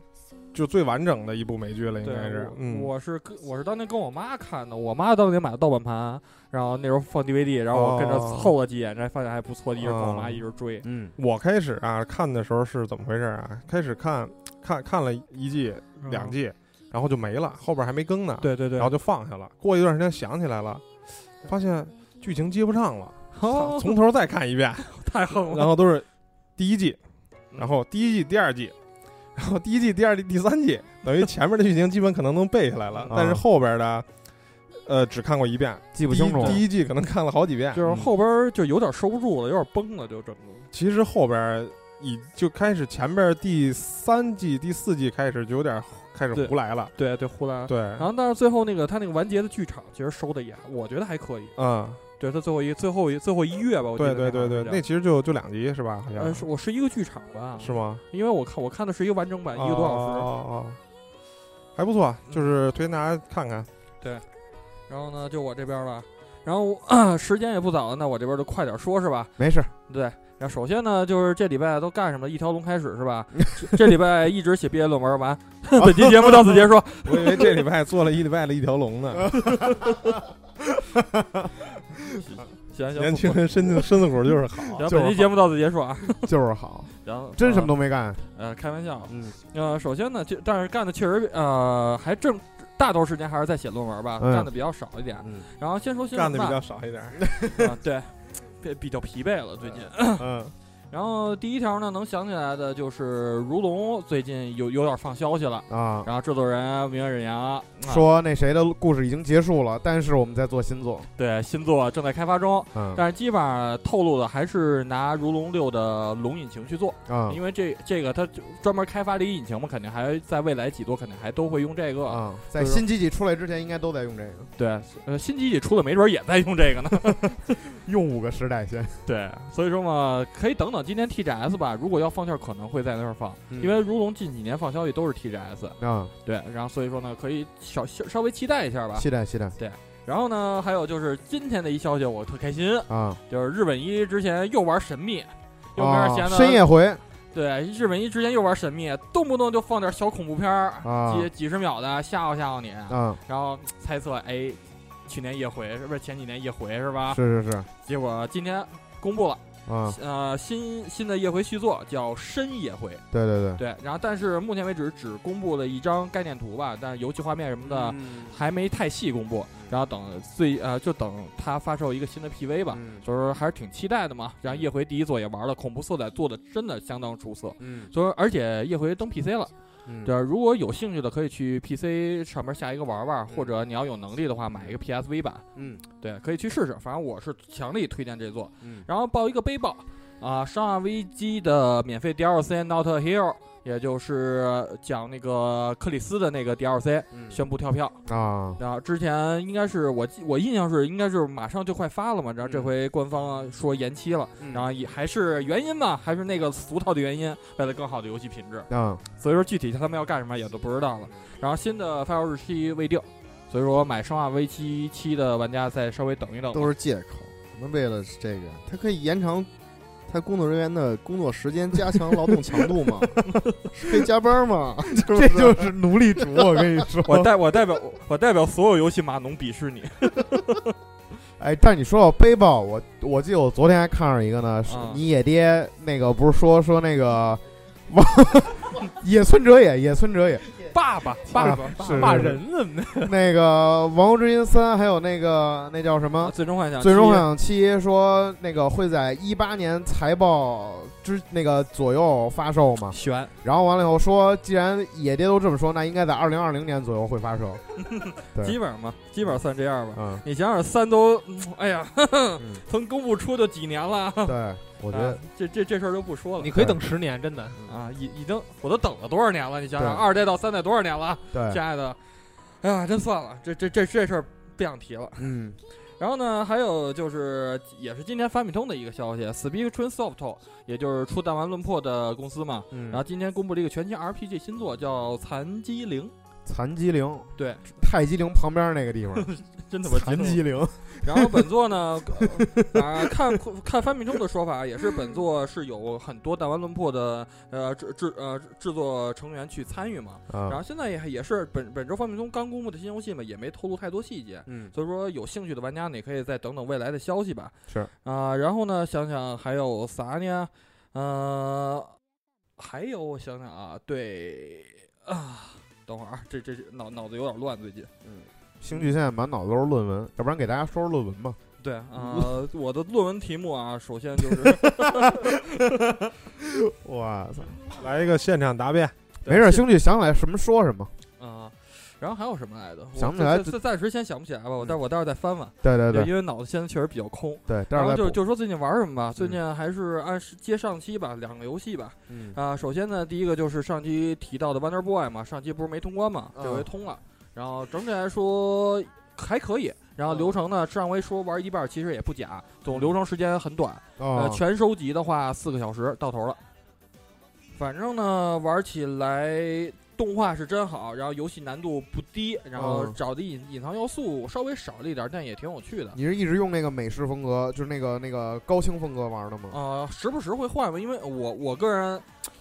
Speaker 3: 就最完整的一部美剧了，应该
Speaker 6: 对
Speaker 3: 是
Speaker 6: 我。
Speaker 3: 嗯，
Speaker 6: 我是跟我是当年跟我妈看的，我妈当年买的盗版盘，然后那时候放 DVD，然后我跟着
Speaker 3: 哦
Speaker 6: 凑了几眼，然后发现还不错，一直跟我
Speaker 3: 哦
Speaker 6: 妈一直追。
Speaker 2: 嗯，
Speaker 3: 我开始啊看的时候是怎么回事啊？开始看看看了一季两季，然后就没了，后边还没更呢。
Speaker 6: 嗯对对对，
Speaker 3: 然后就放下了。过一段时间想起来了，发现剧情接不上了，
Speaker 6: 哦
Speaker 2: <laughs>
Speaker 3: 操从头再看一遍。
Speaker 6: 太 <laughs> 横
Speaker 3: 然
Speaker 6: 了。
Speaker 3: 后都是第一季，
Speaker 6: 嗯
Speaker 3: 然后第一季、第二季，然后第一季、第二季、第三季，等于前面的剧情基本可能能背下来了，
Speaker 2: 嗯
Speaker 3: 但是后边的，呃，只看过一遍，
Speaker 2: 记不
Speaker 3: 第一
Speaker 2: 清楚了，
Speaker 3: 第一嗯季可能看了好几遍，
Speaker 6: 就是后边儿就有点收不住了，有点崩了，就整个。
Speaker 3: 其实后边已就开始前边第三季、第四季开始就有点开始
Speaker 6: 对
Speaker 3: 胡来了，
Speaker 6: 对对，呼啦。
Speaker 3: 对，
Speaker 6: 然后，但是最后那个他那个完结的剧场，其实收的也，我觉得还可以。
Speaker 3: 嗯，
Speaker 6: 对他最后一最后一最后一月吧，我记
Speaker 3: 对
Speaker 6: 得
Speaker 3: 对对
Speaker 6: 那好
Speaker 3: 对，
Speaker 6: 像
Speaker 3: 那
Speaker 6: 是
Speaker 3: 其实就就两集是吧？好
Speaker 6: 这样呃
Speaker 3: 像
Speaker 6: 是我是一个剧场吧，
Speaker 3: 是吗？
Speaker 6: 因为我看我看的是一个完整版，一个多
Speaker 3: 哦
Speaker 6: 小时。
Speaker 3: 哦，哦还不错，就是推荐大家看
Speaker 6: <laughs>
Speaker 3: 看。
Speaker 6: 然后呢，就我这边儿吧。然后、 <coughs> 呃时间也不早了，那我这边儿就快点说，是吧？
Speaker 2: 没事儿，
Speaker 6: 对，然后首先呢，就是这礼拜都干什么？一条龙开始是吧？ <laughs> 这这礼拜一直写毕业论文， <laughs> 完，本期节目到此结束。
Speaker 3: 我以为这礼拜做了一礼拜的一条龙呢，
Speaker 6: <laughs> 行行
Speaker 3: 年，轻人身子身子骨就是好，
Speaker 6: 行，
Speaker 2: 就是
Speaker 6: 本期节目到此结束 <laughs> 啊。
Speaker 2: 就是好，啊
Speaker 6: 然后
Speaker 2: <laughs> 真什么
Speaker 6: 都
Speaker 2: 都没干，
Speaker 6: 呃，开玩笑。
Speaker 2: 嗯
Speaker 6: 呃，首先呢，就但是干的确实呃，还正大多时间还是在写论文吧，
Speaker 2: 嗯
Speaker 6: 干的比较少一点。
Speaker 2: 嗯
Speaker 6: 然后先说新
Speaker 3: 干的
Speaker 6: 闻吧
Speaker 3: 比，较少一点。 <laughs>
Speaker 6: 啊对，比比较疲惫了最近。 <laughs>
Speaker 2: 嗯，
Speaker 6: 然后第一条呢，能想起来的就是如龙最近有有点放消息了，
Speaker 2: 啊，
Speaker 6: 然后制作人明月忍阳啊
Speaker 2: 说那谁的故事已经结束了，但是我们在做新作，
Speaker 6: 对新作正在开发中，
Speaker 2: 嗯
Speaker 6: 但是基本上透露的还是拿如龙六的龙引擎去做，
Speaker 2: 啊
Speaker 6: 因为这这个它就专门开发这一引擎嘛，肯定还在未来几座肯定还都会用这个。
Speaker 2: 啊，在新机器出来之前应该都在用这个，
Speaker 6: 对，呃，新机器出了没准也在用这个呢。
Speaker 2: 用五个时代先，
Speaker 6: 对，所以说嘛，可以等等今年 TGS 吧，如果要放线儿可能会在那儿放，
Speaker 2: 嗯
Speaker 6: 因为如龙近几年放消息都是 TGS。
Speaker 2: 啊，
Speaker 6: 对，然后所以说呢，可以小稍微期待一下吧。
Speaker 2: 期待期待
Speaker 6: 然后呢，还有就是今天的一消息，我特开心，
Speaker 2: 啊，
Speaker 6: 就是日本一之前又玩神秘，又没
Speaker 2: 啊
Speaker 6: 点闲的、
Speaker 2: 深夜回
Speaker 6: 对，日本一之前又玩神秘，动不动就放点小恐怖片儿，
Speaker 2: 啊
Speaker 6: 几几十秒的吓唬吓唬你，
Speaker 2: 啊，
Speaker 6: 然后猜测哎，去年夜回是不是前几年夜回是吧？
Speaker 2: 是是是，
Speaker 6: 结果今天公布了，
Speaker 2: 啊，
Speaker 6: 呃，新新的夜回续作叫《深夜回》，
Speaker 2: 对对对，
Speaker 6: 对，然后但是目前为止只公布了一张概念图吧，但是游戏画面什么
Speaker 2: 嗯
Speaker 6: 的还没太细公布，然后等最呃就等它发售一个新的 PV 吧，
Speaker 2: 嗯
Speaker 6: 就是还是挺期待的嘛。然后夜回第一作也玩了，恐怖色彩做的真的相当出色，
Speaker 2: 嗯
Speaker 6: 就是而且夜回登 PC 了。
Speaker 2: 嗯
Speaker 6: 对，啊如果有兴趣的可以去 PC 上面下一个玩玩，或者你要有能力的话买一个 PSV 版，
Speaker 2: 嗯
Speaker 6: 对，可以去试试。反正我是强力推荐这座。
Speaker 2: 嗯
Speaker 6: 然后报一个背包啊，《生化危机》的免费 DLC《Not a Hero》，也就是讲那个克里斯的那个 DLC
Speaker 2: 嗯
Speaker 6: 宣布跳票。
Speaker 2: 啊，
Speaker 6: 然后之前应该是我记我印象是应该是马上就快发了嘛，然后这
Speaker 2: 嗯
Speaker 6: 回官方说延期了，然后也还是原因嘛，还是那个俗套的原因，为了更好的游戏品质。
Speaker 2: 嗯
Speaker 6: 所以说具体他们要干什么也都不知道了。然后新的发售日期未定，所以说买《生化危机七》的玩家再稍微等一等吧。
Speaker 1: 都是借口。我们为了这个，他可以延长他工作人员的工作时间，加强劳动强度嘛？ <laughs> 是可以加班嘛？
Speaker 6: <laughs>
Speaker 2: 这就是奴隶主，我跟你说，
Speaker 6: 我代我代表我代表所有游戏码农鄙视
Speaker 2: <laughs>
Speaker 6: 你。
Speaker 2: 哎，但是你说到背包，我我记得我昨天还看上一个呢，是
Speaker 6: 啊
Speaker 2: 你野爹那个不是说说那个，忘 <laughs> 野村哲也，野村哲也，
Speaker 4: 爸爸爸爸
Speaker 2: 是
Speaker 4: 骂人怎么的？
Speaker 6: <laughs>
Speaker 2: 那个《王国之心三》，还有那个那叫什
Speaker 6: 啊，
Speaker 2: 么
Speaker 6: 最终幻想
Speaker 2: 《
Speaker 6: 七，
Speaker 2: 最终幻想七》，说那个会在一八年财报之那个左右发售嘛。
Speaker 6: 悬，
Speaker 2: 然后完了以后说，既然野爹都这么说，那应该在二零二零年左右会发售。对
Speaker 6: 基本上嘛，基本上算这样吧。
Speaker 2: 嗯，
Speaker 6: 你想想，三都，嗯
Speaker 2: <laughs>
Speaker 6: 哎呀，
Speaker 2: 嗯
Speaker 6: 从公布出就几年了，
Speaker 2: 对，我觉得
Speaker 6: 啊这这这事儿就不说了。
Speaker 4: 你可以等十年，真的。
Speaker 6: 啊，已已经我都等了多少年了？你想想，
Speaker 2: 对
Speaker 6: 二代到三代多少年了？亲
Speaker 2: 对，
Speaker 6: 爱的，哎呀，真算了，这这这这事儿不想提了。
Speaker 2: 嗯
Speaker 6: 然后呢，还有就是也是今天发米通的一个消息，Spectrum Soft，也就是出弹丸论破的公司嘛，
Speaker 2: 嗯，
Speaker 6: 然后今天公布了一个全新 RPG 新作，叫《残机灵》，
Speaker 2: 残机灵，
Speaker 6: 对，
Speaker 2: 太极灵旁边那个地
Speaker 6: <laughs>
Speaker 2: 方，
Speaker 6: <laughs> 真他妈
Speaker 2: 残
Speaker 6: 激动
Speaker 2: 机灵，
Speaker 6: 然后本作呢， <laughs> 呃啊，看看翻米中的说法，也是本作是有很多弹丸论破的呃制制呃制作成员去参与嘛。然
Speaker 2: 啊，
Speaker 6: 后现在也也是本本周方面中刚公布的新游戏嘛，也没透露太多细节，
Speaker 2: 嗯
Speaker 6: 所以说有兴趣的玩家呢，也可以再等等未来的消息吧。
Speaker 2: 是
Speaker 6: 啊、然后呢，想想还有啥呢？呃，还有我想想啊，对啊，等会儿啊，这这这脑脑子有点乱，最近。
Speaker 2: 兴趣现在满脑子都是论文，要不然给大家说说论文吧。
Speaker 6: 对啊、
Speaker 2: 嗯
Speaker 6: 呃我的论文题目啊，首
Speaker 2: <laughs>
Speaker 6: 先就是
Speaker 2: 哇塞，
Speaker 3: 来一个现场答辩，
Speaker 2: 没事，兄弟想起来什么说什么。
Speaker 6: 啊、然后还有什么来着？我
Speaker 2: 想不起来
Speaker 6: 暂暂暂时先想不起来吧。我待会儿我待会儿再翻翻，
Speaker 2: 对对
Speaker 6: 对，
Speaker 2: 对
Speaker 6: 因为脑子现在确实比较空。
Speaker 2: 对，待
Speaker 6: 然
Speaker 2: 会
Speaker 6: 后
Speaker 2: 儿再
Speaker 6: 就
Speaker 2: 补
Speaker 6: 就说最近玩什么吧，最近还是按时接上期吧，两个游戏吧。
Speaker 2: 嗯
Speaker 6: 啊、首先呢，第一个就是上期提到的 Wonder Boy 嘛，上期不是没通关嘛，这回
Speaker 2: 嗯
Speaker 6: 通了。然后整体来说还可以。然后流程呢，上回说玩一半儿其实也不假，总流程时间很短，呃，
Speaker 2: 啊，
Speaker 6: 全收集的话四个小时到头了。反正呢，玩起来动画是真好，然后游戏难度不低，然后
Speaker 2: 嗯
Speaker 6: 找的隐隐藏要素稍微少了一点，但也挺有趣的。
Speaker 2: 你是一直用那个美式风格，就是那个那个高清风格玩的吗？
Speaker 6: 呃，时不时会换吧，因为我我个人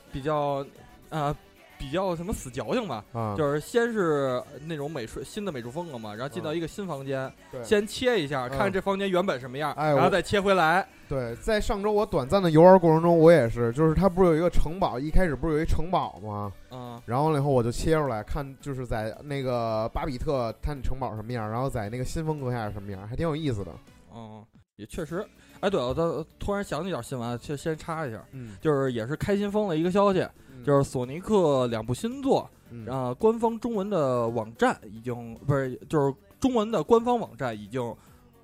Speaker 6: 比较呃比较什么死矫情吧，
Speaker 2: 啊，
Speaker 6: 就是先是那种美术新的美术风格嘛，然后进到
Speaker 2: 嗯
Speaker 6: 一个新房间，
Speaker 2: 对
Speaker 6: 先切一下，
Speaker 2: 嗯
Speaker 6: 看这房间原本什么样，
Speaker 2: 哎
Speaker 6: 然后
Speaker 2: 我
Speaker 6: 再切回来。
Speaker 2: 对，在上周我短暂的游玩过程中，我也是，就是它不是有一个城堡，一开始不是有一城堡吗？
Speaker 6: 嗯、
Speaker 2: 然后了以后我就切出来看，就是在那个巴比特它那城堡什么样，然后在那个新风格下是什么样，还挺有意思的。
Speaker 6: 嗯，也确实。哎，对了，我倒突然想起点新闻，啊先先插一下，
Speaker 2: 嗯，
Speaker 6: 就是也是开心疯了一个消息，就是索尼克两部新作，
Speaker 2: 嗯
Speaker 6: 啊、官方中文的网站已经不是，就是中文的官方网站已经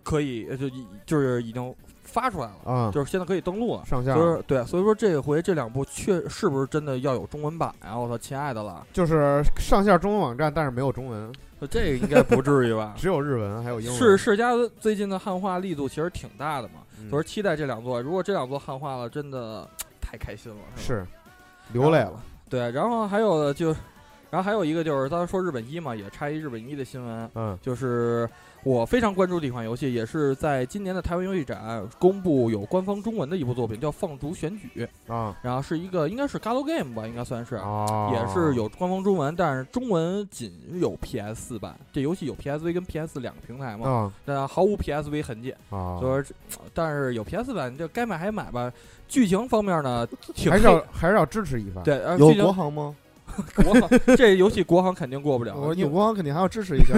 Speaker 6: 可以，呃就已就是已经发出来了，
Speaker 2: 啊，
Speaker 6: 就是现在可以登录了。
Speaker 2: 上下
Speaker 6: 就是对，所以说这回这两部确是不是真的要有中文版呀、我操，亲爱的了，
Speaker 2: 就是上下中文网站，但是没有中文，
Speaker 6: 这个应该不至于
Speaker 2: <laughs>？
Speaker 6: 吧
Speaker 2: 只有日文还有英文。
Speaker 6: 啊是世嘉最近的汉化力度其实挺大的嘛，
Speaker 2: 嗯
Speaker 6: 所以期待这两座。如果这两座汉化了， <clears throat> 真的太开心了，吧
Speaker 2: 是，流泪了。
Speaker 6: 对，然后还有就是然后还有一个就是刚才说日本一嘛，也插一日本一的新闻，
Speaker 2: 嗯
Speaker 6: 就是我非常关注的一款游戏，也是在今年的台湾游戏展公布有官方中文的一部作品，叫《放逐选举》，
Speaker 2: 啊
Speaker 6: 然后是一个应该是 Galo Game 吧，应该算是。
Speaker 2: 啊，
Speaker 6: 也是有官方中文，但是中文仅有 PS 版。这游戏有 PSV 跟 PS 两个平台嘛，
Speaker 2: 啊
Speaker 6: 但毫无 PSV 痕迹。
Speaker 2: 啊，
Speaker 6: 所以说这，但是有 PS 版，这该买还买吧。剧情方面呢，挺
Speaker 2: 还是
Speaker 6: 黑
Speaker 2: 要还是要支持一番。
Speaker 6: 对，呃
Speaker 1: 有
Speaker 6: 剧情
Speaker 1: 国行吗？
Speaker 6: 国行 <laughs> 这游戏国行肯定过不了
Speaker 1: 我，
Speaker 6: 因
Speaker 1: 有
Speaker 6: 为
Speaker 1: 国行肯定还要支持一
Speaker 6: <laughs>
Speaker 1: 下。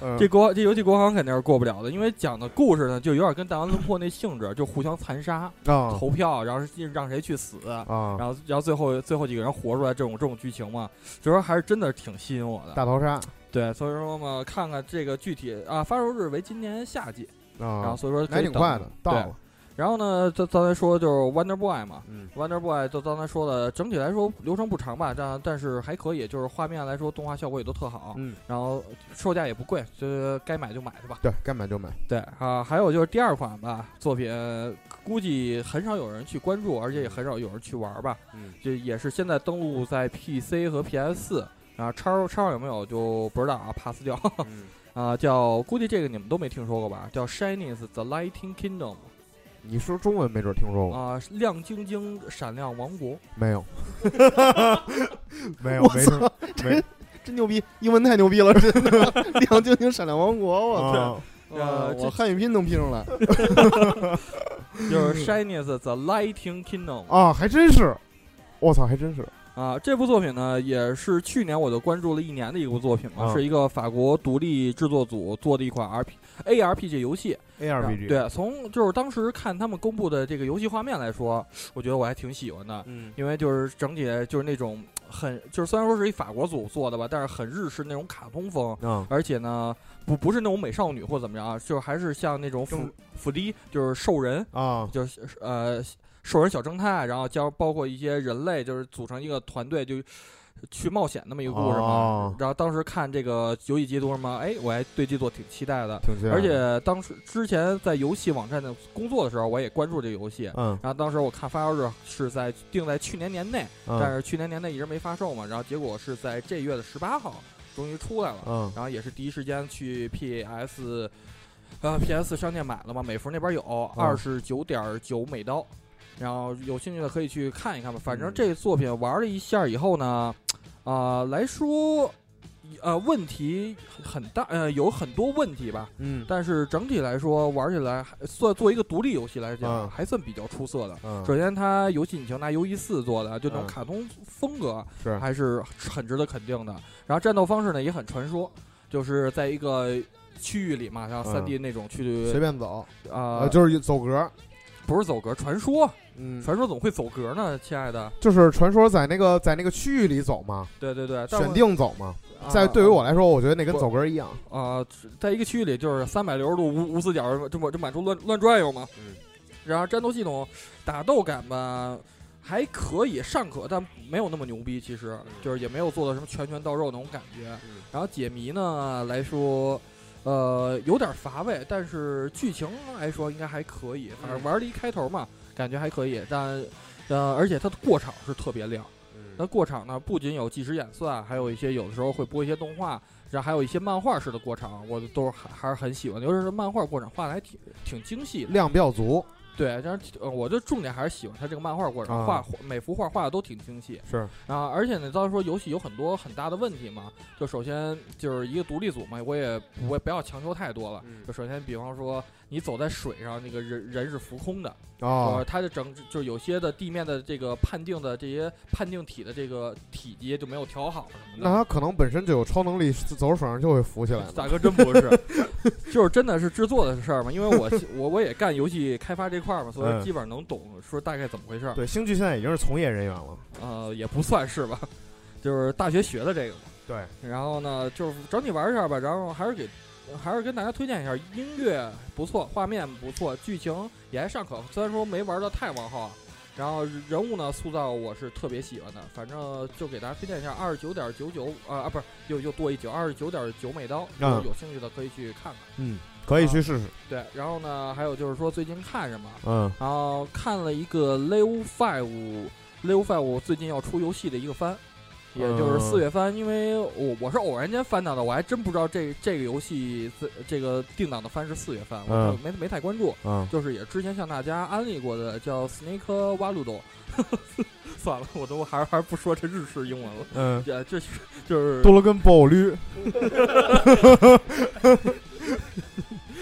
Speaker 2: 嗯，
Speaker 6: 啊这国这游戏国行肯定是过不了的，因为讲的故事呢，就有点跟《弹丸论破》那性质，就互相残杀、
Speaker 2: 啊
Speaker 6: 投票，然后是让谁去死，
Speaker 2: 啊，
Speaker 6: 然后然后最后最后几个人活出来，这种这种剧情嘛，所以说还是真的挺吸引我的。
Speaker 2: 大逃杀
Speaker 6: 对，所以说嘛，看看这个具体啊，发售日为今年夏季，然后
Speaker 2: 啊，
Speaker 6: 所以说可
Speaker 2: 还
Speaker 6: 以
Speaker 2: 挺
Speaker 6: 等
Speaker 2: 快的，到
Speaker 6: 对
Speaker 2: 了，
Speaker 6: 然后呢，就刚才说就是 Wonder Boy 嘛，
Speaker 2: 嗯
Speaker 6: Wonder Boy 就刚才说了，整体来说流程不长吧，但但是还可以，就是画面来说动画效果也都特好，
Speaker 2: 嗯，
Speaker 6: 然后售价也不贵，就是该买就买去吧。
Speaker 2: 对，该买就买。
Speaker 6: 对啊，还有就是第二款吧作品，估计很少有人去关注，而且也很少有人去玩吧。
Speaker 2: 嗯，
Speaker 6: 这也是现在登录在 PC 和 PS 四，然后叉叉有没有就不知道啊，pass 掉。 <laughs> 啊，叫估计这个你们都没听说过吧？叫 Shinies the Lighting Kingdom
Speaker 2: 你说中文没准听说过，
Speaker 6: 啊，亮晶晶闪亮王国。
Speaker 2: 没
Speaker 6: <laughs>
Speaker 2: 有？没有，
Speaker 1: 我
Speaker 2: 没听
Speaker 1: 操，
Speaker 2: 没
Speaker 1: 真真牛逼，英文太牛逼了，真的。 <laughs> 亮晶晶闪亮王国，我操！
Speaker 2: 啊
Speaker 6: 呃
Speaker 1: 呃，
Speaker 6: 这
Speaker 1: 我汉语拼能拼出来。
Speaker 6: 就是 Shinies the Lighting Kingdom
Speaker 2: 啊，还真是，我操，还真是
Speaker 6: 啊，这部作品呢，也是去年我就关注了一年的一部作品嘛，
Speaker 2: 啊
Speaker 6: 是一个法国独立制作组做的一款 R P A R P G 游戏。
Speaker 2: ARPG，，
Speaker 6: 对，从就是当时看他们公布的这个游戏画面来说，我觉得我还挺喜欢的，
Speaker 2: 嗯
Speaker 6: 因为就是整体就是那种很就是虽然说是一法国组做的吧，但是很日式那种卡通风。
Speaker 2: 啊
Speaker 6: 而且呢，不不是那种美少女或怎么样啊，就是还是像那种腐腐低，就是兽人，
Speaker 2: 啊
Speaker 6: 就是呃兽人小正太，然后加包括一些人类，就是组成一个团队就去冒险那么一个故事嘛。
Speaker 2: 哦
Speaker 6: 然后当时看这个游戏截图什么，哎，我还对这作挺期待的。
Speaker 2: 挺期待的
Speaker 6: 而且当时之前在游戏网站的工作的时候，我也关注这个游戏。
Speaker 2: 嗯，
Speaker 6: 然后当时我看发售日是在定在去年年内，
Speaker 2: 嗯
Speaker 6: 但是去年年内一直没发售嘛。然后结果是在这月的十八号终于出来了。
Speaker 2: 嗯
Speaker 6: 然后也是第一时间去 PS，呃 PS 商店买了嘛，美服那边有二十九点九美刀，然后有兴趣的可以去看一看吧。反正这作品玩了一下以后呢，啊、来说。呃，问题很大，呃，有很多问题吧，
Speaker 2: 嗯
Speaker 6: 但是整体来说玩起来还算作为一个独立游戏来讲，
Speaker 2: 嗯
Speaker 6: 还算比较出色的。
Speaker 2: 嗯
Speaker 6: 首先，它游戏引擎拿 U E 四做的，就那种
Speaker 2: 嗯
Speaker 6: 卡通风格，
Speaker 2: 是
Speaker 6: 还是很值得肯定的。然后战斗方式呢也很传说，就是在一个区域里嘛，然后
Speaker 2: 嗯
Speaker 6: 三 D 那种去
Speaker 2: 随便走，
Speaker 6: 啊
Speaker 2: 呃，，就是走格，
Speaker 6: 不是走格，传说，
Speaker 2: 嗯，
Speaker 6: 传说怎么会走格呢？亲爱的，
Speaker 2: 就是传说在那个在那个区域里走嘛，
Speaker 6: 对对对，但
Speaker 2: 选
Speaker 6: 我
Speaker 2: 定走嘛，
Speaker 6: 啊
Speaker 2: 在对于我来说，我觉得那跟
Speaker 6: 不
Speaker 2: 走格一样，
Speaker 6: 啊，在一个区域里就是三百六十度无无死角，这么这满处乱乱转悠嘛。
Speaker 2: 嗯。
Speaker 6: 然后战斗系统打斗感吧还可以尚可，但没有那么牛逼，其实就是也没有做到什么拳拳到肉那种感觉。
Speaker 2: 嗯
Speaker 6: 然后解谜呢来说。呃，有点乏味，但是剧情来说应该还可以。反正玩了一开头嘛，感觉还可以。但，呃，而且它的过场是特别亮。那过场呢，不仅有即时演算，还有一些有的时候会播一些动画，然后还有一些漫画式的过场，我都还还是很喜欢的，尤其是漫画过场画的还挺挺精细的。
Speaker 2: 量比较足，
Speaker 6: 对，但是呃我就重点还是喜欢他这个漫画过场
Speaker 2: 啊
Speaker 6: 画，每幅画画的都挺精细。
Speaker 2: 是
Speaker 6: 啊，而且呢，当时说游戏有很多很大的问题嘛，就首先就是一个独立组嘛，我也
Speaker 2: 嗯
Speaker 6: 不会不要强求太多了。就首先，比方说你走在水上，那个人人是浮空的，
Speaker 2: 啊
Speaker 6: 呃，它的整就是有些的地面的这个判定的这些判定体的这个体积就没有调好什
Speaker 2: 那
Speaker 6: 么
Speaker 2: 他
Speaker 6: 的。
Speaker 2: 可能本身就有超能力，走手上就会浮起来
Speaker 6: 大哥真不
Speaker 2: <laughs>
Speaker 6: 是，就是真的是制作的事儿嘛，因为我我我也干游戏开发这块儿嘛，所以
Speaker 2: 嗯
Speaker 6: 基本上能懂说大概怎么回事儿。
Speaker 2: 对，星剧现在已经是从业人员了。
Speaker 6: 呃，也不算是吧， <laughs> 就是大学学的这个嘛。
Speaker 2: 对，
Speaker 6: 然后呢，就是整体玩一下吧，然后还是给。还是跟大家推荐一下，音乐不错，画面不错，剧情也还尚可。虽然说没玩到太往后啊，然后人物呢塑造我是特别喜欢的，反正就给大家推荐一下，二十九点九九啊啊，不是又又多一九，二十九点九美刀，如果有兴趣的可以去看看。
Speaker 2: 嗯，
Speaker 6: 啊
Speaker 2: 可以去试试。
Speaker 6: 对，然后呢，还有就是说最近看什么，
Speaker 2: 嗯
Speaker 6: 然后看了一个 Level Five Level Five 最近要出游戏的一个番，也就是
Speaker 2: 嗯
Speaker 6: 四月番，因为我我是偶然间翻到的，我还真不知道这这个游戏这这个定档的番是四月番，我
Speaker 2: 嗯
Speaker 6: 就没没太关注。
Speaker 2: 嗯，
Speaker 6: 就是也之前向大家安利过的叫 Snake Waludo，算了，我都还是还是不说这日式英文了。
Speaker 2: 嗯，
Speaker 6: 这这是就是
Speaker 2: 多罗根布偶
Speaker 6: <laughs>
Speaker 2: 驴，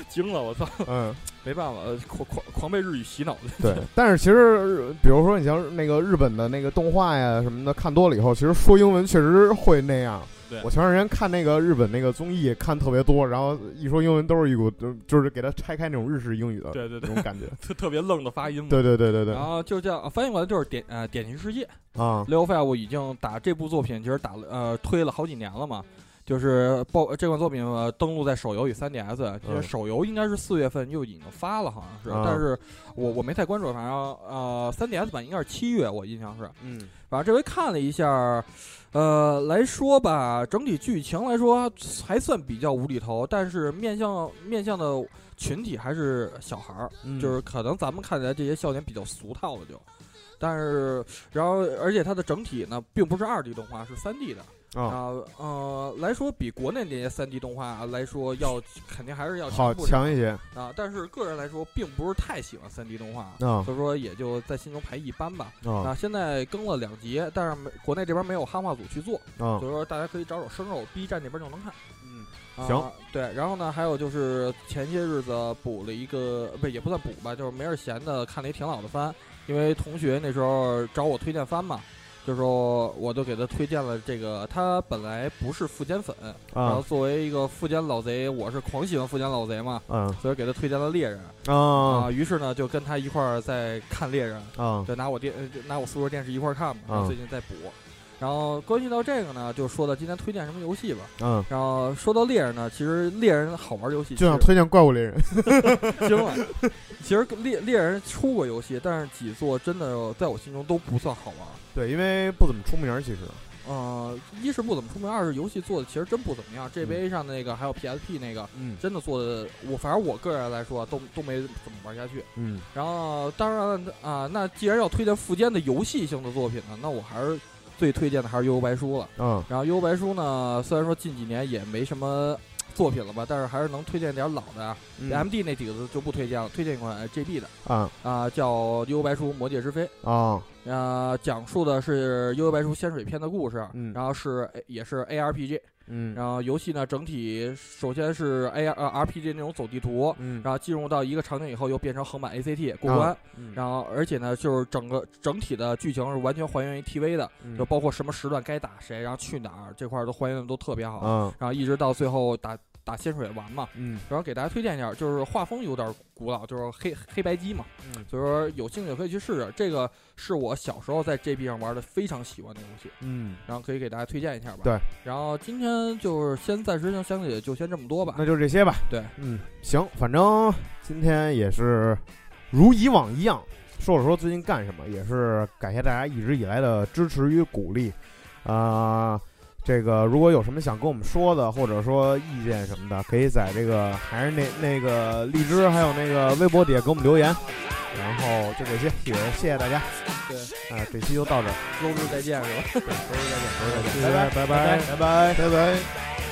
Speaker 6: 惊了，我操，
Speaker 2: 嗯，
Speaker 6: 没办法，呃狂狂狂被日语洗脑的。
Speaker 2: 对。但是其实，比如说你像那个日本的那个动画呀什么的，看多了以后，其实说英文确实会那样。
Speaker 6: 对
Speaker 2: 我前段时间看那个日本那个综艺看特别多，然后一说英文都是一股就是给它拆开那种日式英语的
Speaker 6: 对对啊
Speaker 2: 那，种感
Speaker 6: <laughs>
Speaker 2: 觉。
Speaker 6: 特特别愣的发音嘛。
Speaker 2: 对对对对对
Speaker 6: 然后就叫翻译过来就是点呃点心世界。
Speaker 2: 啊，
Speaker 6: Leo f i 我已经打这部作品，其实打了呃推了好几年了嘛。就是报这款作品、呃登录在手游与 3DS，其实手游应该是四月份就已经发了，好像是，
Speaker 2: 啊
Speaker 6: 但是我我没太关注，反正呃 3DS 版应该是七月，我印象是，
Speaker 1: 嗯，
Speaker 6: 反正这回看了一下，呃，来说吧，整体剧情来说还算比较无厘头，但是面向面向的群体还是小孩儿，
Speaker 2: 嗯
Speaker 6: 就是可能咱们看起来这些笑点比较俗套了就。但是，然后，而且它的整体呢，并不是二 D 动画，是三 D 的
Speaker 2: 啊
Speaker 6: 啊，呃，来说比国内那些三 D 动画来说要肯定还是要
Speaker 2: 好
Speaker 6: 强不少
Speaker 2: 强一些
Speaker 6: 啊。但是个人来说，并不是太喜欢三 D 动画，
Speaker 2: 啊
Speaker 6: 所以说也就在心中排一般吧。
Speaker 2: 啊
Speaker 6: 啊，现在更了两集，但是没国内这边没有汉化组去做，
Speaker 2: 啊
Speaker 6: 所以说大家可以找找生肉，B 站这边就能看。
Speaker 1: 嗯，
Speaker 6: 啊
Speaker 2: 行，
Speaker 6: 对，然后呢，还有就是前些日子补了一个，不也不算补吧，就是没事闲的看了一挺老的番，因为同学那时候找我推荐番嘛，就说我就给他推荐了这个，他本来不是富坚粉，然后
Speaker 2: 啊
Speaker 6: 作为一个富坚老贼，我是狂喜欢富坚老贼嘛，
Speaker 2: 嗯
Speaker 6: 所以给他推荐了猎人
Speaker 2: 啊
Speaker 6: 啊，于是呢就跟他一块儿在看猎人，
Speaker 2: 啊
Speaker 6: 对，拿我电呃就拿我宿舍电视一块儿看嘛，然后
Speaker 2: 嗯
Speaker 6: 最近在补。然后关系到这个呢，就说到今天推荐什么游戏吧。
Speaker 2: 嗯，
Speaker 6: 然后说到猎人呢，其实猎人好玩的游戏
Speaker 2: 就想
Speaker 6: 其
Speaker 2: 推荐怪物猎人
Speaker 6: 实惊了。其实猎猎人出过游戏，但是几座真的在我心中都不算好玩。
Speaker 2: <laughs> 对，因为不怎么出名儿，其实
Speaker 6: 呃，一是不怎么出名，二是游戏做的其实真不怎么样。GBA 上的那个还有 PSP 那个，
Speaker 2: 嗯
Speaker 6: 真的做的我反正我个人来说啊都都没怎么玩下去。
Speaker 2: 嗯
Speaker 6: 然后当然了啊、那既然要推荐富坚的游戏性的作品呢，那我还是最推荐的还是《幽游白书》了。
Speaker 2: 啊
Speaker 6: 然后《幽游白书》呢，虽然说近几年也没什么作品了吧，但是还是能推荐点老的啊。M
Speaker 2: 嗯
Speaker 6: D 那几个字就不推荐了，推荐一款 G B 的
Speaker 2: 啊
Speaker 6: 啊、叫《幽游白书：魔界之飞》。
Speaker 2: 啊
Speaker 6: 啊，讲述的是《幽游白书》仙水篇的故事，啊
Speaker 2: 嗯
Speaker 6: 然后是也是 A R P G，
Speaker 2: 嗯
Speaker 6: 然后游戏呢整体首先是 A R 呃 R P G 那种走地图，
Speaker 2: 嗯
Speaker 6: 然后进入到一个场景以后，又变成横版 ACT 过关，
Speaker 2: 嗯
Speaker 6: 然后而且呢，就是整个整体的剧情是完全还原于 TV 的，
Speaker 2: 嗯
Speaker 6: 就包括什么时段该打谁，然后去哪儿这块儿都还原的都特别好，
Speaker 2: 啊
Speaker 6: 然后一直到最后打打仙水完嘛，
Speaker 2: 嗯
Speaker 6: 然后给大家推荐一下，就是画风有点古老，就是黑黑白机嘛，
Speaker 2: 嗯
Speaker 6: 所以说有兴趣可以去试试，这个是我小时候在 GB 上玩的非常喜欢的游戏，
Speaker 2: 嗯，
Speaker 6: 然后可以给大家推荐一下吧。
Speaker 2: 对，
Speaker 6: 然后今天就是先暂时就相对就先这么多吧。
Speaker 2: 那就这些吧。
Speaker 6: 对，
Speaker 2: 嗯，行，反正今天也是如以往一样，说了说最近干什么，也是感谢大家一直以来的支持与鼓励，啊、这个如果有什么想跟我们说的，或者说意见什么的，可以在这个还是那那个荔枝还有那个微博底下给我们留言，然后就这些，也谢谢大家。
Speaker 6: 对
Speaker 2: 啊、这期就到这儿，
Speaker 6: 周日再见是吧？
Speaker 2: 对，说再见，说
Speaker 3: 谢
Speaker 2: 再
Speaker 3: 谢
Speaker 2: 见，拜拜，拜拜，拜拜。拜拜